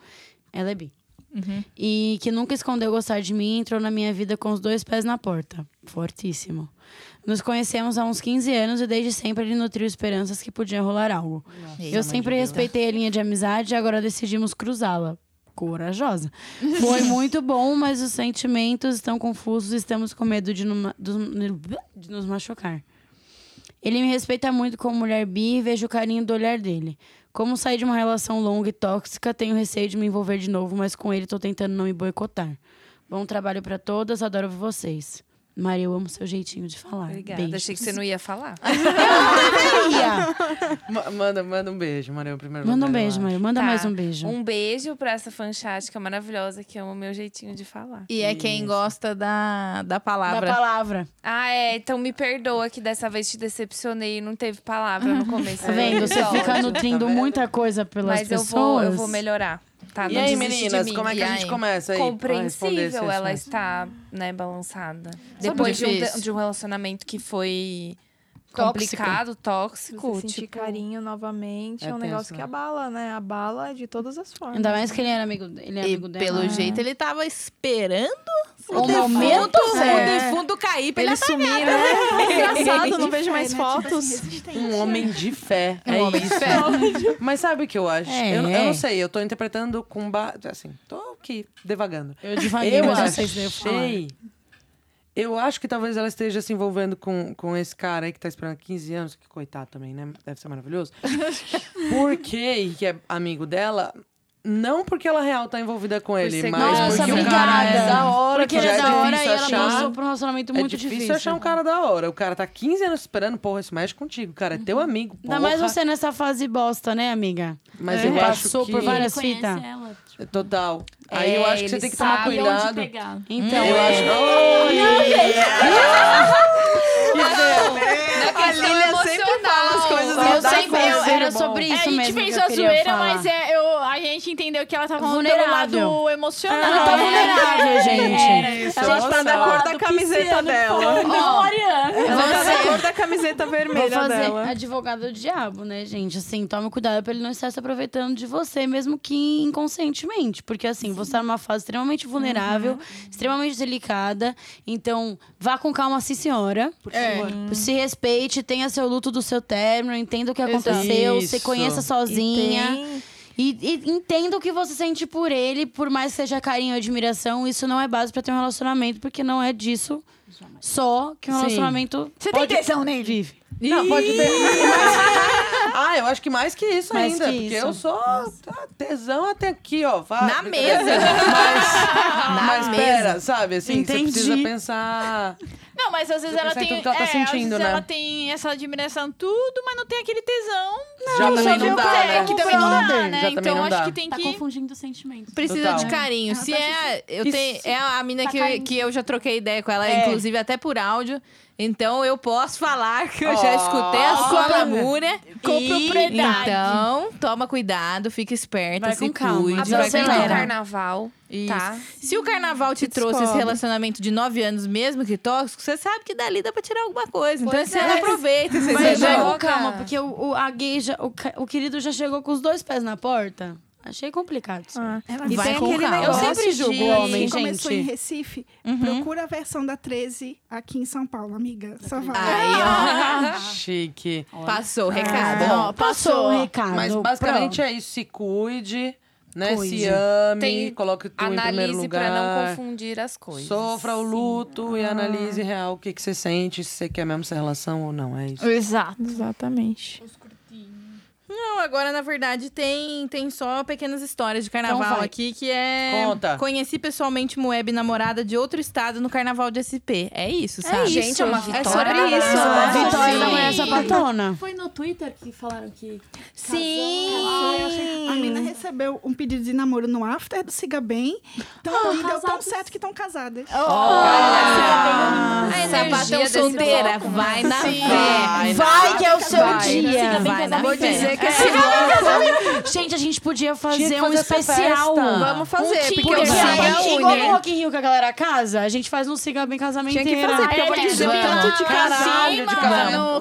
[SPEAKER 2] Ela é bi. E que nunca escondeu gostar de mim e entrou na minha vida com os dois pés na porta. Fortíssimo. Nos conhecemos há uns 15 anos e desde sempre ele nutriu esperanças que podia rolar algo. Eu sempre respeitei a linha de amizade e agora decidimos cruzá-la. Corajosa. Foi muito bom, mas os sentimentos estão confusos e estamos com medo de, numa- dos- de nos machucar. Ele me respeita muito como mulher bi e vejo o carinho do olhar dele. Como saí de uma relação longa e tóxica, tenho receio de me envolver de novo, mas com ele tô tentando não me boicotar. Bom trabalho pra todas, adoro ver vocês. Maria, eu amo seu jeitinho de falar.
[SPEAKER 1] Obrigada,
[SPEAKER 2] Beijos.
[SPEAKER 1] achei que você não ia falar.
[SPEAKER 2] Maria!
[SPEAKER 4] Ma- Manda, manda um beijo, Maria, em primeiro
[SPEAKER 2] Manda
[SPEAKER 4] lugar,
[SPEAKER 2] um
[SPEAKER 4] eu
[SPEAKER 2] beijo,
[SPEAKER 4] acho.
[SPEAKER 2] Maria. Manda
[SPEAKER 1] Tá.
[SPEAKER 2] mais um beijo.
[SPEAKER 1] Um beijo pra essa fanchástica maravilhosa que ama o meu jeitinho de falar.
[SPEAKER 3] E é quem gosta da, da palavra.
[SPEAKER 2] Da palavra.
[SPEAKER 1] Ah, é, então me perdoa que dessa vez te decepcionei e não teve palavra no começo.
[SPEAKER 2] Tá vendo? Você
[SPEAKER 1] Só.
[SPEAKER 2] fica nutrindo
[SPEAKER 4] Tá vendo?
[SPEAKER 2] muita coisa pelas
[SPEAKER 1] É. Mas eu vou,
[SPEAKER 2] pessoas.
[SPEAKER 1] eu vou melhorar. Tá?
[SPEAKER 4] E
[SPEAKER 1] não
[SPEAKER 4] aí,
[SPEAKER 1] desiste de
[SPEAKER 4] meninas,
[SPEAKER 1] mim.
[SPEAKER 4] como é que
[SPEAKER 1] E
[SPEAKER 4] a gente
[SPEAKER 1] aí?
[SPEAKER 4] começa aí? a responder esse
[SPEAKER 1] compreensível ela
[SPEAKER 4] assunto?
[SPEAKER 1] está né balançada depois de um,
[SPEAKER 12] difícil?
[SPEAKER 1] de um relacionamento que foi
[SPEAKER 3] Tóxico.
[SPEAKER 1] complicado tóxico
[SPEAKER 5] Você sentir
[SPEAKER 1] tipo
[SPEAKER 5] carinho novamente é,
[SPEAKER 4] É
[SPEAKER 5] um
[SPEAKER 4] tenso,
[SPEAKER 5] negócio que
[SPEAKER 4] né?
[SPEAKER 5] abala, né? Abala de todas as formas.
[SPEAKER 2] Ainda mais que ele era amigo, ele é
[SPEAKER 3] E
[SPEAKER 2] amigo dela.
[SPEAKER 3] pelo
[SPEAKER 1] Ah.
[SPEAKER 2] né?
[SPEAKER 3] jeito ele tava esperando
[SPEAKER 2] O momento
[SPEAKER 4] é.
[SPEAKER 2] é.
[SPEAKER 3] o defunto cair pra ele,
[SPEAKER 5] sumir, né? é Engraçado,
[SPEAKER 8] É
[SPEAKER 5] não vejo
[SPEAKER 8] tipo
[SPEAKER 5] mais fotos.
[SPEAKER 8] assim,
[SPEAKER 4] Um homem de fé.
[SPEAKER 3] Um
[SPEAKER 4] é
[SPEAKER 3] homem de
[SPEAKER 4] isso.
[SPEAKER 3] fé.
[SPEAKER 4] Mas sabe o que eu acho?
[SPEAKER 2] É.
[SPEAKER 4] Eu, eu não sei, eu tô interpretando com ba... assim, tô aqui devagando.
[SPEAKER 2] Eu devaguei,
[SPEAKER 4] eu
[SPEAKER 2] mas eu sei se devo falar.
[SPEAKER 4] achei. Eu acho que talvez ela esteja se envolvendo com, com esse cara aí que tá esperando há 15 anos, que coitado também, né? Deve ser maravilhoso. Porque, e que é amigo dela, não porque ela real tá envolvida com ele,
[SPEAKER 1] ser-
[SPEAKER 4] mas
[SPEAKER 2] Nossa,
[SPEAKER 4] porque o
[SPEAKER 2] obrigada.
[SPEAKER 4] cara é da hora,
[SPEAKER 2] né?
[SPEAKER 4] que
[SPEAKER 2] Porque ele
[SPEAKER 4] já
[SPEAKER 2] é da hora e
[SPEAKER 4] difícil
[SPEAKER 2] ela
[SPEAKER 4] achar.
[SPEAKER 2] passou por um relacionamento muito né?
[SPEAKER 4] é difícil, achar um cara da hora. O cara tá 15 anos esperando, porra, isso mexe contigo, cara. É teu amigo, porra.
[SPEAKER 2] Uhum. Ainda mais você nessa fase bosta, né, amiga?
[SPEAKER 4] Mas
[SPEAKER 2] É.
[SPEAKER 4] eu acho
[SPEAKER 2] Passou
[SPEAKER 4] que...
[SPEAKER 2] por
[SPEAKER 6] Ele
[SPEAKER 2] várias
[SPEAKER 6] conhece
[SPEAKER 2] fitas.
[SPEAKER 6] ela. tipo,
[SPEAKER 4] Total. Aí eu
[SPEAKER 1] É,
[SPEAKER 4] acho que você
[SPEAKER 1] ele
[SPEAKER 4] tem que tomar
[SPEAKER 1] sabe
[SPEAKER 6] sabe onde
[SPEAKER 4] cuidado.
[SPEAKER 6] pegar.
[SPEAKER 2] Então,
[SPEAKER 4] Eu acho... é
[SPEAKER 1] a Lilia sempre fala as coisas
[SPEAKER 2] eu sempre, eu, era
[SPEAKER 4] bom.
[SPEAKER 2] sobre
[SPEAKER 12] É,
[SPEAKER 2] isso
[SPEAKER 12] a gente
[SPEAKER 2] mesmo
[SPEAKER 12] fez
[SPEAKER 2] que eu
[SPEAKER 12] a
[SPEAKER 2] queria
[SPEAKER 12] zoeira,
[SPEAKER 2] falar.
[SPEAKER 12] mas é, eu, a gente entendeu que ela tava falando pelo
[SPEAKER 2] Vulnerável.
[SPEAKER 12] lado emocional.
[SPEAKER 2] Ela
[SPEAKER 4] é.
[SPEAKER 2] tá vulnerável, gente.
[SPEAKER 4] Isso,
[SPEAKER 5] A gente tá
[SPEAKER 4] nossa.
[SPEAKER 5] da cor da camiseta dela.
[SPEAKER 6] Não, Ariana.
[SPEAKER 5] Ela tá da cor da camiseta
[SPEAKER 2] Vou
[SPEAKER 5] vermelha
[SPEAKER 2] fazer
[SPEAKER 5] dela.
[SPEAKER 2] advogado do diabo, né, gente? Assim, tome cuidado pra ele não estar se aproveitando de você, mesmo que inconscientemente. Porque, assim, você tá numa fase extremamente vulnerável, extremamente delicada. Então, vá com calma, sim, senhora. É.
[SPEAKER 6] Por favor.
[SPEAKER 2] Se respeite, tenha seu luto do seu término, entenda o que
[SPEAKER 4] Exato.
[SPEAKER 2] aconteceu, se
[SPEAKER 4] Isso.
[SPEAKER 2] conheça sozinha. E, e entenda o que você sente por ele, por mais que seja carinho ou admiração, isso não é base pra ter um relacionamento, porque não é disso só que um
[SPEAKER 4] Sim.
[SPEAKER 2] relacionamento
[SPEAKER 12] Você tem intenção nele?
[SPEAKER 4] Não, pode ver. ah, eu acho que mais que isso
[SPEAKER 2] Mais
[SPEAKER 4] ainda.
[SPEAKER 2] que
[SPEAKER 4] porque
[SPEAKER 2] isso.
[SPEAKER 4] eu sou tá, tesão até aqui, ó. Vai.
[SPEAKER 3] Na mesa.
[SPEAKER 4] Mas,
[SPEAKER 3] Na
[SPEAKER 4] mas
[SPEAKER 3] mesa.
[SPEAKER 4] pera, sabe? Assim,
[SPEAKER 2] Entendi.
[SPEAKER 4] você precisa pensar.
[SPEAKER 12] Não, mas às vezes ela
[SPEAKER 4] pensar em
[SPEAKER 12] tem.
[SPEAKER 4] tudo que ela tá
[SPEAKER 12] é,
[SPEAKER 4] sentindo,
[SPEAKER 12] às vezes
[SPEAKER 4] né?
[SPEAKER 12] ela tem essa admiração, tudo, mas não tem aquele tesão.
[SPEAKER 4] Já
[SPEAKER 12] só
[SPEAKER 4] também
[SPEAKER 12] vê
[SPEAKER 4] não
[SPEAKER 12] o
[SPEAKER 4] dá,
[SPEAKER 3] é
[SPEAKER 12] que
[SPEAKER 4] né?
[SPEAKER 12] tem, Que também não dá,
[SPEAKER 4] Brother,
[SPEAKER 12] né?
[SPEAKER 4] já também
[SPEAKER 12] então
[SPEAKER 4] não
[SPEAKER 12] acho
[SPEAKER 4] dá.
[SPEAKER 12] que tem
[SPEAKER 6] Tá
[SPEAKER 12] que.
[SPEAKER 6] confundindo os sentimentos.
[SPEAKER 3] Precisa
[SPEAKER 4] Total.
[SPEAKER 3] de carinho. Se é, eu
[SPEAKER 4] E
[SPEAKER 3] tenho,
[SPEAKER 4] se-
[SPEAKER 3] é a mina
[SPEAKER 6] Tá
[SPEAKER 3] que, eu,
[SPEAKER 6] caindo.
[SPEAKER 3] que eu já troquei ideia com ela,
[SPEAKER 12] É.
[SPEAKER 3] inclusive até por áudio. Então eu posso falar que eu já
[SPEAKER 4] Ó.
[SPEAKER 3] escutei a sua
[SPEAKER 12] Olha.
[SPEAKER 3] lamúria.
[SPEAKER 12] Com
[SPEAKER 3] E-
[SPEAKER 12] propriedade.
[SPEAKER 3] Então, toma cuidado, fica esperta,
[SPEAKER 2] Vai
[SPEAKER 3] se
[SPEAKER 2] com calma.
[SPEAKER 3] cuide.
[SPEAKER 2] Aproveita
[SPEAKER 3] vai com
[SPEAKER 1] Aproveita o
[SPEAKER 3] calma.
[SPEAKER 1] carnaval,
[SPEAKER 3] Isso.
[SPEAKER 1] tá?
[SPEAKER 3] Se o carnaval te trouxe esse relacionamento de nove anos, mesmo que tóxico, você sabe que dali dá pra tirar alguma coisa. então
[SPEAKER 1] Pois
[SPEAKER 3] você
[SPEAKER 1] é.
[SPEAKER 3] não aproveita, você
[SPEAKER 2] Mas é
[SPEAKER 3] entendeu?
[SPEAKER 2] vai com
[SPEAKER 1] joga.
[SPEAKER 2] calma, porque o, o, a gay já- o, ca- o querido já chegou com os dois pés na porta. Achei complicado isso.
[SPEAKER 5] Ah,
[SPEAKER 3] E
[SPEAKER 5] vai
[SPEAKER 3] tem
[SPEAKER 5] com
[SPEAKER 3] aquele
[SPEAKER 5] calma.
[SPEAKER 3] negócio
[SPEAKER 2] Eu sempre julgo
[SPEAKER 3] de-
[SPEAKER 2] o homem,
[SPEAKER 8] Começou em
[SPEAKER 2] gente.
[SPEAKER 8] Recife. Procura a versão da 13 aqui em São Paulo, amiga. Só vai.
[SPEAKER 3] Aí,
[SPEAKER 4] Tá Chique.
[SPEAKER 3] ó. Passou o recado.
[SPEAKER 2] Ah,
[SPEAKER 12] Ó,
[SPEAKER 2] passou o
[SPEAKER 12] passou.
[SPEAKER 2] recado.
[SPEAKER 4] Mas basicamente é isso. Se cuide, né? Se
[SPEAKER 2] Cuide.
[SPEAKER 4] ame,
[SPEAKER 1] Tem-
[SPEAKER 4] coloque tu em primeiro
[SPEAKER 1] Analise
[SPEAKER 4] lugar.
[SPEAKER 1] pra não confundir as coisas.
[SPEAKER 4] Sofra o luto
[SPEAKER 2] Ah.
[SPEAKER 4] e analise real o que, que você sente, se você quer mesmo essa relação ou não. É isso.
[SPEAKER 12] Exato.
[SPEAKER 5] Exatamente.
[SPEAKER 3] Não, agora, na verdade, tem, tem só pequenas histórias de carnaval
[SPEAKER 2] Então vai.
[SPEAKER 3] aqui, que é...
[SPEAKER 4] Conta.
[SPEAKER 3] Conheci pessoalmente uma web namorada de outro estado no carnaval de SP. É isso, sabe?
[SPEAKER 1] Gente, é uma vitória.
[SPEAKER 3] sobre isso.
[SPEAKER 2] a
[SPEAKER 3] né?
[SPEAKER 2] Vitória
[SPEAKER 3] Sim.
[SPEAKER 2] da Mulher Sapatona.
[SPEAKER 6] Foi no Twitter que falaram que.
[SPEAKER 3] Sim!
[SPEAKER 6] Casal- Ai, eu achei-
[SPEAKER 8] A mina recebeu um pedido de namoro no after do Siga Bem. Então, e deu tão
[SPEAKER 6] casadas.
[SPEAKER 8] certo que estão casadas.
[SPEAKER 4] É
[SPEAKER 3] Olha! A sapatão
[SPEAKER 1] desse
[SPEAKER 3] solteira,
[SPEAKER 1] bloco, né?
[SPEAKER 3] vai na fé.
[SPEAKER 2] Vai, que é o seu
[SPEAKER 3] Vai.
[SPEAKER 2] dia.
[SPEAKER 6] Siga bem
[SPEAKER 3] Vai
[SPEAKER 5] né?
[SPEAKER 3] na
[SPEAKER 6] casado.
[SPEAKER 3] Vou
[SPEAKER 5] É.
[SPEAKER 3] dizer
[SPEAKER 2] que
[SPEAKER 5] assim,
[SPEAKER 2] esse bloco... Gente, a gente podia fazer,
[SPEAKER 4] Tinha que
[SPEAKER 2] um
[SPEAKER 4] fazer essa
[SPEAKER 2] especial.
[SPEAKER 4] festa.
[SPEAKER 3] Vamos
[SPEAKER 5] Um
[SPEAKER 3] fazer, porque
[SPEAKER 2] Porque
[SPEAKER 3] o Saia
[SPEAKER 2] assim, igual no
[SPEAKER 3] une.
[SPEAKER 2] Rock in Rio que a galera casa, a gente faz um Siga Bem Casamento
[SPEAKER 3] Tinha que
[SPEAKER 2] inteiro. É,
[SPEAKER 3] fazer, porque eu vou
[SPEAKER 12] tem que
[SPEAKER 3] dizer
[SPEAKER 12] jogar
[SPEAKER 3] tanto de
[SPEAKER 12] pra
[SPEAKER 3] caralho
[SPEAKER 12] cima,
[SPEAKER 4] de casal.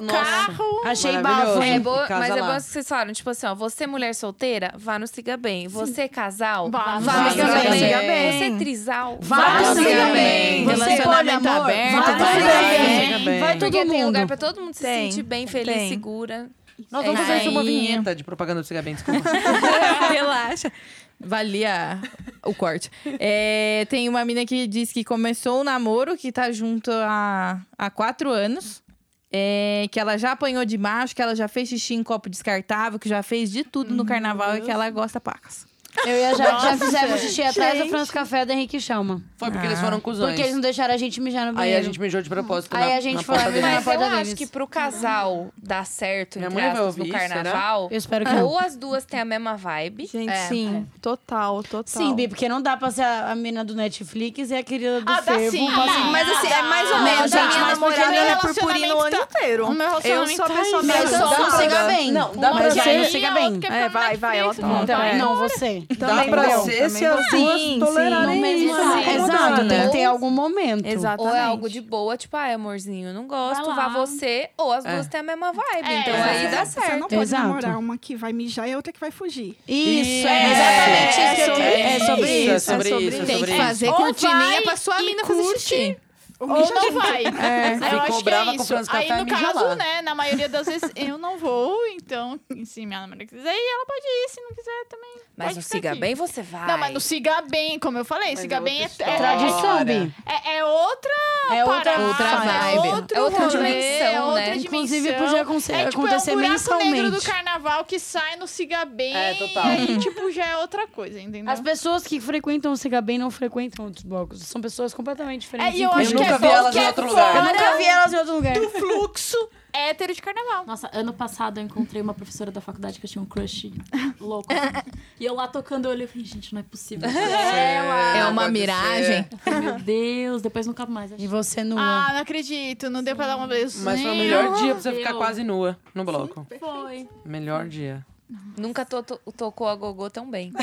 [SPEAKER 12] No
[SPEAKER 4] Nossa.
[SPEAKER 12] carro.
[SPEAKER 2] Achei
[SPEAKER 4] Maravilhoso.
[SPEAKER 2] bafo.
[SPEAKER 1] É boa,
[SPEAKER 4] Casa
[SPEAKER 1] mas é
[SPEAKER 4] lá.
[SPEAKER 1] bom que vocês falaram, tipo assim, ó, você mulher solteira, vá no Siga Bem. Você casal,
[SPEAKER 12] Vá
[SPEAKER 1] vá
[SPEAKER 12] no
[SPEAKER 1] no
[SPEAKER 4] Siga
[SPEAKER 1] Siga
[SPEAKER 2] Bem.
[SPEAKER 1] Bem.
[SPEAKER 2] Siga
[SPEAKER 1] Você trisal,
[SPEAKER 12] Ah,
[SPEAKER 2] Vá no Siga Bem. Você pode
[SPEAKER 3] Relacionamento
[SPEAKER 2] amor.
[SPEAKER 3] aberto,
[SPEAKER 2] Vai
[SPEAKER 3] vai
[SPEAKER 2] no
[SPEAKER 3] na
[SPEAKER 2] Siga
[SPEAKER 3] fé.
[SPEAKER 4] Siga
[SPEAKER 2] Bem.
[SPEAKER 4] bem.
[SPEAKER 1] Porque
[SPEAKER 2] Vai todo
[SPEAKER 1] tem lugar
[SPEAKER 2] mundo.
[SPEAKER 1] pra todo mundo se
[SPEAKER 5] Tem,
[SPEAKER 1] sentir bem, feliz,
[SPEAKER 5] tem.
[SPEAKER 1] segura.
[SPEAKER 4] Nós vamos fazer isso uma
[SPEAKER 3] Ai.
[SPEAKER 4] vinheta Tá de propaganda do Siga Bem, desculpa.
[SPEAKER 3] Relaxa. Valia o corte. É, tem uma mina que diz que começou o namoro, que tá junto há, há quatro anos. É, que ela já apanhou de macho, que ela já fez xixi em copo descartável, que já fez de tudo no carnaval e que ela gosta pacas.
[SPEAKER 2] Eu e a Jade já fizemos xixi atrás da França Café da Henrique Chalma.
[SPEAKER 4] Foi porque eles foram cuzões.
[SPEAKER 2] Porque eles não deixaram a gente mijar no
[SPEAKER 4] Aí
[SPEAKER 2] banheiro.
[SPEAKER 4] a gente mijou de propósito
[SPEAKER 2] Aí
[SPEAKER 4] na,
[SPEAKER 2] a gente
[SPEAKER 4] na
[SPEAKER 2] foi
[SPEAKER 4] porta
[SPEAKER 2] lá
[SPEAKER 4] dele.
[SPEAKER 2] mijar.
[SPEAKER 1] Mas eu
[SPEAKER 2] Pode
[SPEAKER 1] acho
[SPEAKER 2] deles.
[SPEAKER 1] que pro casal dar certo,
[SPEAKER 4] Minha
[SPEAKER 1] entre
[SPEAKER 4] mãe vai
[SPEAKER 1] aspas, no
[SPEAKER 4] ouvir isso, será?
[SPEAKER 1] carnaval,
[SPEAKER 2] Eu espero
[SPEAKER 3] Ah,
[SPEAKER 2] que não.
[SPEAKER 1] É, ou as duas têm a mesma vibe.
[SPEAKER 5] Gente, sim. Total, total.
[SPEAKER 2] Sim, Bi, porque não dá pra ser a, a mina do Netflix e a querida do
[SPEAKER 12] Ah, dá
[SPEAKER 2] Fervo.
[SPEAKER 12] sim.
[SPEAKER 2] passando-
[SPEAKER 12] Mas assim, é mais ou menos.
[SPEAKER 2] gente,
[SPEAKER 12] a minha
[SPEAKER 2] mas porque
[SPEAKER 12] namorada
[SPEAKER 2] meu
[SPEAKER 12] é purpurina o ano
[SPEAKER 8] Tá.
[SPEAKER 5] inteiro.
[SPEAKER 12] O meu
[SPEAKER 5] Eu
[SPEAKER 12] relacionamento
[SPEAKER 5] sou a pessoa
[SPEAKER 2] Mas
[SPEAKER 5] mais
[SPEAKER 2] eu sou
[SPEAKER 5] saudável.
[SPEAKER 2] Siga Bem.
[SPEAKER 4] Não, dá
[SPEAKER 2] Uma
[SPEAKER 4] pra
[SPEAKER 2] que
[SPEAKER 4] ser-
[SPEAKER 2] aí não Siga Bem.
[SPEAKER 12] Então,
[SPEAKER 5] É, vai, vai, ela toma.
[SPEAKER 2] Então,
[SPEAKER 5] é.
[SPEAKER 2] não, você.
[SPEAKER 4] Dá
[SPEAKER 5] Também
[SPEAKER 4] pra
[SPEAKER 5] não,
[SPEAKER 4] ser
[SPEAKER 5] também
[SPEAKER 4] se as
[SPEAKER 5] não.
[SPEAKER 4] duas
[SPEAKER 5] Sim, sim,
[SPEAKER 4] tolerarem
[SPEAKER 5] no
[SPEAKER 4] isso.
[SPEAKER 2] Mesmo
[SPEAKER 4] não
[SPEAKER 2] assim,
[SPEAKER 4] tem como
[SPEAKER 2] Exato,
[SPEAKER 4] dar,
[SPEAKER 2] tem
[SPEAKER 4] né?
[SPEAKER 2] que ter algum momento.
[SPEAKER 5] Exatamente.
[SPEAKER 1] Ou é algo de boa, tipo, ai, amorzinho, não gosto,
[SPEAKER 6] Vai
[SPEAKER 1] vá
[SPEAKER 6] lá.
[SPEAKER 1] você. Ou as
[SPEAKER 4] É.
[SPEAKER 1] duas têm a mesma vibe.
[SPEAKER 12] É,
[SPEAKER 1] então
[SPEAKER 12] é.
[SPEAKER 1] aí dá
[SPEAKER 8] Você não
[SPEAKER 1] certo.
[SPEAKER 8] pode
[SPEAKER 2] Exato.
[SPEAKER 8] namorar uma que vai mijar e a outra que vai fugir.
[SPEAKER 2] Isso,
[SPEAKER 4] É,
[SPEAKER 2] é
[SPEAKER 4] exatamente isso
[SPEAKER 2] exatamente isso.
[SPEAKER 4] que eu-
[SPEAKER 2] É sobre
[SPEAKER 4] é
[SPEAKER 2] isso.
[SPEAKER 4] sobre isso, é
[SPEAKER 3] Tem
[SPEAKER 4] sobre
[SPEAKER 3] que
[SPEAKER 4] isso.
[SPEAKER 3] fazer
[SPEAKER 12] Ou
[SPEAKER 3] cortininha
[SPEAKER 12] vai
[SPEAKER 3] pra sua
[SPEAKER 12] e
[SPEAKER 3] mina fazer
[SPEAKER 12] curte.
[SPEAKER 3] xixi.
[SPEAKER 8] Ou
[SPEAKER 12] Ou
[SPEAKER 8] mija
[SPEAKER 12] não
[SPEAKER 8] junto.
[SPEAKER 12] vai.
[SPEAKER 4] Ficou
[SPEAKER 12] eu acho que
[SPEAKER 4] brava
[SPEAKER 12] é
[SPEAKER 4] com o
[SPEAKER 12] isso.
[SPEAKER 4] Franz
[SPEAKER 12] Aí,
[SPEAKER 4] Café,
[SPEAKER 12] no
[SPEAKER 4] mija
[SPEAKER 12] caso,
[SPEAKER 4] lá.
[SPEAKER 12] né, na maioria das vezes eu não vou, então, se minha namorada quiser ir, ela pode ir, se não quiser também.
[SPEAKER 1] Mas
[SPEAKER 12] pode
[SPEAKER 1] no
[SPEAKER 12] ficar
[SPEAKER 1] Siga
[SPEAKER 12] aqui.
[SPEAKER 1] Bem você vai.
[SPEAKER 12] Não, mas no Siga Bem, como eu falei, Siga
[SPEAKER 4] é outra
[SPEAKER 12] Bem é,
[SPEAKER 4] história.
[SPEAKER 2] Tradição,
[SPEAKER 4] Bora.
[SPEAKER 2] Bi.
[SPEAKER 12] é, é outra
[SPEAKER 2] É outra-
[SPEAKER 12] parada,
[SPEAKER 3] outra
[SPEAKER 12] É
[SPEAKER 3] vibe.
[SPEAKER 12] outro
[SPEAKER 1] É outra
[SPEAKER 12] rolê,
[SPEAKER 1] dimensão,
[SPEAKER 12] é outra
[SPEAKER 1] né?
[SPEAKER 12] dimensão.
[SPEAKER 2] Inclusive, podia aconse-
[SPEAKER 12] é, tipo,
[SPEAKER 2] acontecer
[SPEAKER 12] é um buraco negro do
[SPEAKER 2] mensalmente.
[SPEAKER 12] carnaval que sai no Siga Bem.
[SPEAKER 4] É, total.
[SPEAKER 12] Aí, tipo, já é outra coisa, entendeu?
[SPEAKER 2] As pessoas que frequentam o Siga Bem não frequentam outros blocos. São pessoas completamente diferentes.
[SPEAKER 12] É, e eu
[SPEAKER 2] inclusive.
[SPEAKER 12] acho
[SPEAKER 4] Eu
[SPEAKER 12] que é
[SPEAKER 4] nunca vi
[SPEAKER 12] bom
[SPEAKER 4] elas
[SPEAKER 12] que
[SPEAKER 4] em
[SPEAKER 12] é
[SPEAKER 4] outro
[SPEAKER 12] fora.
[SPEAKER 4] lugar.
[SPEAKER 2] nunca vi elas em outro lugar.
[SPEAKER 12] É hétero de carnaval.
[SPEAKER 6] Nossa, ano passado eu encontrei uma professora da faculdade que eu tinha um crush louco. e eu lá tocando, eu olhei e falei, gente, não é possível.
[SPEAKER 3] É uma
[SPEAKER 4] Pode ser.
[SPEAKER 3] miragem.
[SPEAKER 6] Eu falei, Meu Deus, depois nunca mais.
[SPEAKER 2] E você nua.
[SPEAKER 12] Ah, não acredito. Não deu pra dar uma vez.
[SPEAKER 4] Mas foi o
[SPEAKER 12] Nem-
[SPEAKER 4] melhor dia pra você ficar
[SPEAKER 6] Deu.
[SPEAKER 4] quase nua no bloco.
[SPEAKER 6] Foi.
[SPEAKER 4] Melhor dia.
[SPEAKER 1] Nunca to- to- tocou a Gogô tão bem.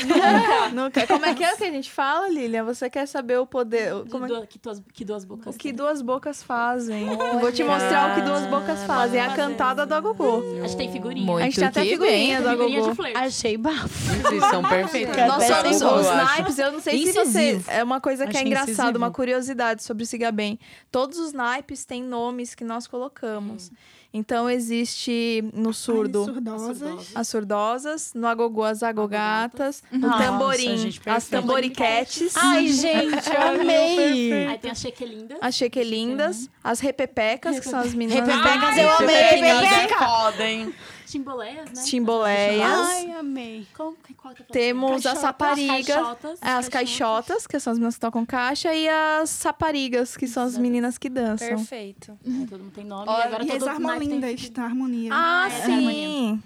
[SPEAKER 5] Nunca. Como é que é que a gente fala, Lilian? Você quer saber o poder. o-
[SPEAKER 6] De
[SPEAKER 5] Como é...
[SPEAKER 6] duas- que, duas, que duas bocas.
[SPEAKER 5] O que duas bocas fazem. Vou te mostrar o que duas bocas fazem. É a cantada do Agogô.
[SPEAKER 6] A gente tem figurinha.
[SPEAKER 3] Muito
[SPEAKER 5] A gente tem até
[SPEAKER 3] que
[SPEAKER 5] figurinha
[SPEAKER 3] bem.
[SPEAKER 5] do
[SPEAKER 6] Figurinha de
[SPEAKER 5] Agogô.
[SPEAKER 6] flerte.
[SPEAKER 2] Achei bafo.
[SPEAKER 4] Vocês são perfeitos.
[SPEAKER 5] Nós
[SPEAKER 2] Até sem
[SPEAKER 5] somos os
[SPEAKER 4] Eu acho.
[SPEAKER 5] naipes, eu não sei se
[SPEAKER 3] Incisivo.
[SPEAKER 5] você. É uma coisa que é
[SPEAKER 3] Achei
[SPEAKER 5] engraçada,
[SPEAKER 3] incisivo.
[SPEAKER 5] uma curiosidade sobre o Siga Bem. Todos os naipes têm nomes que nós colocamos. Então existe no
[SPEAKER 8] Ai,
[SPEAKER 5] surdo
[SPEAKER 8] Surdosas.
[SPEAKER 5] as surdosas, no agogô as agogatas, no
[SPEAKER 2] Nossa,
[SPEAKER 5] tamborim
[SPEAKER 2] gente,
[SPEAKER 5] as
[SPEAKER 2] perfeito. Ah,
[SPEAKER 5] tamboriquetes,
[SPEAKER 2] Ai, gente, eu amei.
[SPEAKER 6] Aí tem a Chequelinda.
[SPEAKER 5] as chequelindas, as repepecas, que são as meninas.
[SPEAKER 2] Repepecas, eu amei.
[SPEAKER 4] Pepecas é
[SPEAKER 2] Repepeca.
[SPEAKER 4] foda, hein?
[SPEAKER 6] Timboleias, né?
[SPEAKER 5] Timboleias. Ai,
[SPEAKER 6] amei. Como, qual que é a
[SPEAKER 5] Temos as
[SPEAKER 6] Caixotas.
[SPEAKER 5] saparigas,
[SPEAKER 6] Caixotas,
[SPEAKER 5] as caixotas, que são as meninas que tocam caixa, e as saparigas, que são as meninas que dançam.
[SPEAKER 1] Perfeito.
[SPEAKER 6] É, todo mundo tem nome. e
[SPEAKER 8] Olha,
[SPEAKER 6] agora
[SPEAKER 8] e
[SPEAKER 6] todo
[SPEAKER 8] as
[SPEAKER 6] mundo
[SPEAKER 8] harmonindas da harmonia.
[SPEAKER 5] Ah,
[SPEAKER 6] Ah, é,
[SPEAKER 5] sim!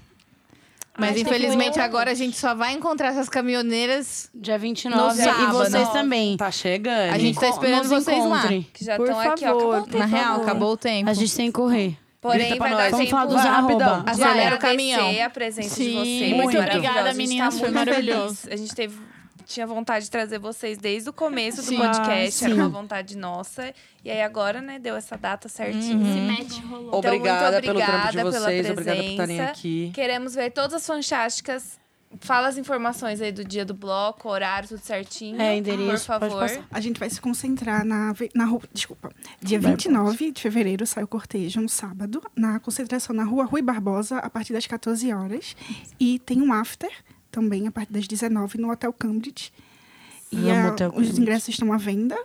[SPEAKER 3] Mas
[SPEAKER 5] Ai,
[SPEAKER 3] infelizmente
[SPEAKER 5] tem que-
[SPEAKER 3] agora a gente só vai encontrar essas caminhoneiras.
[SPEAKER 2] Dia 29.
[SPEAKER 3] No
[SPEAKER 2] e
[SPEAKER 3] sábado.
[SPEAKER 2] vocês também.
[SPEAKER 4] Tá chegando.
[SPEAKER 3] A gente tá esperando vocês lá.
[SPEAKER 1] Que já
[SPEAKER 3] Por
[SPEAKER 1] estão aqui, ó.
[SPEAKER 3] favor.
[SPEAKER 1] Acabou o tempo,
[SPEAKER 3] Na real,
[SPEAKER 1] amor.
[SPEAKER 3] acabou o tempo.
[SPEAKER 2] A gente tem que correr.
[SPEAKER 1] Porém,
[SPEAKER 4] Grita pra
[SPEAKER 1] vai
[SPEAKER 4] nós.
[SPEAKER 1] dar
[SPEAKER 2] Vamos
[SPEAKER 1] tempo
[SPEAKER 2] falar dos arroba.
[SPEAKER 1] de
[SPEAKER 3] Acelera
[SPEAKER 1] agradecer
[SPEAKER 3] o caminhão.
[SPEAKER 1] a presença de
[SPEAKER 12] Sim,
[SPEAKER 1] vocês.
[SPEAKER 12] muito
[SPEAKER 1] maravilhosa.
[SPEAKER 12] obrigada,
[SPEAKER 1] A gente
[SPEAKER 12] meninas,
[SPEAKER 1] tá
[SPEAKER 12] foi
[SPEAKER 1] muito feliz.
[SPEAKER 12] maravilhoso.
[SPEAKER 1] A gente teve, tinha vontade de trazer vocês desde o começo do
[SPEAKER 12] Sim.
[SPEAKER 1] podcast. Era
[SPEAKER 2] Sim.
[SPEAKER 1] uma vontade nossa. E aí agora, né, deu essa data certinha.
[SPEAKER 2] Uhum.
[SPEAKER 6] Se mete, rolou.
[SPEAKER 1] Então, muito
[SPEAKER 4] Obrigada pelo trampo de
[SPEAKER 1] obrigada pela
[SPEAKER 4] vocês, obrigada por estarem
[SPEAKER 1] presença.
[SPEAKER 4] aqui.
[SPEAKER 1] Queremos ver todas as fantásticas. Fala as informações aí do dia do bloco, horário, tudo certinho.
[SPEAKER 2] É, endereço,
[SPEAKER 1] Por
[SPEAKER 2] pode
[SPEAKER 1] favor.
[SPEAKER 2] passar.
[SPEAKER 8] A gente vai se concentrar na, ve- na rua. Desculpa. Dia 29 de fevereiro sai o cortejo, no sábado, na concentração na rua Rui Barbosa, a partir das 14 horas. E tem um after também, a partir das 19 no Hotel Cambridge. E
[SPEAKER 2] Amo
[SPEAKER 8] a-
[SPEAKER 2] Hotel
[SPEAKER 8] os
[SPEAKER 2] Cambridge.
[SPEAKER 8] ingressos estão à venda.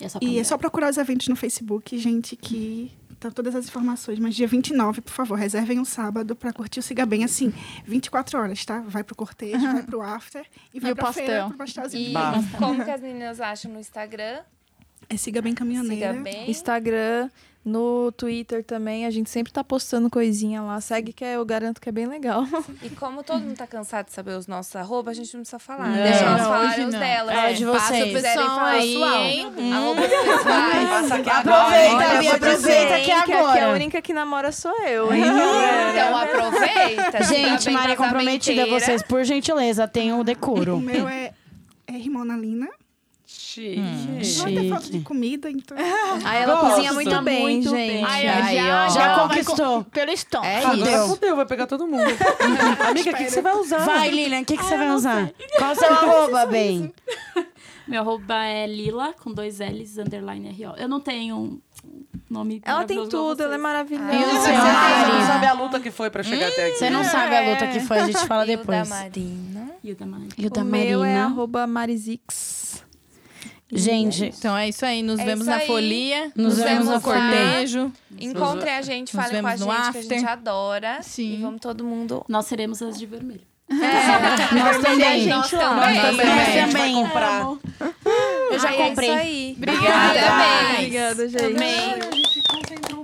[SPEAKER 6] E é só
[SPEAKER 8] E é
[SPEAKER 6] convidar.
[SPEAKER 8] só procurar os eventos no Facebook, gente, que estão todas as informações. Mas dia 29, por favor, reservem um sábado para curtir o Siga Bem, assim, 24 horas, tá? Vai pro cortejo, vai pro after e vai
[SPEAKER 12] o
[SPEAKER 8] pra feira,
[SPEAKER 12] pastel.
[SPEAKER 8] pro pastelzinho.
[SPEAKER 1] E
[SPEAKER 4] Bah.
[SPEAKER 1] como que as meninas acham no Instagram?
[SPEAKER 8] É Siga Bem Caminhoneira.
[SPEAKER 1] Siga bem.
[SPEAKER 5] Instagram, no Twitter também, a gente sempre tá postando coisinha lá. Segue que eu garanto que é bem legal.
[SPEAKER 1] E como todo mundo tá cansado de saber os nossos arroba, a gente não precisa falar. né?
[SPEAKER 12] Não,
[SPEAKER 1] Deixa elas
[SPEAKER 12] não,
[SPEAKER 1] falarem
[SPEAKER 12] hoje
[SPEAKER 1] os
[SPEAKER 12] não.
[SPEAKER 1] delas. né?
[SPEAKER 2] Fala É, de
[SPEAKER 3] Passa
[SPEAKER 2] vocês.
[SPEAKER 3] o
[SPEAKER 1] Quiserem
[SPEAKER 3] pessoal
[SPEAKER 1] falar
[SPEAKER 3] aí,
[SPEAKER 1] pessoal.
[SPEAKER 3] hein?
[SPEAKER 1] Arroba pessoais.
[SPEAKER 2] Uhum. Aproveita, Bia, aproveita que é
[SPEAKER 5] Que aqui a
[SPEAKER 2] agora.
[SPEAKER 5] única que namora sou eu, hein?
[SPEAKER 12] Uhum.
[SPEAKER 1] Então aproveita.
[SPEAKER 2] Gente,
[SPEAKER 1] comprometida
[SPEAKER 2] Maria comprometida, vocês, por gentileza, tenham o
[SPEAKER 8] O
[SPEAKER 2] decoro.
[SPEAKER 8] meu é, é Rimona Lina.
[SPEAKER 4] Chique.
[SPEAKER 8] Não
[SPEAKER 2] Chique.
[SPEAKER 8] tem foto de comida, então.
[SPEAKER 5] Aí ela
[SPEAKER 4] Gosto.
[SPEAKER 5] cozinha muito bem,
[SPEAKER 12] Muito
[SPEAKER 5] gente.
[SPEAKER 12] bem. Ai,
[SPEAKER 3] Aí, ó.
[SPEAKER 2] Já
[SPEAKER 12] vai
[SPEAKER 2] conquistou.
[SPEAKER 12] com- Pelo estom.
[SPEAKER 2] É
[SPEAKER 4] Agora
[SPEAKER 2] isso.
[SPEAKER 4] fodeu, vai pegar todo mundo. Amiga, o que, que você vai usar?
[SPEAKER 2] Vai, Lilian, o que, que você vai usar? Qual é o seu arroba, bem?
[SPEAKER 6] Meu arroba é Lila, com dois L's, underline R.O. Eu não tenho um nome
[SPEAKER 5] Ela tem
[SPEAKER 6] maravilhoso igual
[SPEAKER 5] tudo, ela é
[SPEAKER 6] vocês.
[SPEAKER 2] E o
[SPEAKER 5] maravilhosa.
[SPEAKER 2] seu,
[SPEAKER 4] Você não
[SPEAKER 2] Mari?
[SPEAKER 4] sabe a luta que foi pra chegar até aqui. Hum,
[SPEAKER 2] Você não sabe a luta que foi, a gente fala
[SPEAKER 1] da
[SPEAKER 2] depois.
[SPEAKER 1] Marina.
[SPEAKER 6] E o da Mari.
[SPEAKER 2] E o da
[SPEAKER 5] o meu é
[SPEAKER 2] Marina.
[SPEAKER 5] arroba Marizix.
[SPEAKER 2] Gente,
[SPEAKER 3] Então é isso aí. Nos
[SPEAKER 1] É
[SPEAKER 3] vemos
[SPEAKER 1] isso
[SPEAKER 3] na
[SPEAKER 1] aí.
[SPEAKER 3] folia.
[SPEAKER 2] Nos vemos
[SPEAKER 3] no
[SPEAKER 2] lá.
[SPEAKER 3] cortejo.
[SPEAKER 1] Encontrem a gente,
[SPEAKER 3] Nos
[SPEAKER 1] falem com a
[SPEAKER 3] vemos
[SPEAKER 1] gente, que
[SPEAKER 3] no
[SPEAKER 1] a
[SPEAKER 3] after.
[SPEAKER 1] gente adora.
[SPEAKER 12] Sim.
[SPEAKER 1] E vamos todo mundo...
[SPEAKER 6] Nós seremos as de vermelho.
[SPEAKER 2] É. nós também.
[SPEAKER 5] Gente, lá.
[SPEAKER 2] Nós
[SPEAKER 4] A gente vai
[SPEAKER 2] também.
[SPEAKER 4] comprar.
[SPEAKER 2] Eu já
[SPEAKER 1] Ai,
[SPEAKER 2] comprei.
[SPEAKER 1] É isso aí. Obrigada.
[SPEAKER 5] Obrigada, gente.
[SPEAKER 1] Amém.
[SPEAKER 8] A gente concentrou